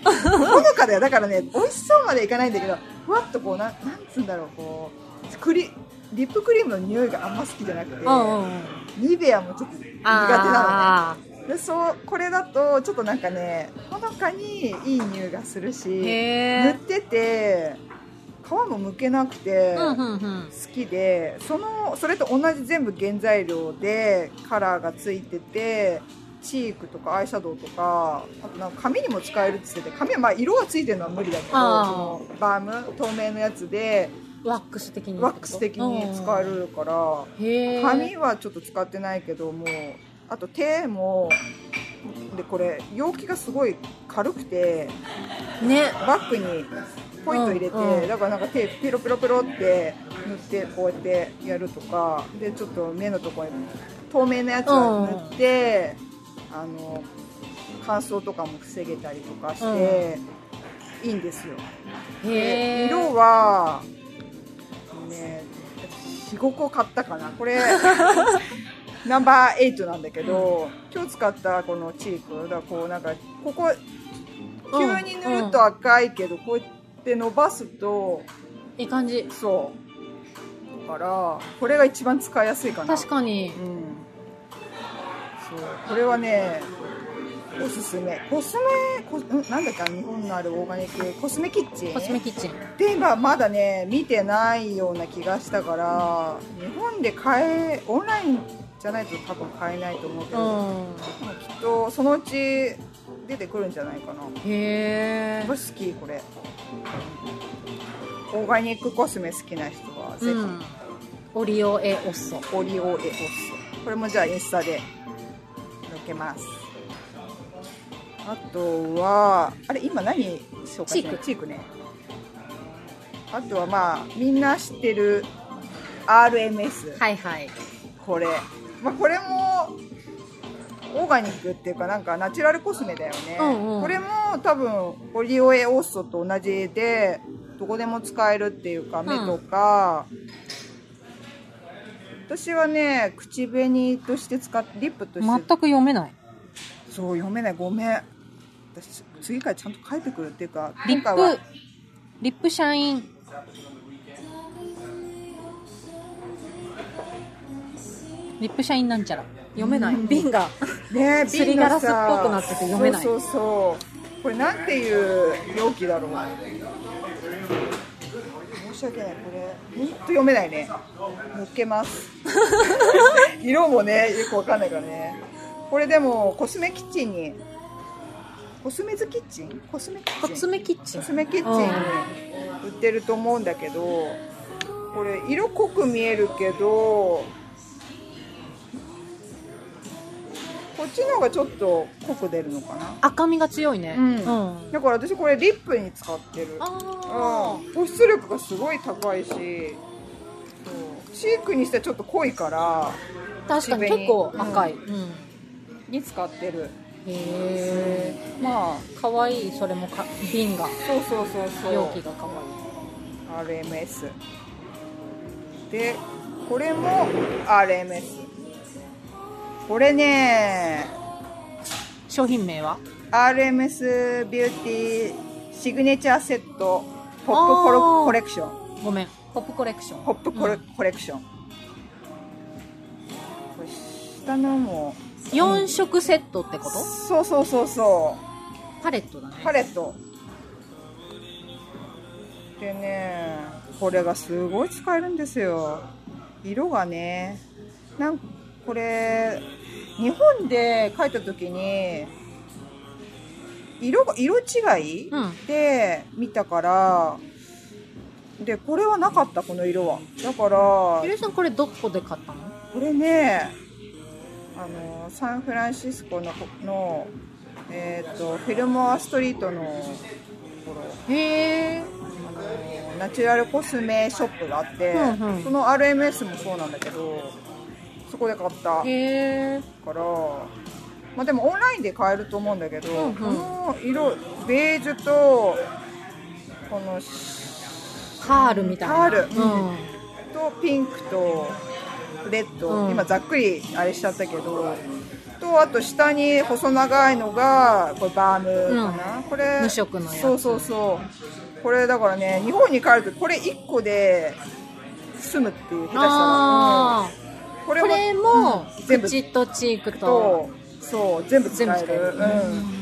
A: かだよだからね美味しそうまでいかないんだけどふわっとこうなんなんつうんだろうこうクリリップクリームの匂いがあんま好きじゃなくて、
B: うんうんうん。
A: ニベアもちょっと苦手な
B: あ
A: のねでそうこれだとちょっとなんかねほのかにいい匂いがするし
B: ー
A: 塗
B: へ
A: っ
B: え。
A: てて皮も剥けなくて、
B: うんうんうん。
A: 好きでそのそれと同じ全部原材料でカラーがついててチークとかアイシャドウとかあとなんか髪にも使えるって言ってて髪はまあ色はついてるのは無理だけどそ
B: あー
A: のバーム透明のやつで
B: ワックス的に。
A: ワックス的に使え。るから
B: へえ。
A: 髪はちょっと使ってないけどもうあと手もでこれ容器がすごい軽くて
B: ね。
A: バッグにポイント入れて、
B: うんうん
A: だからなんか手ペロペロペロって塗ってこうやってやるとかでちょっと目のところに透明なやつを塗って、あの乾燥とかも防げたりとかして、いいんですよ。
B: へ
A: で
B: え。
A: 色はね45個買ったかなこれ ナンバー8なんだけど、今日使ったこのチークだからこうなんかここ急に塗ると赤いけど、こうやって伸ばすと
B: いい感じ。
A: そうだからこれが一番使いやすいかな
B: 確かに。
A: うんそうこれはねおすすめコスメコんなんだっけあの日本のあるオーガニックコスメキッチン
B: コスメキッチン。
A: で今まだね見てないような気がしたから日本で買えオンラインじゃないと多分買えないと思うけ
B: う
A: ど、
B: ん。
A: きっとそのうち出てくるんじゃないかな
B: へえ
A: 僕。好きこれオーガニックコスメ好きな人はぜ
B: うん。オリオエオッソ。
A: ひオリオエオッソこれもじゃあインスタで載っけますあとはあれ今何紹介したの
B: チーク
A: チークねあとはまあみんな知ってる RMS、
B: はいはい。
A: これ、まあ、これもオーガニックっていうかなんかナチュラルコスメだよね、
B: うんうん
A: これも多分オリオエオッソと同じでどこでも使えるっていうか目とか、私はね口紅として使ってリップとして
B: 全く読めない
A: そう読めないごめん私次からちゃんと書いてくるっていうか
B: リ
A: 今回は
B: ップリップシャインリップシャインなんちゃら読めない瓶 が
A: ね
B: すり
A: 瓶が
B: ガラスっ
A: さ
B: ぽくなってて読めない
A: そうそうそうこれなんていう容器だろう申し訳ないこれ本当読めないねのっけます 色もねよくわかんないからねこれでもコスメキッチンにコスメズキッチンコスメキッチン
B: コツメキッチン
A: コスメキッチンに売ってると思うんだけどこれ色濃く見えるけどこっちの方がちょっと濃く出るのかな
B: 赤みが強いね
A: うん
B: うん
A: だから私これリップに使ってる
B: あ
A: うん
B: あ
A: 保湿力がすごい高いしそうシークにしてはちょっと濃いから
B: 確かに結構赤いうん
A: に使ってる
B: へえ
A: まあ
B: かわいいそれもか瓶が
A: そうそうそうそう
B: 容器がかわいい
A: RMS でこれも RMS これね
B: 商品名は
A: RMS ビューティーシグネチャーセットポップコ
B: あー
A: ロコレクション
B: ごめんポップコレクション
A: ポップコレ,、
B: うん
A: コレクションこれ下のも
B: 4色セットってこと
A: そうそうそうそう
B: パレットだね
A: パレットでねこれがすごい使えるんですよ色がねなんこれ日本で描いた時に色が色違い、
B: うん
A: で見たからでこれはなかったこの色はだから
B: ゆりさんこれどこで買ったの
A: これねあのサンフランシスコのの、えー、とフィルモアストリートのところ
B: へえ
A: あのナチュラルコスメショップがあって、
B: うんうん
A: その RMS もそうなんだけどそこで買った
B: へえ
A: から、まあ、でもオンラインで買えると思うんだけど、
B: うんうん
A: この色ベージュとこの
B: カールみたいな
A: カール
B: うん
A: とピンクとレッド、
B: うん
A: 今ざっくりあれしちゃったけどとあと下に細長いのがこれバームかな、これ
B: 無色のやつ
A: そうそうそうこれだからね日本に帰るとこれ1個で済むっていう下手したら
B: ああ
A: こ
B: これも
A: うん全部
B: 口とチークと
A: とそう全部使
B: 全部使
A: え
B: え
A: る
B: る
A: うん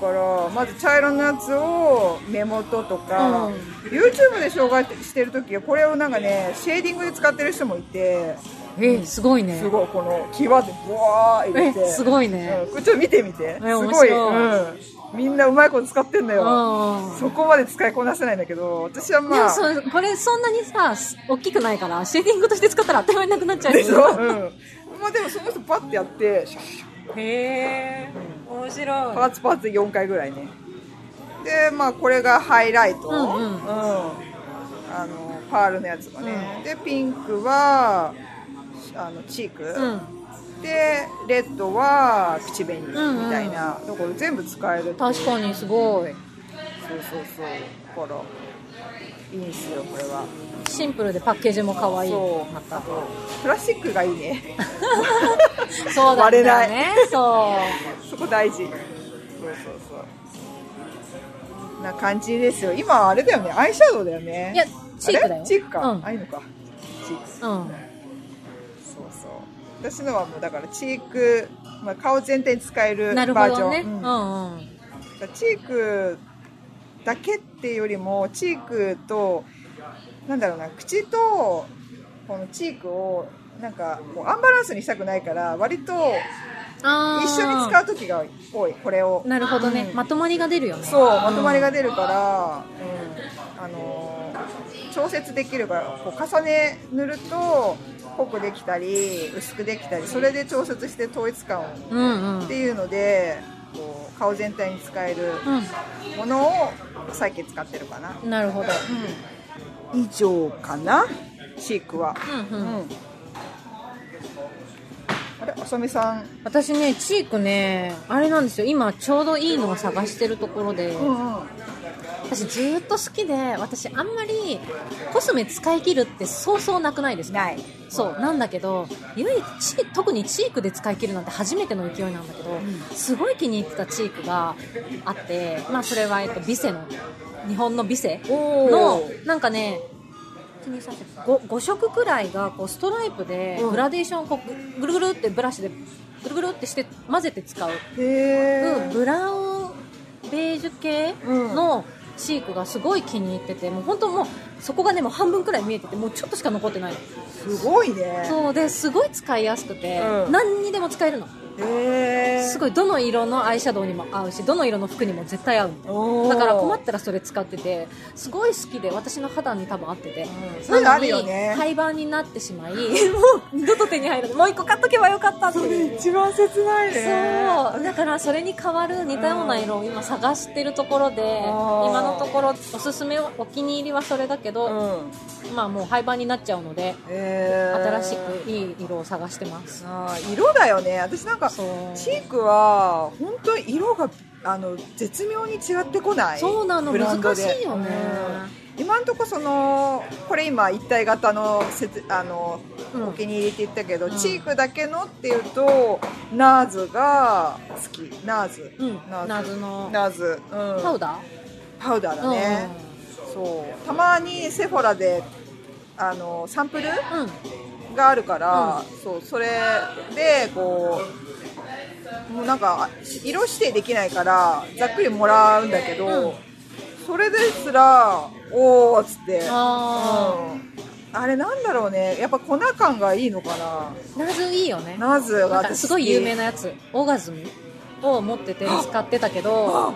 A: だからまず茶色のやつを目元とか、
B: うん
A: YouTube で紹介してる時はこれをなんかねシェーディングで使ってる人もいて
B: えすごいね
A: すごいこの際でブワー入れて
B: えすごいね
A: うんこれちょっと見てみてす
B: 面
A: ご
B: 白
A: い、
B: い
A: うん、みんなうまいこと使ってんだ
B: うん
A: よ
B: うん
A: そこまで使いこなせないんだけど私は
B: でも
A: まあ
B: そうこれそんなにさ大きくないからシェーディングとして使ったら当たり前なくなっちゃうよ
A: でしょ、うん、まあでもその人パッてやってシャッシャッ
B: へえ面白
A: パーツパーツ4回ぐらいねでまあこれがハイライト、
B: うんう
A: う
B: ん
A: んあのパールのやつがね、でピンクはあのチーク、
B: うん
A: でレッドは口紅みたいな、ところ全部使えるっていう
B: 確かにす
A: そうそ
B: ごい
A: うそうだからいいんすよこれは
B: シンプルでパッケージも可愛い
A: そう
B: また
A: プラスチックがいい ね
B: そうなんだ
A: 割れ
B: よ
A: な
B: ねそう
A: そこ大事そうそうそうな感じですよ今あれだよねアイシャドウだよね
B: いやチークだ
A: あ
B: よ
A: れチークか、
B: うん
A: あいいのかチーク
B: うん
A: そうそう私のはもうだからチーク、まあ、顔全体に使えるバ
B: なるほ
A: ージョ
B: ど
A: ン、
B: ね。う
A: うん
B: ん
A: だか
B: うん。
A: らチークだけっていうよりもチークとなんだろうな口とこのチークをなんかこうアンバランスにしたくないから割と
B: あー
A: 一緒に使う時が多いこれを
B: なるほどね。
A: うん
B: まとまりが出るよね。
A: そうまとまりが出るから、うんあのー調節できるからこう重ね塗ると濃くできたり薄くできたりそれで調節して統一感を
B: うんうん。
A: っていうのでこう顔全体に使える
B: う
A: ものを最近使ってるかな、
B: ん。なるほど。
A: 以上かなチークは、
B: うんうん。
A: うんさみさん
B: 私ねチークねあれなんですよ今ちょうどいいのを探してるところで、
A: うんうん
B: 私ずーっと好きで私あんまりコスメ使い切るってそうそうなくないですか
A: ない
B: そうなんだけど唯一特にチークで使い切るなんて初めての勢いなんだけど、すごい気に入ってたチークがあってまあそれはえっとビセの日本のビセ
A: おー
B: のなんかね 5, 色くらいがこうストライプで
A: うん
B: グラデーションをこうぐるぐるってブラシでぐるぐるってして混ぜて使う
A: へ
B: う
A: え
B: ん、ブラウンベージュ系のチークがすごい気に入っててもう本当もうそこがねもう半分くらい見えててもうちょっとしか残ってない
A: すごいね
B: そうですごい使いやすくて、
A: うん
B: 何にでも使えるの
A: へえ
B: すごいどの色のアイシャドウにも合うしどの色の服にも絶対合うみたい
A: おー
B: なだから困ったらそれ使っててすごい好きで私の肌に多分合ってて、
A: うんそういうのあるよね
B: なのに廃盤になってし まいもう二度と手に入らないもう一個買っとけばよかったって
A: そ
B: いう
A: れ一番切ないね
B: そうだからそれに変わる似たような色を今探してるところで
A: あー
B: 今のところおすすめお気に入りはそれだけど、
A: ん
B: まあもう廃盤になっちゃうので
A: へー
B: 新しくいい色を探してます
A: あー色だよね私なんか
B: そう
A: チークは本当に色があの絶妙に違ってこない
B: そうなの
A: ブランドで
B: 難しいよね
A: うん今んとこそのこれ今一体型のせつあの、
B: うん
A: お気に入りって言ったけど、
B: うん
A: チークだけのっていうとナーズが好きナーズ、
B: うんナーズの
A: ナーズ、うん、
B: パウダ
A: パウダー
B: ー
A: だね、そうたまにセフォラであのサンプル、
B: うんうん
A: があるから、そうそれでこうもうなんか色指定できないからざっくりもらうんだけど、
B: うん
A: それですらおおっつって
B: あ
A: うん、あれなんだろうねやっぱ粉感がいいのかな
B: ナズいいよね
A: ナーズが
B: なんかすごい有名
A: な
B: なやつオーガズムを持ってて使ってたけど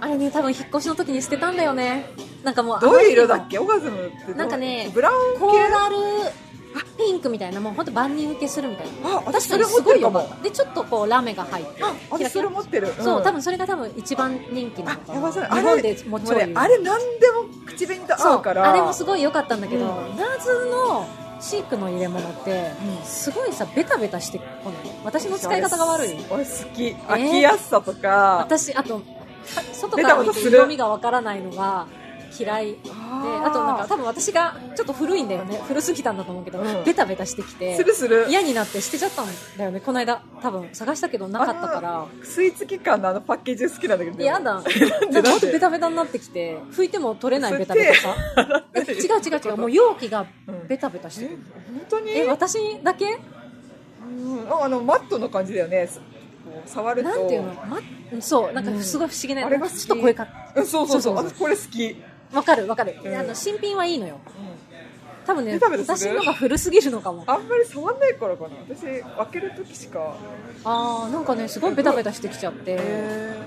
B: あれね多分引っ越しの時に捨てたんだよねなんかもう
A: どういう色だ
B: け
A: っけオガズムってどう
B: なんかね
A: ブラウン系
B: コーラルピンクみたいなもう本当万人受けするみたいな
A: あ私
B: 確か
A: それ持
B: にす
A: って
B: ご
A: る
B: い
A: か
B: よ
A: も
B: でちょっとこうラメが入って
A: あ
B: キラ
A: 私
B: キ
A: それ
B: ラ
A: 持ってる、
B: そう多
A: ん
B: 分それが多分一番人気なの
A: あ
B: か
A: やばそれ
B: な
A: あ
B: 日
A: れ
B: 本でも
A: も
B: う超
A: う
B: 有
A: ね
B: 名
A: あれ何でも口紅と合うから
B: あれもすごい良かったんだけど、
A: う
B: ナーズのシークの入れ物って、
A: うん
B: すごいさベタベタしてこない私の使い方が悪い
A: 俺好き飽きやすさとか、
B: 私あと外から見て色味がわからないのが嫌いで
A: あー
B: あとなんか多分私がちょっと古いんだよね古すぎたんだと思うけど、
A: うん
B: ベタベタしてきて
A: するする
B: 嫌になって捨てちゃったんだよねこの間多分探したけどなかったから
A: スイーツ機関のあのパッケージ好きなんだけど
B: 嫌だ
A: で
B: なんか
A: な
B: ほ
A: ん
B: ん
A: で
B: とベタベタになってきて拭いても取れないベタベタ さ
A: 手
B: え違う違う違うもう容器がベタベタして
A: え
B: る、
A: 本当に
B: え私だけ
A: うんああのマットの感じだよねすこう触ると
B: なんていうの、ま、そうなんかすごい不思議な、
A: あれ
B: な
A: が
B: んか
A: 好き
B: ちょっと声か
A: うんそうそうそう
B: そうそう
A: 私
B: そう
A: これ好き、うん
B: わかるわかる、
A: うん
B: あの新品はいいのよ多分ね
A: ベタベタす
B: 私
A: る
B: のが古すぎるのかも
A: あんまり触んないからかな私開ける時しか
B: ああなんかねすごいベタベタしてきちゃって、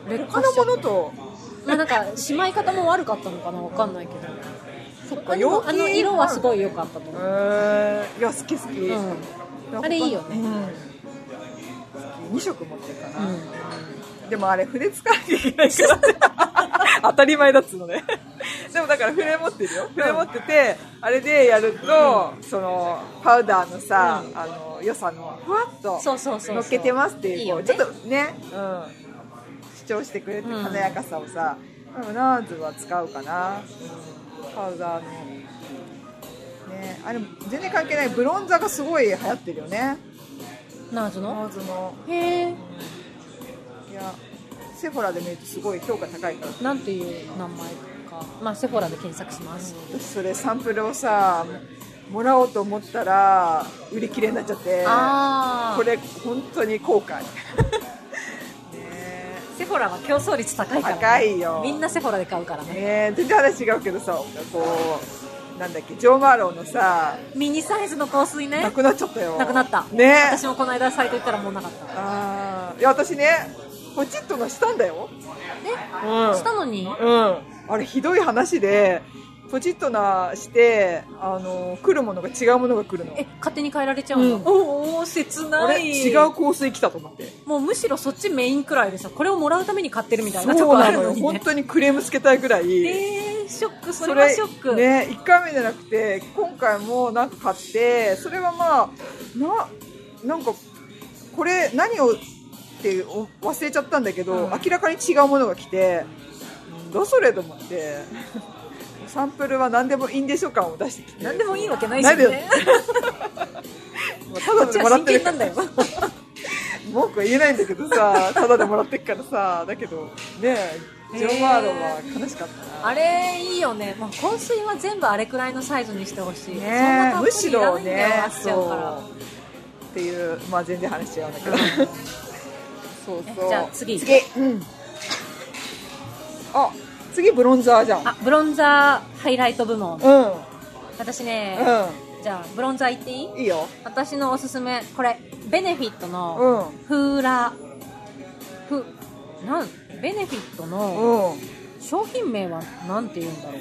B: 劣
A: 他
B: 化
A: の
B: しちゃ
A: も
B: っ
A: のと
B: まあなんかしまい方も悪かったのかなわかんないけど、
A: そっ
B: あでもあの色はすごい良かったと
A: へ
B: 思う、
A: ーいや好き好き、
B: うんあれいいよね
A: うん、2色持ってるかな、
B: うん
A: でもあれ筆使わなきゃいけないから 当たり前だっつうのねでもだから筆持ってるよ筆持っててあれでやると、そのパウダーのさ、あの良さのふわっと
B: そうそうそうそう
A: 乗っけてますっていう
B: いいよ
A: こ
B: ね
A: うちょっとね、うん、主張してくれて
B: うん
A: 華やかさをさ、でもナーズは使うかな、うんパウダーのねあれ全然関係ないブロンザがすごい流行ってるよね
B: ナーズ
A: ナ
B: の
A: ーズの
B: へえ
A: いやセフォラで見るとすごい評価高いから
B: なんていう名前かまあセフォラで検索します、
A: 私それサンプルをさもらおうと思ったら売り切れになっちゃって
B: ああ
A: これ本当に後悔 ねえ
B: セフォラは競争率高いから、ね、
A: 高いよ
B: みんなセフォラで買うからね
A: ねえ全然話違うけどさこうなんだっけジョー・マーローのさ
B: ミニサイズの香水ね
A: なくなっちゃったよ
B: なくなった
A: ねえ
B: 私もこの間サイト行ったらもうなかった
A: あーいや私ねポチッとのしたんだよ
B: え
A: うん
B: したのに
A: うん、あれひどい話でポチッとなしてあの来るものが違うものが来るの
B: え勝手に変えられちゃうの、
A: うん
B: おお切
A: あ
B: な
A: れ
B: い
A: 違う香水来たと思って
B: もうむしろそっちメインくらいでさこれをもらうために買ってるみたいなと
A: そう
B: こあ
A: な
B: る
A: の
B: の
A: よ
B: に
A: 本
B: ね
A: 当にクレームつけたいぐらい、
B: えー、ショックそれはショック、
A: ね1回目じゃなくて今回もなんか買ってそれはまあななんかこれ何をってお忘れちゃったんだけど、明らかに違うものが来てなんだそれと思って サンプルは何でもいいんでしょ感を出してきて
B: 何でもいいわけないです よね
A: ないまあた
B: こ
A: だ
B: っち
A: で
B: は
A: もらっ
B: 真
A: てる
B: 剣
A: か
B: な
A: ら
B: んだよ
A: 文句は言えないんだけどさただでもらってっからさだけどねえジョン・ワードは悲しかったな
B: あれいいよね、まあ、香水は全部あれくらいのサイズにしてほしい、そん
A: ね
B: なたっ
A: む
B: ぷ
A: し
B: りいら
A: ろ
B: ないんだよ、
A: ね
B: 飽きちゃうから
A: そうっていうまあ全然話しちゃうんだけど そうそう
B: じゃあ次
A: 次うんあ次ブロンザーじゃん
B: あブロンザーハイライト部門
A: う
B: 私ね、
A: ん
B: じゃあブロンザーいっていい
A: うんいいよ
B: 私のおすすめこれベネフィットの
A: うん
B: フーラフなんベネフィットの
A: う
B: 商品名はなんて言うんだろ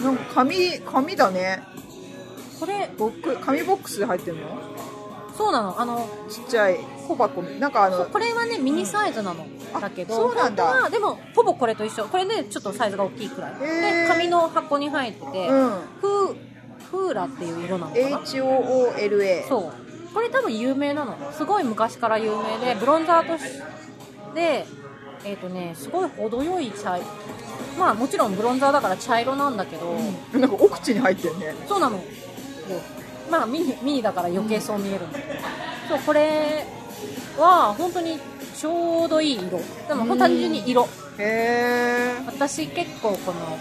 B: うん
A: なんか紙紙だね
B: これ
A: ボック紙ボックスで入ってるの
B: そうなのあの
A: ちっちゃい小箱なんかあ
B: そう
A: の
B: これはねミニサイズなの、
A: あ
B: だけど
A: そうなんだ
B: 本当はでもほぼこれと一緒これねちょっとサイズが大きいくらい
A: へー
B: で紙の箱に入ってて、
A: うん
B: フーフーラっていう色なのかな
A: HOOLA
B: そうこれ多分有名なのすごい昔から有名でブロンザーとしてでえっ、とねすごい程よい茶色まあもちろんブロンザーだから茶色なんだけど、
A: なんか奥地に入ってるね
B: そうなのよまあミニミニだから余計そう見えるんだけど、そうこれは本当にちょうどいい色でも
A: うん
B: 単純に色
A: へえ
B: 私結構この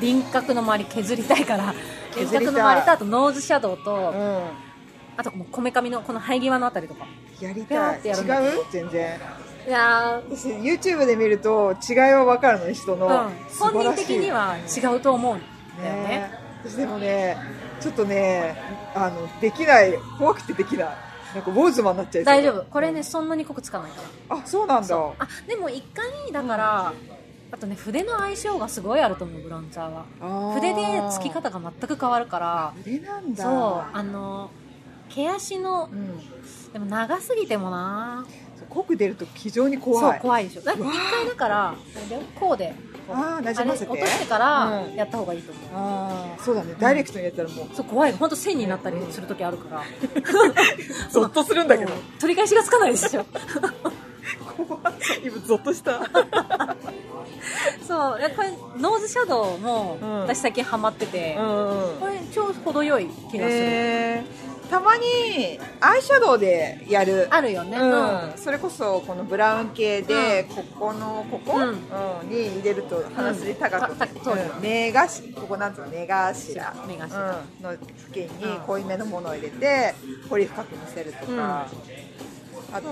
B: 輪郭の周り削りたいから
A: 削
B: 輪
A: りたい
B: 郭の周りとあとノーズシャドウと、
A: う
B: あともうこめかみのこの生え際のあたりとか
A: んやり
B: ペア
A: た
B: っ
A: い
B: て
A: 違
B: やるんだ
A: う全然
B: いやー
A: 私 YouTube で見ると違いは分かるのに人の、
B: うん、
A: 素
B: 本
A: 晴
B: 人
A: ら
B: 的
A: しい
B: には違うと思うんだよね
A: ね私でもねちょっとねあのできない怖くてできないなんかウォーズマンになっちゃいそう
B: 大丈夫これねそんなに濃くつかないから
A: あそうなんだ
B: あでも一回だから、あとね筆の相性がすごいあると思うブロンザーは
A: あー
B: 筆で付き方が全く変わるから
A: 筆なんだ
B: そうあの毛足の
A: うん、
B: でも長すぎてもな
A: そう濃く出ると非常に怖
B: そう
A: い
B: 怖いでしょだから
A: うわ
B: 一
A: ー
B: 回だからこれでこうでこう
A: あー馴染ませて
B: あれ落としてか
A: う
B: ら
A: ん
B: やった方がいいと思う、
A: ああそうだねダイレクトにやったらもう
B: そう怖い本当線になったりする時あるから、
A: ゾッとするんだけど
B: もう取り返しがつかないでしょ
A: 怖い今ゾッと した
B: そういやこれノーズシャドウも
A: うん
B: 私最近ハマってて、
A: ん
B: これ超程よい気がする、
A: えーたまにアイシャドウでやる
B: あるよね、
A: うん、それこそこのブラウン系で、ここのここ、
B: うん
A: うんに入れると鼻筋高
B: うん
A: く、
B: たたそう
A: うん目頭ここなんつうの目頭
B: 目頭
A: うん、の付近に濃いめのものを入れて彫り深く見せるとか、
B: うん
A: あと、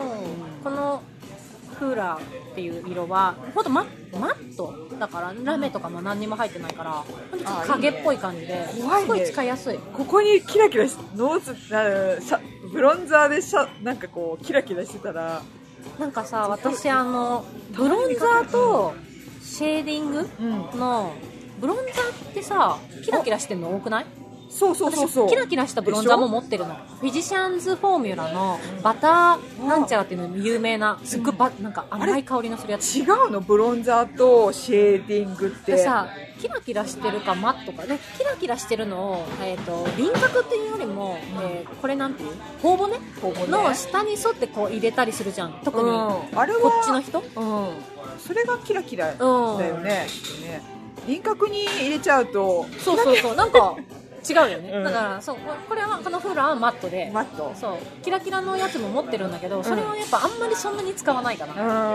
B: このクーラーっていう色はほんとママットだからラメとかも何にも入ってないからほんとちょっと影っぽい感じで
A: 怖いね
B: すごい使いやすい
A: ここにキラキラしノーズなるシャブロンザーでシャなんかこうキラキラしてたら、
B: なんかさ私あのブロンザーとシェーディング
A: うん、
B: のブロンザーってさキラキラしてるの多くない
A: そうそうそうそう
B: 私キラキラしたブロンザーも持ってるのフィジシャンズフォーミュラのバターなんちゃらっていうの有名なすっごいばなんか甘い香りのするやつ
A: 違うのブロンザーとシェーディングって
B: でさキラキラしてるかマットかねキラキラしてるのを、えー、と輪郭っていうよりも、えーこれなんていう頬骨
A: 頬骨
B: の下に沿ってこう入れたりするじゃん特に、
A: うん、あれは
B: こっちの人
A: うん、それがキラキラだ
B: うん
A: よね,、ね輪郭に入れちゃうと
B: そうそ うそうなんか違うよね、
A: うん
B: だからそうここれはこのフーラーはマットで
A: マット
B: そうキラキラのやつも持ってるんだけどそれをやっぱあんまりそんなに使わないかな、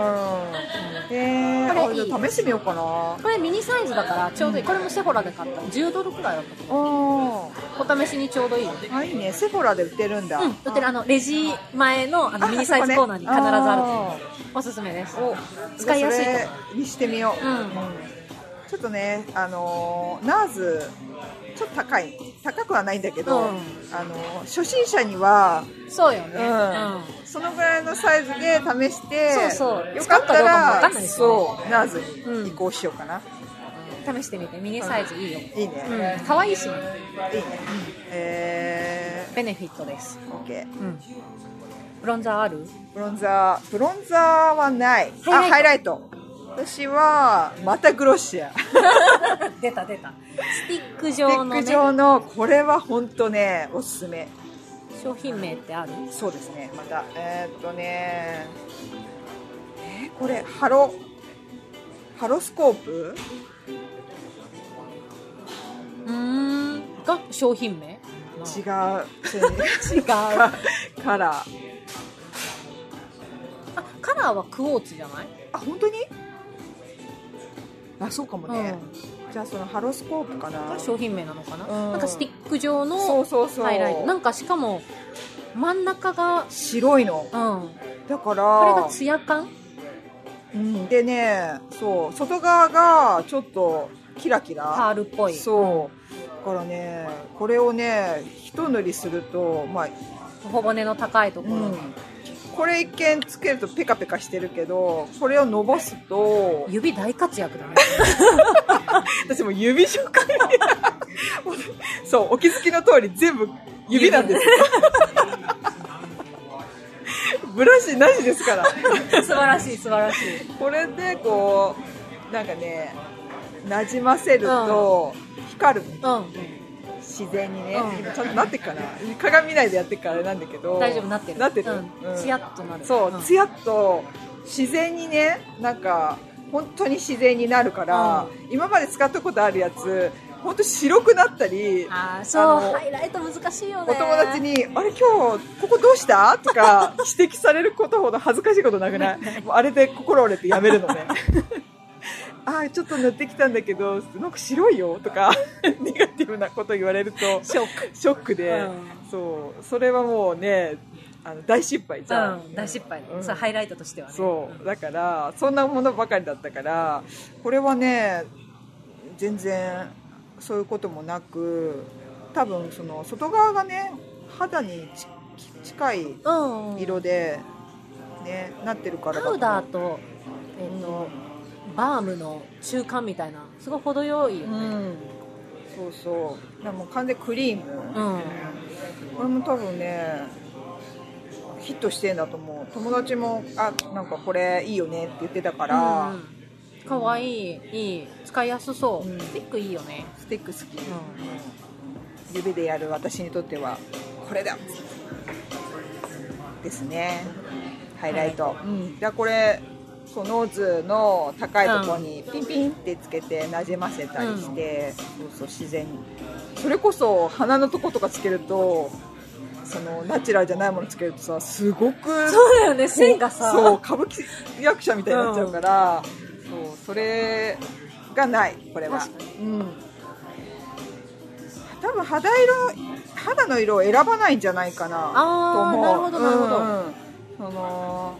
A: うんえー、
B: これ
A: あ
B: いい
A: じゃあ試してみようかな
B: これミニサイズだからちょうどいい、これもセフォラで買った10ドルくらいだった
A: お
B: お試しにちょうどいいよ
A: あいいねセフォラで売ってるんだ、
B: うん、売ってるあのレジ前のあの
A: あ
B: ミニサイズコーナーに必ずあ
A: そこね
B: るというおすすめです
A: お
B: 使いやすいと思う
A: それにしてみよう、
B: うん
A: ちょっとねあのーナーズちょっと高い高くはないんだけど、
B: うん
A: あのー初心者には
B: そうよね、
A: う
B: うんん
A: そのぐらいのサイズで試して
B: そうそう
A: よかったら
B: 使うかどうかもわかんないですよ
A: そうナーズに移行しようかな、
B: 試してみてミニサイズいいよ、
A: いいね、
B: う
A: いい
B: ん
A: ね、
B: 可愛いしね
A: え
B: ベネフィットです、
A: ー、OK
B: うん、ブロンザーある
A: ブロンザーブロンザーはないあハ
B: ハ
A: イ
B: イ
A: ライト私はまたグロッシア
B: 出た出たスティック
A: ピ
B: 状の
A: ッ
B: ね
A: ク状のこれは本当ねおすすめ
B: し商品名ってある
A: そうですねまたえーっとねえーこれハロハロスコープ
B: うんが商品
A: 違
B: 名
A: う
B: 違う あ
A: カラー
B: カラーはクォーツじゃない
A: あ本当にあそうかもね、じゃあそのハロスコープかな
B: が商品名なのかな、
A: うん
B: なんかスティック状
A: そ
B: の
A: うそうそう
B: ハイライトなんかしかも真ん中が
A: 白いの
B: うん
A: だから
B: これがツヤ感
A: うんでねそう外側がちょっとキラキラ
B: パールっぽい
A: そうだからねこれをね一塗りするとまあ
B: 頬骨の高いところ、
A: これ一見つけるとペカペカしてるけどこれを伸ばすと
B: 指大活 躍だね
A: 私もう指紹介そうお気づきの通り全部指なん ですよブラシなしですから
B: 素晴らしい素晴らしい
A: これでこうなんかねなじませると光るの
B: う
A: 自然にね、
B: うん
A: 今ちゃんとなってっから鏡見ないでやってっからあれなんだけど
B: ん大丈夫なってる
A: なってる、
B: う
A: うん
B: ん、ツヤっとなる
A: そう、
B: ん
A: つやっと自然にねなんか本当に自然になるから、今まで使ったことあるやつ本当白くなったり
B: あーそう
A: あの
B: ハイライト難しいよ
A: お
B: ね
A: 友達に「あれ今日ここどうした?」と か指摘されることほど恥ずかしいことなくないもうあれで心折れてやめるのね あーちょっと塗ってきたんだけどなんか白いよとか ネガティブなこと言われると
B: ショック
A: ショックで、
B: うん
A: そうそれはもうねあの大失敗じゃん、
B: うん大失敗、
A: うん
B: それハイライトとしてはね
A: そうだからそんなものばかりだったからこれはね全然そういうこともなく多分その外側がね肌にち近い
B: うん、うん、
A: 色で、ね、なってるから
B: パウダーと,、えーとバームの中間みたいなすごい程よいよ
A: う
B: ね
A: んそうそうでもう完全クリー
B: う
A: ム、
B: ん、
A: これも多分ねヒットしてんだと思う友達も「あなんかこれいいよね」って言ってたから、
B: うんかわいいいい使いやすそう、
A: うん
B: スティックいいよね
A: スティック好き、指でやる私にとってはこれだですねハイライト、うん、じゃあこれこうノーズの高いところにピンピンってつけてなじませたりして、そうそう自然にそれこそ鼻のとことかつけるとそのナチュラルじゃないものつけるとさすごく
B: そうだよね線がさ
A: そう歌舞伎役者みたいになっちゃうから、そうそれがないこれは
B: 確か
A: うん、多分肌色肌の色を選ばないんじゃないかな
B: あー
A: と思う
B: なるほどなるほど
A: うんうんその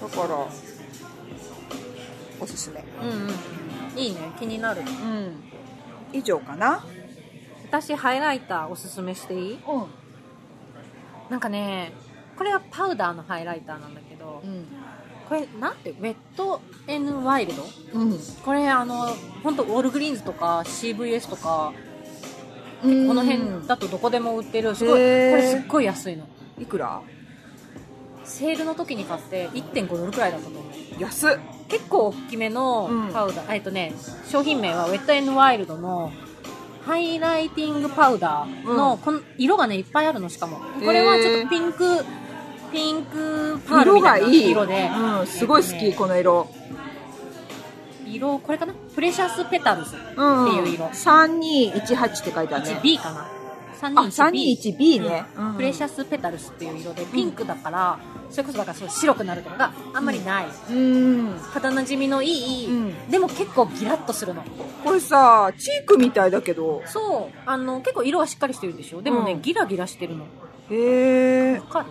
A: そうだからおすすめ
B: うんうんいいね気にな
A: う
B: る
A: ん以上かな
B: 私ハイライターおすすめしていい
A: うん
B: なんかねこれはパウダーのハイライターなんだけどこれなんてウェットエンワイルド
A: うん、
B: これあの本当ウォールグリーンズとか CVS とか
A: うん、
B: この辺だとどこでも売ってるすごいこ
A: へー
B: れすっごい安いの
A: いくら
B: セールの時に買って1.5ドルくらいだったと思う
A: 安っ
B: 結構大きめの
A: うん
B: パウダー、えっとね商品名はウェットエンワイルドのハイライティングパウダーの、
A: うん
B: この色がねいっぱいあるのしかも
A: ー
B: これはちょっとピンク、ピンクパールみたいな色で
A: うん、すごい好
B: え
A: き
B: っとね
A: この色
B: 色これかなプレシャスペタルズっていう色、
A: 三二3218って書いてあるね
B: B かな
A: あ
B: 321B う
A: 321B
B: ん
A: ね、うん
B: プレシャスペタルスっていう色でピンクだから、それこそだからそう白くなるとかがあんまりない、
A: うん
B: 肌なじみのいい、
A: うん
B: でも結構ギラッとするの
A: これさチークみたいだけど
B: そうあの結構色はしっかりしてるでしょでもね、
A: うん
B: ギラギラしてるのわ
A: へえ
B: かる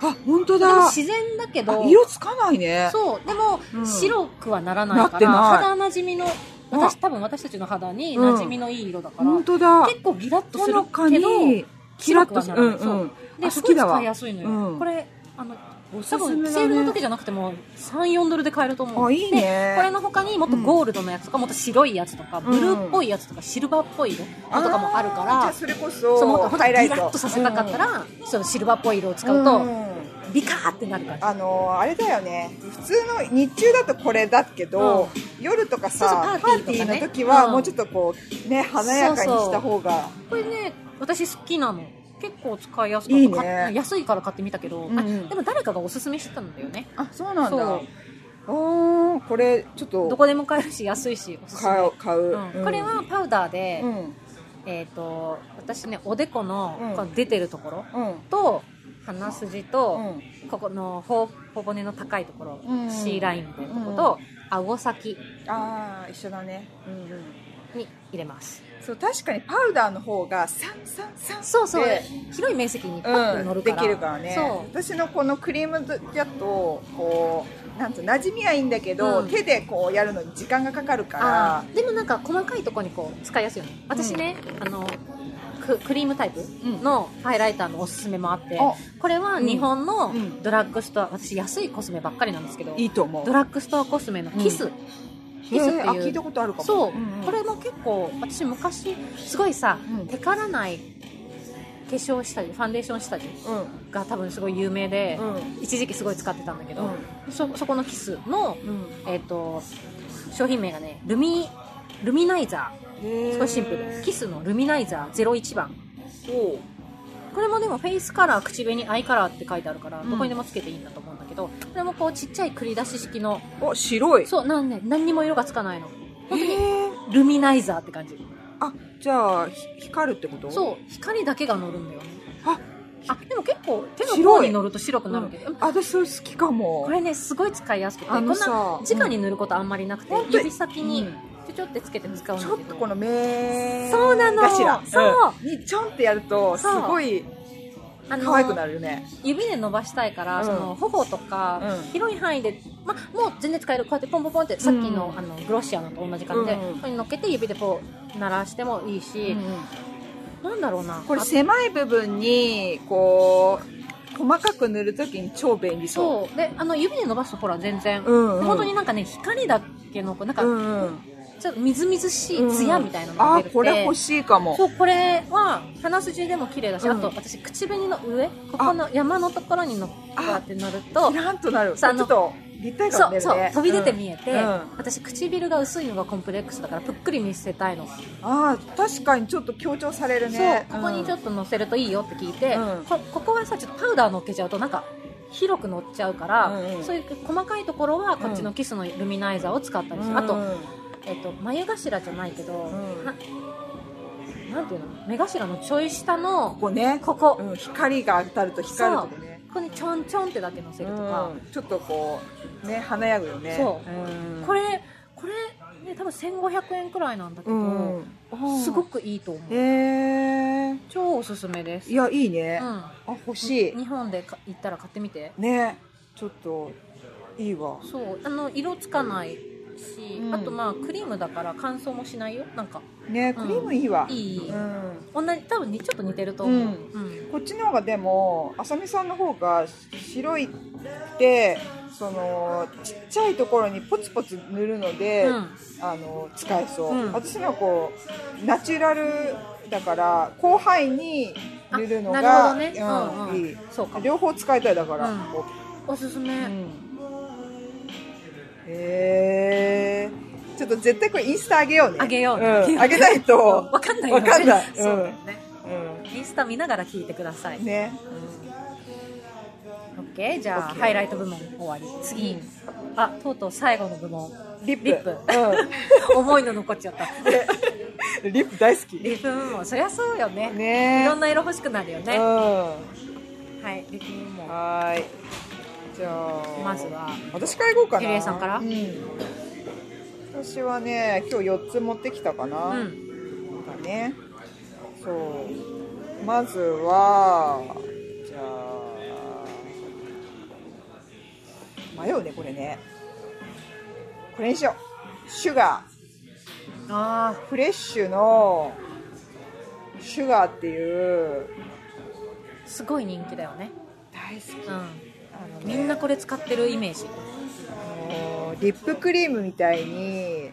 A: あ本当
B: でも
A: だ
B: 自然だけ
A: あ
B: ど
A: 色つかないね
B: そうでも、
A: うん
B: 白くはならない
A: な
B: か
A: って
B: ら
A: ない
B: 肌なじみの私多分私たちの肌になじみのいい色だから、
A: 本当だ
B: 結構ギラッと
A: ほ
B: する
A: のか
B: けど
A: にキラ
B: 白
A: ッ
B: く
A: と
B: は
A: し
B: な
A: う
B: らない、
A: ん
B: そう
A: うん
B: で、
A: あ
B: す
A: 好
B: ごい
A: きだわ
B: 使いやすいのよ、
A: うん
B: これあの
A: おすす
B: 多分
A: めだね
B: セールの時じゃなくても34ドルで買えると思う
A: あいいね
B: でこれの他にもっとゴールドのやつとか、もっと白いやつとか
A: ん
B: ブルーっぽいやつとかシルバーっぽい色
A: あー
B: とかもあるか
A: じゃ
B: ら
A: あそれこ
B: そうもっ
A: そ
B: と本当にギラ
A: ハイ
B: ッとさせたかったら、そのシルバーっぽい色を使
A: うん
B: うと、
A: うん
B: ビカーってなるから
A: あのあれだよね普通の日中だとこれだけど、夜とかさ
B: そうそうパーティーとかね
A: の時は
B: うん
A: もうちょっとこうね華やかにした方が
B: これね私好きなの結構使いやす
A: いい
B: か
A: ね
B: った買っ安いから買ってみたけど、
A: うんう
B: あ
A: ん
B: でも誰かがおすすめしてたんだよね
A: あそうなん
B: そ
A: だ
B: う
A: おーこれちょっ
B: ど
A: と
B: こでも買えるし安いしおすすめ
A: 買う買う、
B: うんこれはパウダーで、
A: うんうん
B: えっ、と私ねおでこの,、
A: うん
B: この出てるところ
A: うん
B: と鼻筋と、
A: うん
B: ここのほ頬骨の高いところ、
A: うん
B: C ラインみたいなところと、顎先
A: ああ一緒だねうんうん
B: に入れます
A: そう確かにパウダーの方がサンサンサンって
B: そうそう、広い面積にパッと乗
A: う
B: る
A: ん、
B: か
A: で
B: ら、
A: きるからね
B: そう
A: 私のこのクリームだとこうなんと馴染みはいいんだけど、
B: うん
A: 手でこうやるのに時間がかかるから
B: あーでもなんか細かいところにこう使いやすいよね私ね、あのククリームタイプ
A: うん
B: のハイライターのおすすめもあって、
A: あ
B: これは日本の
A: うん
B: ドラッグストア私安いコスメばっかりなんですけど
A: いいと思う
B: ドラッグストアコスメのキス、キ
A: え
B: スって
A: ーあ聞
B: い
A: いうたことあるかも
B: そう、
A: んん
B: これも結構私昔すごいさ、
A: うん
B: テカらない化粧下地ファンデーション下地
A: うん
B: が多分すごい有名で、
A: う
B: 一時期すごい使ってたんだけど、
A: う
B: そそこのキスの、
A: うん
B: えっと商品名がねルミルミナイザーすごいシンプルキスのルミナイザー01番
A: おう
B: これもでもフェイスカラー口紅アイカラーって書いてあるから
A: ん
B: どこにでもつけていいんだと思うんだけど、これもこうちっちゃい繰り出し式の
A: お白い
B: そうなんね何にも色がつかないの
A: えー、
B: ルミナイザーって感じ
A: あじゃあひ光るってことう
B: そう光だけが乗るんだよね
A: あ
B: あでも結構手の
A: 白
B: 甲
A: い
B: に乗ると白くなるけど、
A: あ私それ好きかも
B: これねすごい使いやすくてこ
A: あ
B: ん
A: の
B: な
A: さ
B: 直に塗ることあんまりなくて、
A: うん
B: 指先に
A: うん
B: ちょちょってつけて使うんだ
A: ち
B: け
A: ょ
B: ど
A: っとこの目
B: そうなの
A: 頭
B: そう、
A: んにちょんってやるとす
B: そう
A: ごい
B: あの
A: 可愛くなるよね
B: 指で伸ばしたいから、
A: うん
B: その頬とか、
A: うん
B: 広い範囲で、ま、もう全然使えるこうやってポンポンポンってさっきの,、
A: うん
B: あのグロッシアのと同じ感じで、
A: うんうん
B: ここに乗っけて指でこう鳴らしてもいいし、なんだろうな
A: これ
B: あ
A: 狭い部分にこう細かく塗るときに超便利そう
B: そうであの指で伸ばすとほら全然、
A: うんうん
B: 本当になんかね光だけのこうなんか、
A: んうん
B: ちょっとみずみずし
A: う
B: い
A: ん
B: ツヤみたいなのが
A: あ
B: 出てて、
A: これ欲しいかも
B: そうこれは鼻筋でも綺麗だし、
A: うん
B: あと私口紅の上ここの山のところにのっかって乗ると
A: キランとなるち
B: さあ
A: ょっと立体
B: そ
A: 感
B: う
A: 出る
B: そう
A: ね
B: 飛び出て見えて、
A: うんうん
B: 私唇が薄いのがコンプレックスだからぷっくり見せたいの、
A: あー確かにちょっと強調されるね
B: そうここにちょっ
A: と
B: と乗せるといいよって聞いて、
A: うん
B: こここはさちょっとパウダー乗っけちゃうとなんか広く乗っちゃうから、
A: うんうん
B: そういう細かいところはこっちのキスのルミナイザーを使ったりして、あと,、えっと眉頭じゃないけど、
A: ん
B: ななんていうの目頭のちょい下
A: こ
B: の
A: こね
B: ここ、
A: うん光が当たると光るとこね
B: ここにちょんちょんってだけ乗せるとか
A: う、んちょっとこうね華やぐよね
B: そう
A: うん
B: これこれ、ね、多分1500円くらいなんだけど、
A: うん
B: すごくいいと思う
A: へえ
B: 超おすすめです、
A: いやいいね
B: うん、
A: あ欲しい
B: 日本でか行ったら買ってみて
A: ねちょっといいわ
B: そうあの色つかないし、
A: うん
B: あとまあクリームだから乾燥もしないよなんか
A: ねクリームいいわ、
B: いい、
A: うん
B: 同じ多分にちょっと似てると思う、
A: うん
B: うん
A: こっちの方がでもあさみさんの方が白いってそのちっちゃいところにポツポツ塗るので、
B: うん
A: あの使えそう、
B: うん
A: 私のはこうナチュラルだから広範囲に塗るの
B: あなるほ
A: が
B: どねうんうん
A: いい
B: そうかも
A: 両方使いたいだから、
B: うん
A: こ
B: おすすめ、
A: うへえちょっと絶対これインスタあげようね
B: あげようね
A: んあげないと
B: わかんないよね
A: わかんない
B: そうだよね、
A: う
B: インスタ見ながら聞いてください
A: んね
B: OK じゃあ
A: OK
B: ハイライト部門終わり次、あとうとう最後の部門
A: リップ
B: リップ 重いの残っちゃった
A: うん、リップ大好き
B: リップ部門そりゃそうよね
A: ね
B: いろんな色欲しくなるよね、
A: うん
B: は
A: はい
B: リップ部門
A: ーいじゃあ
B: まずは
A: 私からいこうかな
B: ゆりえさんから
A: うん私はね今日4つ持ってきたかな、
B: うん
A: だねそうまずはじゃあ迷うねこれねこれにしようシュガ
B: あ
A: ーフレッシュのシュガーっていう
B: ーすごい人気だよね、
A: 大好き
B: う
A: あの
B: ん、
A: ね
B: みんなこれ使ってるイメージ
A: あのリップクリームみたいにに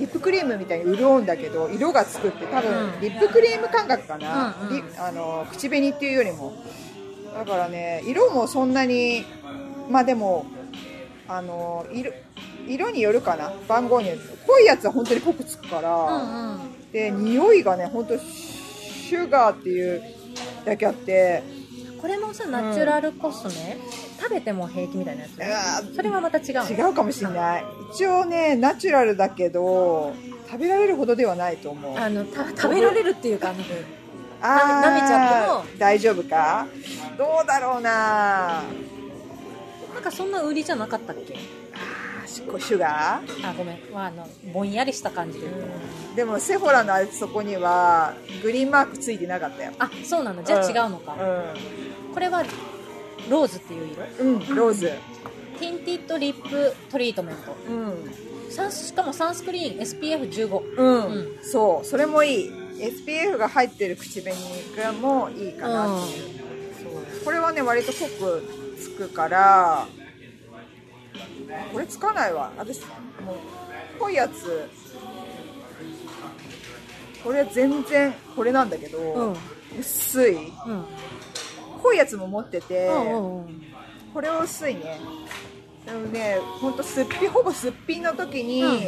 A: リップクリームみたいに潤うんだけど色がつくって多分、
B: うん
A: リップクリーム感覚かな、
B: うんうん
A: リあの口紅っていうよりもだからね色もそんなにまあでもあの色色によるかな番号による濃いやつは本当に濃くつくから、
B: うんうん
A: で匂いがね本当シュガーっていうだけあって
B: これもさナチュラルコスメ、食べても平気みたいなや
A: あ
B: つそれはまた違うの
A: 違うかもしれない一応ねナチュラルだけど食べられるほどではないと思う
B: あのた食べられるっていうかあの
A: あ
B: 舐め舐めちゃって
A: も大丈夫かどうだろうなあ
B: なんかそんな売りじゃなかったっけ
A: ーシュシュガー
B: あごめん、まあ、あのぼんやりした感じで言ったの
A: でもセフォラのあれそこにはグリーンマークついてなかったよ
B: あそうなのじゃあ違うのか、これはローズっていう色
A: うん、うん、ローズ
B: ティンティッドリップトリートメント
A: うん
B: サンスしかもサンスクリーン SPF15
A: うん、
B: う
A: そうそれもいい SPF が入ってる口紅がもいいかなっていう,、そうこれはね割と濃くつくからこれつかないわ私もう濃いやつこれは全然これなんだけど、
B: うん
A: 薄い
B: うん
A: 濃いやつも持ってて、
B: うんうんうん
A: これは薄いねでもねほんとすっぴんほぼすっぴんの時に、
B: うん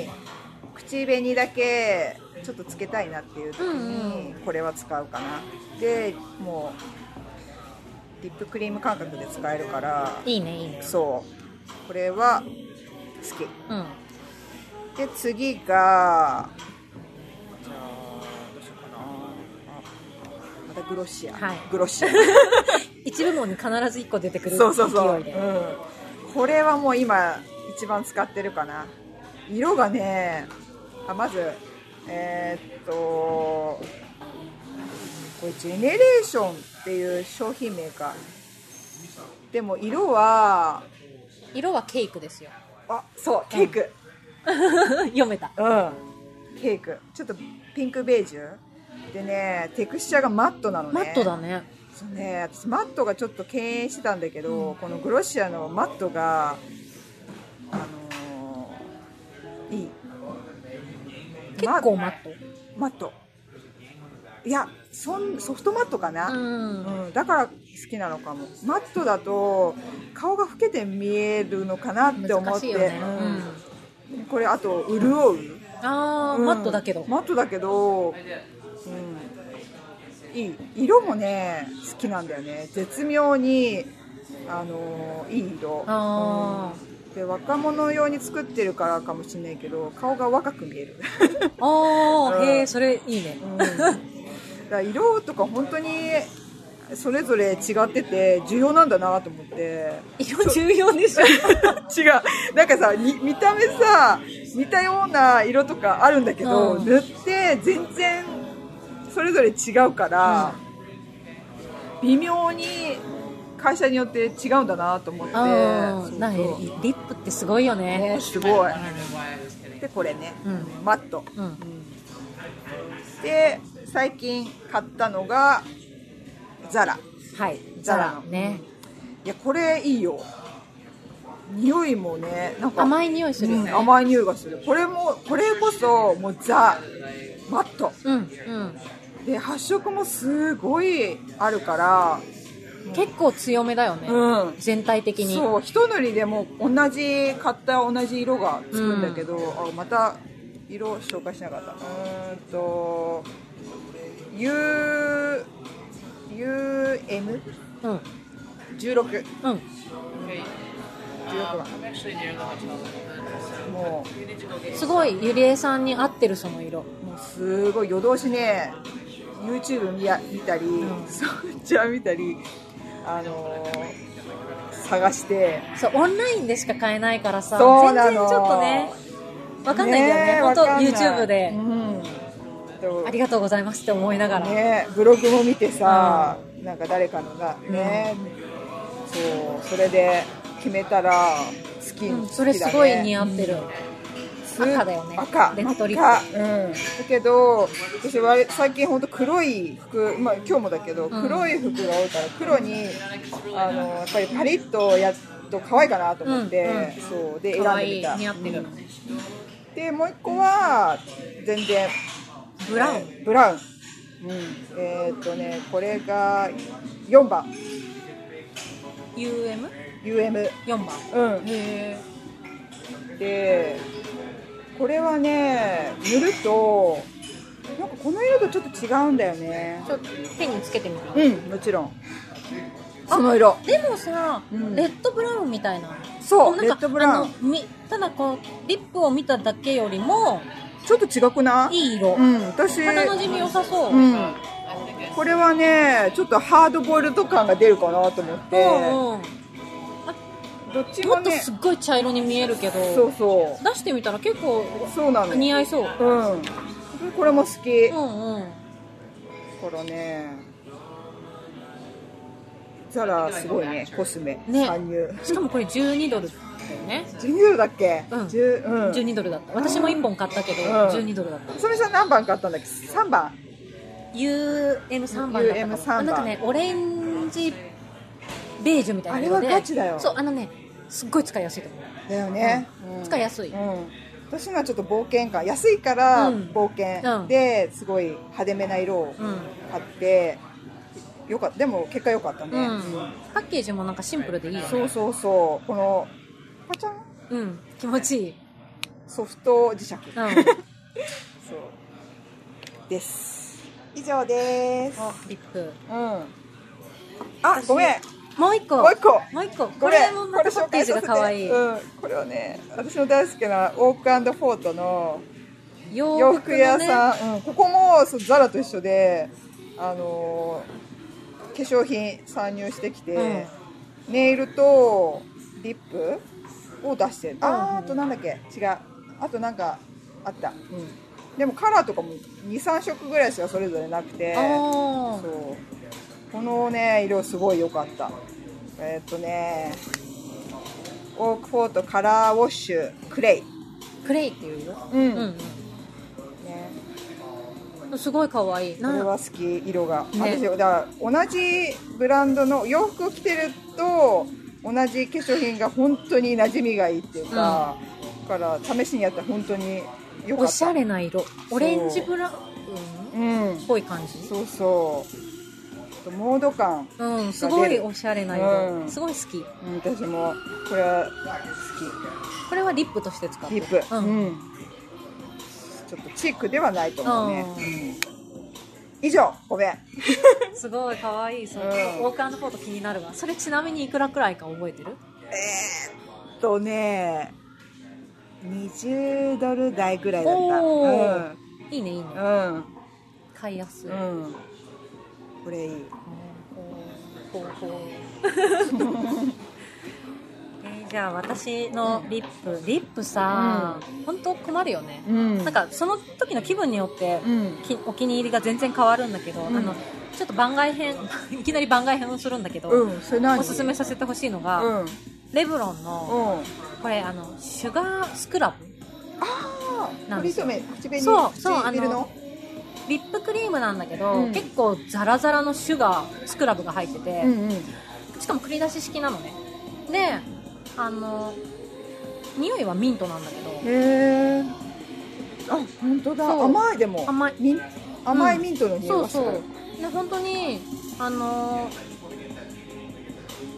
A: 口紅だけちょっとつけたいなっていう時にこれは使うかな、でもうリップクリーム感覚で使えるから
B: いいねいいね
A: そうこれは好き
B: うん
A: で次がじゃあどうしようかなあまたグロッシア、
B: はい
A: グロッシア
B: 一部門に必ず1個出てくる勢い
A: そ
B: で
A: うそうそう、うん、これはもう今一番使ってるかな色がねあまずえーっとこれジェネレーションっていう商品名かでも色は
B: 色はケイクで すよ
A: あそうケーク
B: 読めた
A: うんケークちょっとピンクベージュでねテクスチャーがマットなのね
B: マットだね
A: そうね私マットがちょっと敬遠してたんだけど、このグロシアのマットがあのーいい
B: 結構マット
A: マットいやそんソフトマットか
B: う
A: な、うんんだから好きなのかもマットだと顔が老けて見えるのかなって思
B: 難
A: っ、
B: していよね、
A: うんこれあと潤う、
B: うんああ、
A: うん
B: マットだけど、
A: マットだけど、うん、いい色もね好きなんだよね絶妙にあのーいい色
B: あ
A: うんで若者用に作ってるからかもしれないけど顔が若く見える、
B: ああ
A: うん
B: ーへえそれいいね
A: うん、だから色とか本当にそれぞれ違ってて重要なんだなと思って
B: 色重要でし ょ
A: 違うなんかさに見た目さ似たような色とかあるんだけど、
B: うん
A: 塗って全然それぞれ違うから、微妙に会社によって違うんだなと思って
B: あ
A: そう
B: あ
A: そう
B: なんかリップってすごいよね
A: ねすごいでこれね、
B: う
A: マット
B: うん
A: で最近買ったのがザラ
B: はい
A: ザ
B: ザ
A: ラ
B: ラね
A: いやこれいいよ匂いもねなんか
B: 甘い匂いするよね
A: うん甘い匂いがするこれもこれこそもうザマット
B: うんうん
A: で発色もすごいあるから
B: 結構強めだよね、
A: うん
B: 全体的に
A: そう一塗りでも同じ買った同じ色がつくんだけど、あまた色紹介しなかったうーんと U UM1616
B: うんうん
A: 番もう
B: すごいゆりえさんに合ってるその色
A: もうすごい夜通しね YouTube 見や見たり、
B: うん
A: そっちは見たりあのー探して
B: そうオンラインでしか買えないからさ
A: そう
B: 全
A: な
B: 然ち
A: の
B: ょっとねわかんないんだよね本当
A: わかんない
B: YouTube で、
A: うんと
B: ありがとうございますって思いながら、
A: ねブログも見てさ、なんか誰かのがね、そうそれで決めたら好き、
B: う
A: 好
B: ん、
A: きだね
B: それすごい似合ってる、赤だよね
A: 赤
B: レッドリップ
A: 赤うんだけど私は最近本当黒い服まあ今日もだけど
B: うん
A: 黒い服が多いから黒に、あのやっぱりパリッとやっと可愛いかなと思って、そうで選
B: 可
A: んで
B: 愛
A: み
B: い
A: た
B: 似合ってる、
A: うんでもう一個は全然
B: ブラウン、
A: えーブラウン、うん、えーっとねこれが4番
B: UM4
A: UM
B: 番
A: うん
B: へ
A: でこれはね塗るとなんかこの色とちょっと違うんだよね
B: ーちょっと手につけてみる
A: うんもちろんその色
B: でもさ、
A: うん
B: レッドブラウンみたいな
A: そう
B: なんか
A: レッドブラウン
B: あのみただこうリップを見ただけよりも
A: ちょっと違くない
B: いい色、
A: うん私
B: 肌のじみ良さそう、
A: うんこれはねちょっとハードボイルド感が出るかなと思って
B: うんうん
A: どっち
B: も
A: も
B: っと
A: ね
B: すっごい茶色に見えるけど、
A: そうそ
B: 出してみたら結構
A: うそうなの
B: 似合いそう、
A: うんこれも好き
B: う
A: だ
B: んうん
A: からねザラすごいねコスメ
B: ね
A: 参入
B: しかもこれ12ドルだよね
A: 12ドルだっけ
B: うん
A: 10うん
B: 12ドルだった私も1本買ったけど、
A: うん
B: 12ドルだった
A: それさん何番買ったんだっけ3番
B: UM3 番だったかも
A: UM3 番
B: なんかねオレンジベージュみたいな色で
A: あれはガチだよ
B: そうあのねすっごい使いやすいと思う
A: だよね、
B: うん使いやすい
A: うん、私のはちょっと冒険感安いから
B: うん
A: 冒険、
B: うん
A: ですごい派手めな色を
B: うん
A: 買って、よかったでも結果良かったね、
B: うん、パッケージもなんかシンプルでいいよね
A: そうそうそうこのパチャン
B: うん気持ちいい、
A: ソフト磁石、
B: うん、
A: そうです以上です
B: おリップ
A: うんあごめん
B: もう一個
A: もう一個
B: もう一個
A: こ
B: こ
A: れ
B: れもまたパッケージが可愛い、
A: うん、これはね私の大好きなオークフォートの洋
B: 洋服
A: 服
B: の、ね、
A: 屋さん、うん、ここもそうザラと一緒で、あのー化粧品参入してきて、ネイルとリップを出してる、
B: うん
A: あーあとなんだっけ違うあとなんかあった、うん、でもカラーとかも23色ぐらいしかそれぞれなくて
B: あ
A: そ
B: ー
A: うこのね色すごい良かったえーっとねオークフォートカラーウォッシュクレイ、
B: クレイっていう色、
A: うん
B: う
A: ね
B: ん、うん、すごい可愛い
A: こ
B: な
A: れは好き色が、
B: ね
A: 私だから同じブランドの洋服を着てると同じ化粧品が本当に馴染みがいいっていうか、だから試しにやったら本当に良かった
B: おしゃれな色オレンジブラウン
A: うん
B: っぽい感じ
A: そうそうあとモード感、
B: うんすごいおしゃれな色、
A: うん
B: すごい好き
A: うん、私もこれは
B: これはリップとして使
A: 好
B: っ
A: きリ
B: てる
A: ップ、
B: う
A: うんんちょっとチークではないと思うね、
B: う
A: うん以上ごめん
B: すごい可愛いその、
A: うん
B: ウォーカーのフォート気になるわそれちなみにいくらくらいか覚えてる
A: えーっとね20ドル台ぐらいだった
B: おーいいねいいね
A: うんうん
B: 買いやすい、
A: うんこれいい
B: ほうほう えーじゃあ私のリップリップさ、本当困るよね、
A: うん
B: なんかその時の気分によって、
A: うん
B: きお気に入りが全然変わるんだけど、
A: ん
B: あのちょっと番外編 いきなり番外編をするんだけど、
A: うんそれ何
B: おすすめさせてほしいのが、
A: うんうん
B: レブロンの、これあのシュガースクラブ
A: ああ
B: な
A: 塗
B: んで
A: り
B: すよ
A: 染め口紅
B: そうそう
A: 口入れるの
B: リップクリームなんだけど、
A: うん
B: 結構ザラザラのシュガースクラブが入ってて、
A: うんうん
B: しかも繰り出し式なのねであの匂いはミントなんだけど
A: へえあ本当
B: そう
A: だ甘いでも
B: 甘い
A: ミン甘いミントの匂い
B: そう
A: がす
B: そ
A: る
B: うで本当にあの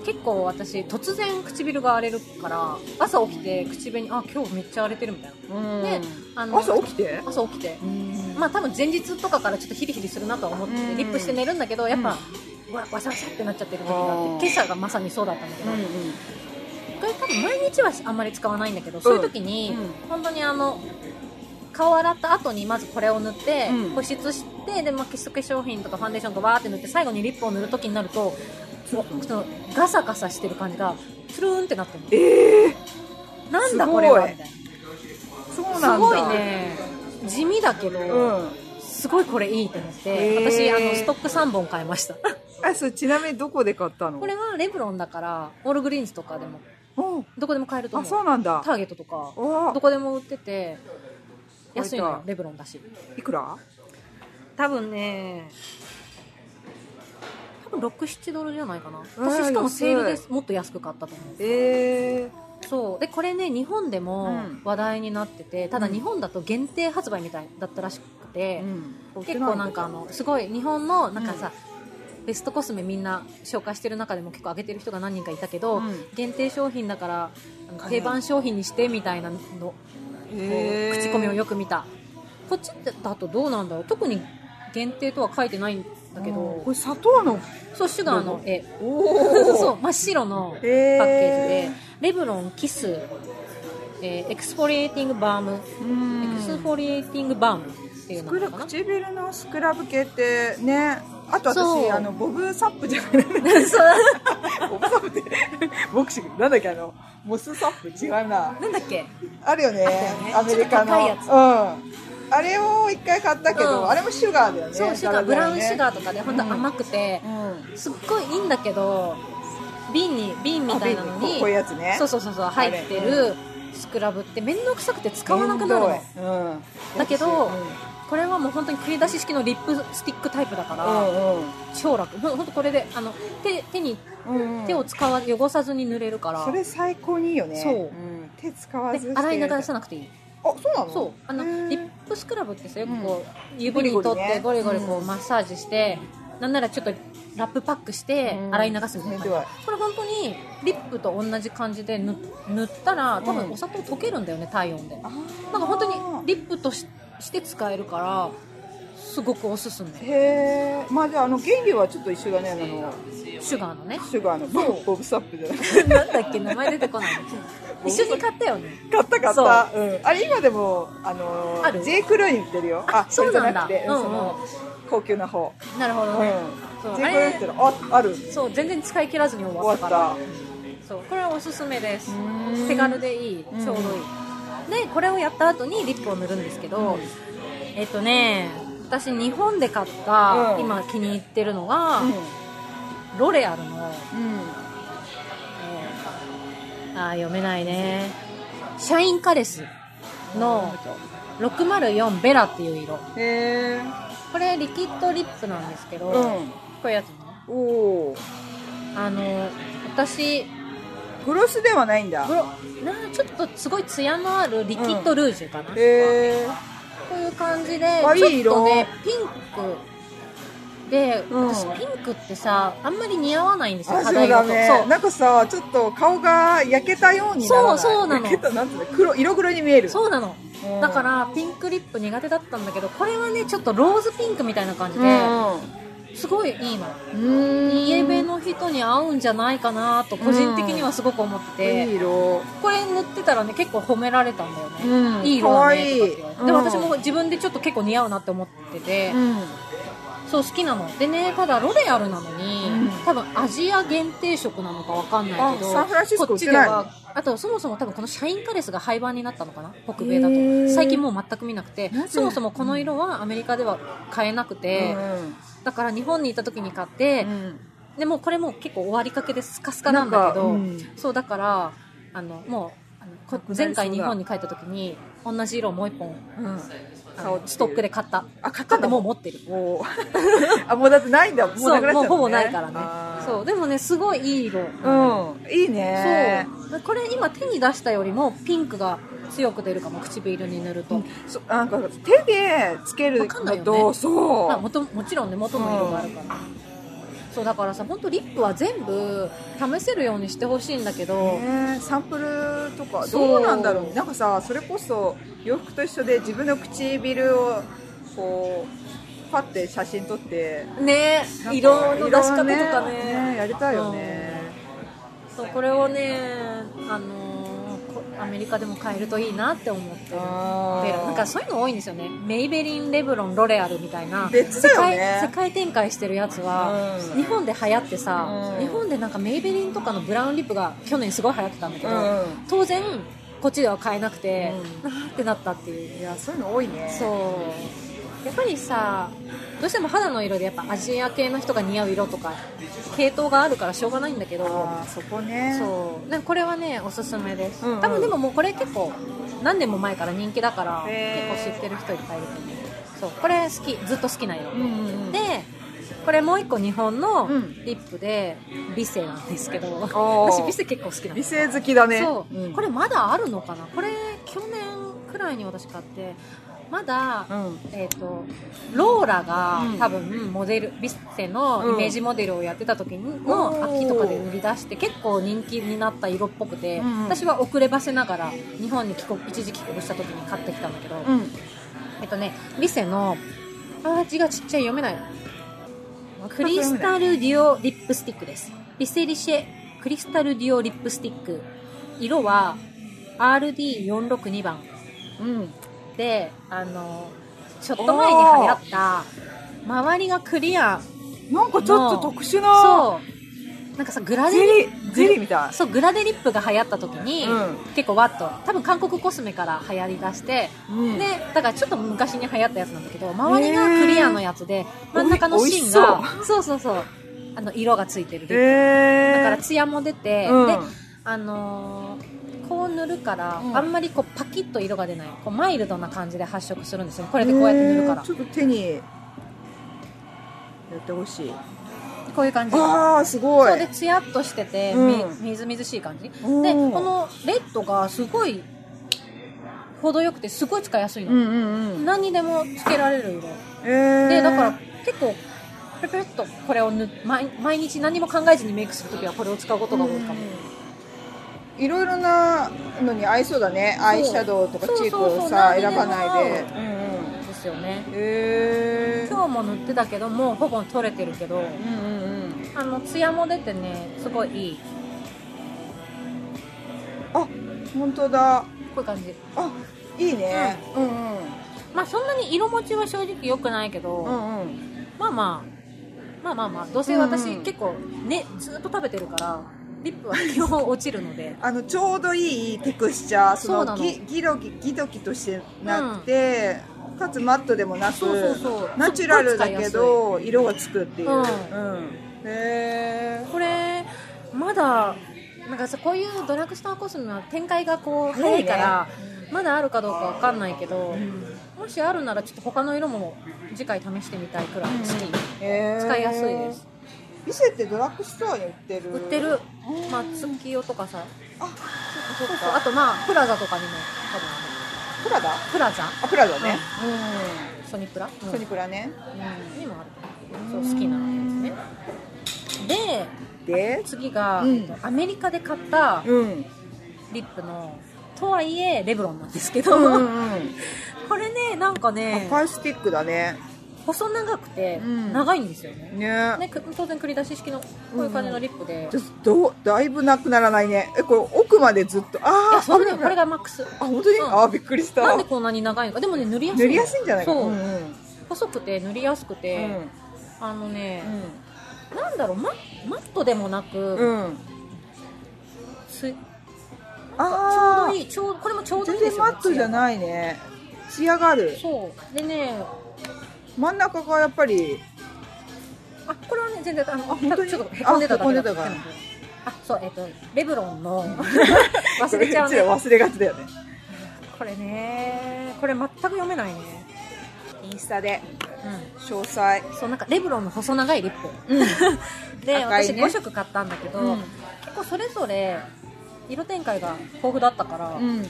B: 結構私突然唇が荒れるから朝起きて口紅あ今日めっちゃ荒れてるみたいな
A: うん
B: であの
A: 朝起きて
B: 朝起きて
A: うん
B: まあ多分前日とかからちょっとヒリヒリするなとは思ってて、
A: うん
B: リップして寝るんだけどやっぱ、わわさわさってなっちゃってる時が
A: あ
B: あっ
A: ー
B: て今朝がまさにそうだったんだけ
A: う
B: ど、
A: んうん
B: これ多分毎日はあんまり使わないんだけど、そういう時に、
A: う
B: 本当にあの顔洗った後にまずこれを塗って、
A: うん
B: 保湿してで、まあ、基礎化粧品とかファンデーションとかわーって塗って最後にリップを塗る時になるとおそのガサガサしてる感じがトゥルーンってなってる
A: ええ
B: なんだ
A: すごい
B: これはみたい
A: そうなん
B: な
A: だ
B: すごいね地味だけど、
A: うん
B: すごいこれいいと思って、
A: へー
B: 私あのストック3本買いました
A: あそうちなみにどこで買ったの
B: これはレブロンだからオールグリーンズとかでも
A: うん
B: どこでも買えると
A: あ
B: 思う
A: そうなんだ
B: ターゲットとか
A: お
B: どこでも売ってて安いの
A: こうい
B: よ
A: った
B: レブロンだし
A: いくら
B: 多分ね多分67ドルじゃないかな
A: うん
B: 私しかもセールで
A: 安
B: もっと安く買ったと思う
A: ええ
B: そうでこれね日本でも
A: うん
B: 話題になっててただ
A: うん
B: 日本だと限定発売みたいだったらしくて、
A: うん
B: 結構なんかあのすごい日本のなんかさ、ベストコスメみんな紹介してる中でも結構上げてる人が何人かいたけ
A: う
B: ど、
A: ん
B: 限定商品だからあの
A: 買え
B: 定番商品にしてみたいなのこう
A: へー
B: 口コミをよく見たこっちだとどうなんだろう特に限定とは書いてないんだけ
A: うん
B: ど
A: これ砂糖の
B: そうシュガーの絵
A: お
B: そう真っ白のパッケ
A: へー
B: ージで、レブロンキス、えーエクスフォリエイティングバームエクスフォリエイティングバームっていうの
A: これ
B: かな
A: 唇のスクラブ系ってねあと
B: そう
A: 私あのボブサップじゃない ボブサップってボクシングなんだっけあのモスサップ違うな
B: なんだっけ
A: あるよね
B: あ
A: ア
B: ったよね
A: メリカの
B: ちょっと
A: うん、あれを一回買ったけど、
B: うん
A: あれもシュガーだよね
B: そうシュガーブラウンシュガーとかで本当甘くて、
A: ーうん
B: すっごいいいんだけど瓶に瓶みたいなの
A: あ瓶に
B: に
A: ここういうやつね
B: そうそうそうそう入ってるスクラブって面倒くさくて使わなくなる
A: し
B: の
A: んどいうん
B: だけど、
A: うん
B: これはもう本当に繰り出し式のリップスティックタイプだから、
A: う
B: 超楽ほんほんとこれであの手手に
A: んうんうんうん
B: 手を使わ汚さずに塗れるから、
A: それ最高にいいよね
B: そうん
A: 手使わず
B: で洗い流
A: あ
B: さなくていい
A: そうなの
B: そうあの
A: へー
B: リップスクラブってさよくこう、指に
A: ゴリ
B: 取
A: ゴ
B: っ
A: リ
B: て
A: ね
B: ゴリゴリこう
A: うん
B: マッサージして、なんならちょっとラップパックして
A: うん
B: 洗い流すみたいな感じ、
A: ひどい
B: これ本当にリップと同じ感じで塗塗ったら多分
A: うん
B: お砂糖溶けるんだよね体温でなん
A: あ
B: か
A: ー
B: 本当にリップとしして使えるからすごくおすすめ
A: へえまあじゃああの原理はちょっと一緒だねあの
B: シュガーのね
A: シュガーのボブボブサップ じゃなくて
B: なんだっけ名前出てこない一緒に買ったよね
A: 買った買っ
B: そう
A: た、うん、あれ今でもあの
B: ある
A: J. クルーに売ってるよ
B: あ
A: これじゃくて
B: そうなんだ
A: その高級な方
B: なるほ
A: う
B: ど、
A: ん J.
B: そう
A: クルー
B: あ
A: に売って
B: れ
A: るあある
B: そう全然使い切らずに終わっ
A: 終
B: た
A: わっ
B: から
A: た
B: そうこれはおすすめです
A: ーん
B: 手軽でいい
A: ん
B: ちょうどいい、でこれをやった後にリップを塗るんですけど、えっとね私日本で買った、
A: うん
B: 今気に入ってるのが、
A: うん
B: ロレアル
A: う
B: の、
A: ん
B: えーあー読めないねシャインカレスの604ベラっていう色
A: へえ
B: これリキッドリップなんですけど、
A: うん
B: こういうやつね
A: おおー
B: あの私
A: グロスではないんだ
B: ブロなちょっとすごいツヤのあるリキッドルージュかな、
A: へえ
B: こういう感じで、
A: あいい
B: ちょ
A: 色
B: っとね、ピンクで、
A: うん
B: 私ピンクってさ、あんまり似合わないんですよ、
A: あそうだね
B: 色と
A: なんかさちょっと顔が焼けたようにならない
B: そうそうなの
A: 焼けたなんていうの黒色黒に見える
B: そう。そうなの
A: う。ん
B: だから、ピンクリップ苦手だったんだけど、これはね、ちょっとローズピンクみたいな感じ
A: うん
B: で、
A: うん
B: すごいいいの。
A: うん
B: イエベの人に合うんじゃないかなと、個人的にはすごく思ってて。
A: いい色
B: これ塗ってたらね結構褒められたんだよね、
A: うん
B: いい色だねとかって言われて
A: かわいいう
B: で
A: ん
B: 私も自分でちょっと結構似合うなって思ってて、
A: うん
B: そう好きなのでねただロレアルなのに、
A: うん
B: 多分アジア限定色なのかわかんないけど
A: あサンフランシスコ
B: こ
A: 売
B: っ
A: っ
B: ち
A: て
B: で
A: ないの
B: はあとそもそも多分このシャインカレスが廃盤になったのかな北米だ
A: へ
B: と
A: ー
B: 最近もう全く見なくて
A: なぜ
B: そもそもこの色はアメリカでは買えなくて、だから日本にいた時に買って、
A: うん
B: でもうこれもう結構終わりかけでスカスカなんだけど、
A: なんか
B: そうだからあのもうあのこ
A: なくなりそうだ
B: 前回日本に帰った時に同じ色をもう一本
A: うん
B: あ
A: 顔
B: のストックで買った
A: あ買っ
B: 買
A: た
B: っ
A: ん
B: て
A: だ
B: もう持ってる
A: おおあもうだ ってないんだもう
B: そ
A: なくなっちゃう
B: うもう
A: ね
B: ほぼないから
A: あ
B: ね
A: ー
B: そうでもねすごいいい色、
A: うんいいね
B: そうこれ今手に出したよりもピンクが強く出るかも唇に塗ると、
A: そなんか手でつける
B: わかんない
A: の
B: よね
A: とそ
B: まあ、
A: う
B: もともちろんね元の色があるから、そうだからさ本当リップは全部試せるようにしてほしいんだけど、
A: ねサンプルとか
B: そう
A: どうなんだろうねなんかさそれこそ洋服と一緒で自分の唇をこうパッて写真撮って
B: ね
A: なんか
B: 色の出し方とかね
A: やりたいよね、
B: そうこれをね、あのーこアメリカでも買えるといいなって思ってる
A: あー
B: でなんかそういうの多いんですよねメイベリン、レブロン、ロレアルみたいな
A: 別だよね
B: 世界世界展開してるやつは、
A: うん
B: 日本で流行ってさ、
A: うん
B: 日本でなんかメイベリンとかのブラウンリップが去年すごい流行ってたんだけ
A: う
B: ど、
A: ん
B: 当然こっちでは買えなくて、
A: う
B: なーってなったっていう
A: いやそういうの多いね
B: そうやっぱりさどうしても肌の色でやっぱアジア系の人が似合う色とか系統があるからしょうがないんだけど
A: あーそこね
B: そうなんかこれはねおすすめです、
A: うんうん
B: 多分でももうこれ結構何年も前から人気だから
A: へー
B: 結構知ってる人いっぱいいると思うそうこれ好きずっと好きな色、
A: うんうんうん
B: でこれもう一個日本の
A: うん
B: リップで美声なんですけど、
A: ー
B: 私美声結構好きなの
A: 美声好きだね
B: そう、
A: うん
B: これまだあるのかなこれ去年くらいに私買ってまだ、
A: うん
B: えっ、とローラが、
A: うん
B: 多分モデルビステのイメージモデルをやってた時にの、
A: うん
B: 秋とかで売り出して結構人気になった色っぽくて、
A: うん
B: 私は遅ればせながら日本に帰国一時帰国した時に買ってきたんだけど、
A: うん
B: えっとねビセのあー字がちっちゃい読めないクリスタルデュオリップスティックですビセリシェクリスタルデュオリップスティック色は RD462 番
A: うん
B: であのちょっと前に流行った周りがクリア
A: なんかちょっと特殊な
B: そうなんかさグラデ
A: ゼ
B: リ
A: リーゼリーみたい
B: そうグラデリップが流行った時に、
A: うん
B: 結構ワッと多分韓国コスメから流行りだして、
A: うん
B: でだからちょっと昔に流行ったやつなんだけど周りがクリアのやつで真ん中の
A: おい
B: 芯が
A: 美味
B: そうそうそうあの色がついてるリップ、
A: え
B: だからツヤも出て、
A: うん
B: であのーこう塗るから、
A: うん
B: あんまりこうパキッと色が出ないこうマイルドな感じで発色するんですよこれでこうやって塗るから
A: えー、ちょっと手にやってほしい
B: こういう感じ
A: ああすごい
B: そうでツヤっとしてて、
A: うん
B: みみずみずしい感じでこ
A: うん
B: のレッドがすごい程よくてすごい使いやすいの、
A: うんうんうん
B: 何にでもつけられる色
A: えー、
B: でだから結構ペペッとこれを塗毎毎日何も考えずにメイクするときはこれを使うことが多いかも、
A: いろいろなのに合いそうだねアイシャドウとか
B: そう
A: チークを
B: そうそうそ
A: さ
B: う
A: 選ばないで
B: 何
A: うんうん
B: ですよね
A: へえー、
B: 今日も塗ってたけどもうほぼ取れてるけど
A: うんうんうん
B: あのツヤも出てねすごいいい
A: あ本当だ
B: こういう感じ
A: あいいね、うん、うん
B: まあそんなに色持ちは正直良くないけど、
A: うんうん
B: まあまあまあまあまあどうせ私、
A: うんうん
B: 結構ねずっと食べてるからリップは基本落ちるので
A: あのちょうどいいテクスチャー
B: そ
A: そ
B: うな
A: の
B: の
A: ギギロギギドキとしてなくて、かつマットでもなく
B: そうそうそう
A: ナチュラルだけど色がつくっていう、
B: うん
A: うんへえ
B: これまだなんかさこういうドラッグストアコスメは展開がこう
A: ね
B: 早いから、まだあるかどうかわかんないけど、もしあるならちょっと他の色も次回試してみたいくらい好き、使
A: 使
B: いやすいです
A: ビセってドラッグストアに売ってる
B: 売ってる、まあ、ツッキヨとかさ
A: あそっかそ
B: そうそ
A: っ
B: う
A: か
B: あとまあプラザとかにも多分
A: プラダ
B: あるプラザ
A: あプラダね
B: ソニプラ、
A: うんソニプラね
B: うんにもあるそう好きなのですねで
A: で
B: 次が、
A: うん
B: えっとアメリカで買った
A: うん
B: リップのとはいえレブロンなんですけ
A: う
B: ど、
A: んうんうん
B: これねなんかね
A: 赤いスティックだね
B: 細長くて
A: うん
B: 長いんですよね,、
A: ね
B: ねく当然繰り出し式のこういう感じのリップで、
A: ちょ
B: い
A: っとどうだいぶなくならないねえこれ奥までずっとあ
B: や
A: あ
B: それねこれがマックス
A: あ本当に
B: うん
A: あーびっくりした
B: なんでこんなに長いのかでもね塗りやすい
A: 塗りやすいんじゃないかな
B: そう、
A: うんうん
B: 細くて塗りやすくて、あのね
A: う、ん
B: なんだろうママットでもなく、
A: うんうん
B: すちょう
A: ああ
B: どいいちょうこれもちょうどい
A: 全
B: いで
A: 然
B: す
A: マ
B: よ、
A: ットじゃ
B: い
A: ないねツヤがある
B: そうでね
A: 真ん中がやっぱり
B: あこれはね全然あの
A: あ本当に
B: ちょっとへこんでた
A: あへ
B: だけだ
A: こんでたから
B: あそうえっ、とレブロ ンの忘れちゃう
A: つら
B: ね
A: 忘れがちだよね
B: これねこれ全く読めないね
A: インスタで
B: う
A: 詳細
B: んそうなんかレブロンの細長いリップ、で、
A: 赤い
B: 私
A: ね
B: 5色買ったんだけど、
A: うん
B: 結構それぞれ色展開が豊富だったから、
A: うん
B: えっ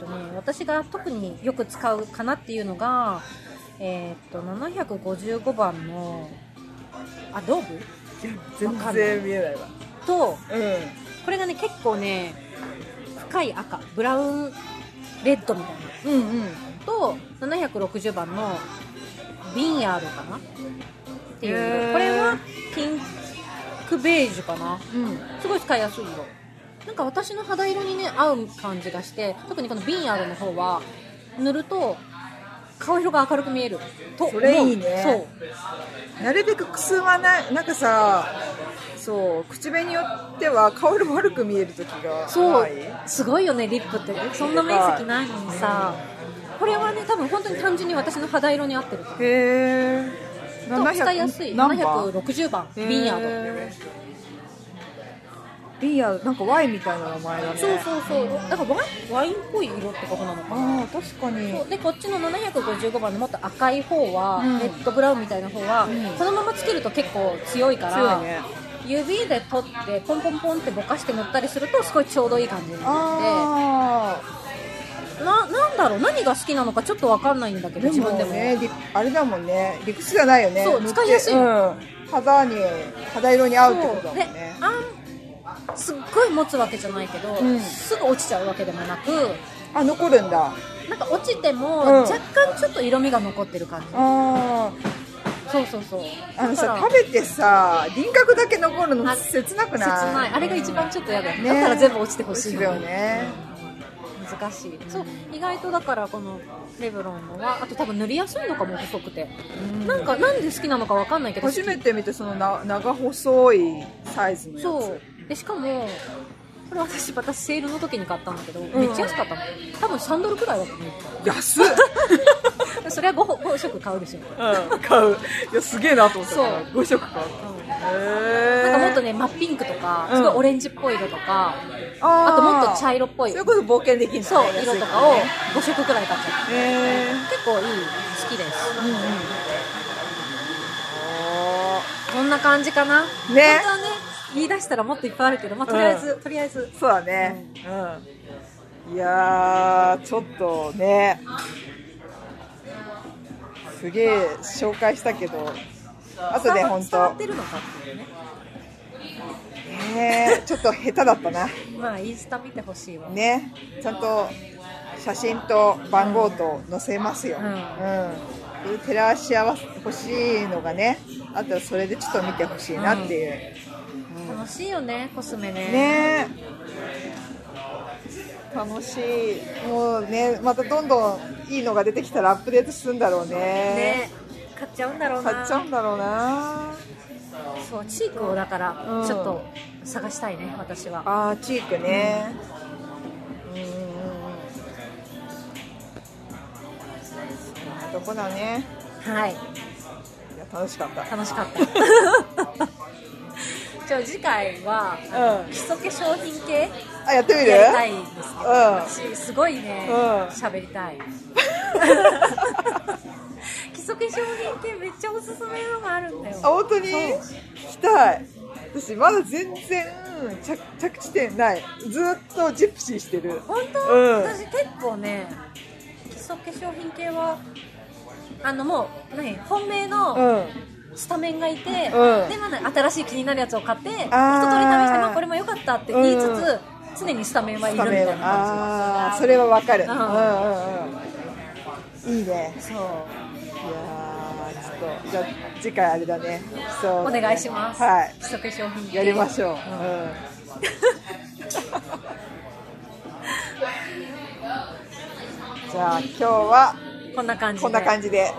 B: とね、私が特によく使うかなっていうのが、えーっと755番のアドーブ
A: 全
B: わかんない
A: 然見えないわ
B: と
A: う
B: これがね結構ね深い赤ブラウンレッドみたいなん
A: うんうん
B: と760番のビンヤードかなっていう
A: へ
B: 色
A: ー
B: これはピンクベージュかな
A: うん
B: すごい使いやすい色なんか私の肌色にね合う感じがして特にこのビンヤードの方は塗ると顔色が明るく見えると思
A: そ
B: う
A: れいいね
B: そう
A: なるべくくすまないなんかさそう口紅によっては顔色悪く見える時が
B: そう
A: ない
B: すごいよねリップってそんな面積ないのにさこれはね多分本当に単純に私の肌色に合ってると思う
A: へえ
B: と使いやすい760番ビンヤード
A: ビンヤードなんかワインみたいな名前だね
B: そうそうそうだからワインワインっぽい色ってことなのかな
A: ああ確かに
B: そうでこっちの755番のもっと赤い方は、
A: うん
B: レッドブラウンみたいな方は、このままつけると結構強いから
A: 強いね
B: 指で取ってポンポンポンってぼかして塗ったりするとすごいちょうどいい感じになって
A: あ
B: ななんだろう何が好きなのかちょっとわかんないんだけど
A: で
B: 自分
A: も
B: でも
A: ね、りあれだもんね、理屈じゃないよね。
B: そう
A: 塗って
B: 使いやすい
A: うん。肌に、肌色に合うってことだもん
B: で
A: ね。
B: あんすっごい持つわけじゃないけど、
A: ん
B: すぐ落ちちゃうわけでもなく
A: あ、残るんだ。
B: なんか落ちて
A: う
B: も、
A: ん
B: 若干ちょっと色味が残ってる感じ
A: あー
B: そうそうそう
A: あの
B: だか
A: さ
B: ら
A: 食べてさ輪郭だけ残るの
B: あ
A: 切なくない
B: 切ないあれが一番ちょっと嫌だよ、
A: ね
B: だから全部落ちてほしい
A: だよね
B: 難しいそう意外とだからこのレブロンのはあと多分塗りやすいのかも細くて、なんかなんで好きなのかわかんないけど
A: 初めて見たそのな長細いサイズのやつ
B: そうでしかもこれ私またセールの時に買ったんだけど、めっちゃ安かったの多分3ドルくらいだと思
A: 安っ、
B: うそれは 5, 5色買うでしょ、
A: うん、買ういやすげえなと思った
B: そう
A: 5色買うへ
B: な
A: え
B: んかもっとね真っピンクとか
A: うん
B: すごいオレンジっぽい色とか、
A: あ
B: あともっと
A: い
B: 茶色っぽい
A: そ
B: そ
A: れ
B: う
A: こそ冒険できる
B: 色とかを5色くらい買っちゃっ
A: へえ
B: た結構いい好きです、こんな感じかな。
A: ね
B: 本当はね、言い出したらもっといっぱいあるけど、まあ、とりあえず、とりあえず。
A: そうだねうん、いやーちょっとねすげえ紹介したけどあとで
B: 伝わ
A: 本
B: 伝わ
A: 当
B: ってるのかっていうね。
A: ねえちょっと下手だったな
B: まあ、インスタ見てほしいわ。
A: ねちゃんと写真と番号と載せますよ、う
B: うん
A: んそういう照らし合わせてほしいのがねあとはそれでちょっと見てほしいなっていう、
B: 楽しいよね、コスメね。
A: ね楽しいもうねまたどんどんいいのが出てきたらアップデートするんだろうね
B: ね買っちゃうんだろうな。
A: 買っちゃうんだろうな
B: そう、チークをだから、
A: うん
B: ちょっと探したいね、私は。
A: あーチークねうんうんうんうんどこだね
B: はい、
A: いや楽しかった
B: 楽しかった。 じゃあ次回は、
A: うん
B: 基礎化粧品系
A: あやってみる
B: やりたいんですけど、
A: うん
B: 私すごいね
A: うん
B: 喋、り たい基礎化粧品系めっちゃおすすめのがあるんだよ
A: あ本当に聞きたい私まだ全然着着地点ないずっとジプシーしてる
B: 本当、
A: うん
B: 私結構ね基礎化粧品系はあのもう何本命
A: う
B: の
A: ん
B: スタメンがいて、で
A: うん
B: まあ、新しい気になるやつを買って一通り試して、まあ、これも良かったって言いつつ、常にスタメンはい
A: ス
B: る
A: タ
B: み
A: メ
B: たい
A: ン
B: な
A: ああ
B: 感
A: ー
B: じ
A: それはわかる、
B: う
A: うんん、うんうんいいね
B: そ
A: い
B: う
A: やーちょっとじゃあ次回あれだねそう
B: お願いします、
A: はい
B: 基礎化粧品系
A: やりましょう、うん じゃあ今日は
B: こんな感じで
A: こんな感じで
B: はい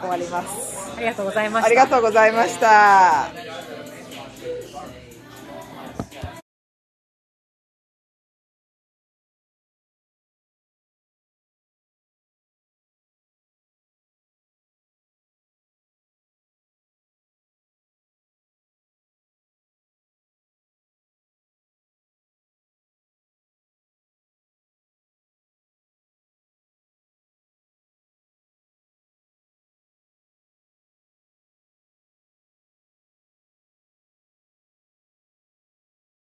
A: 終わります
B: ありがとうございました
A: ありがとうございました。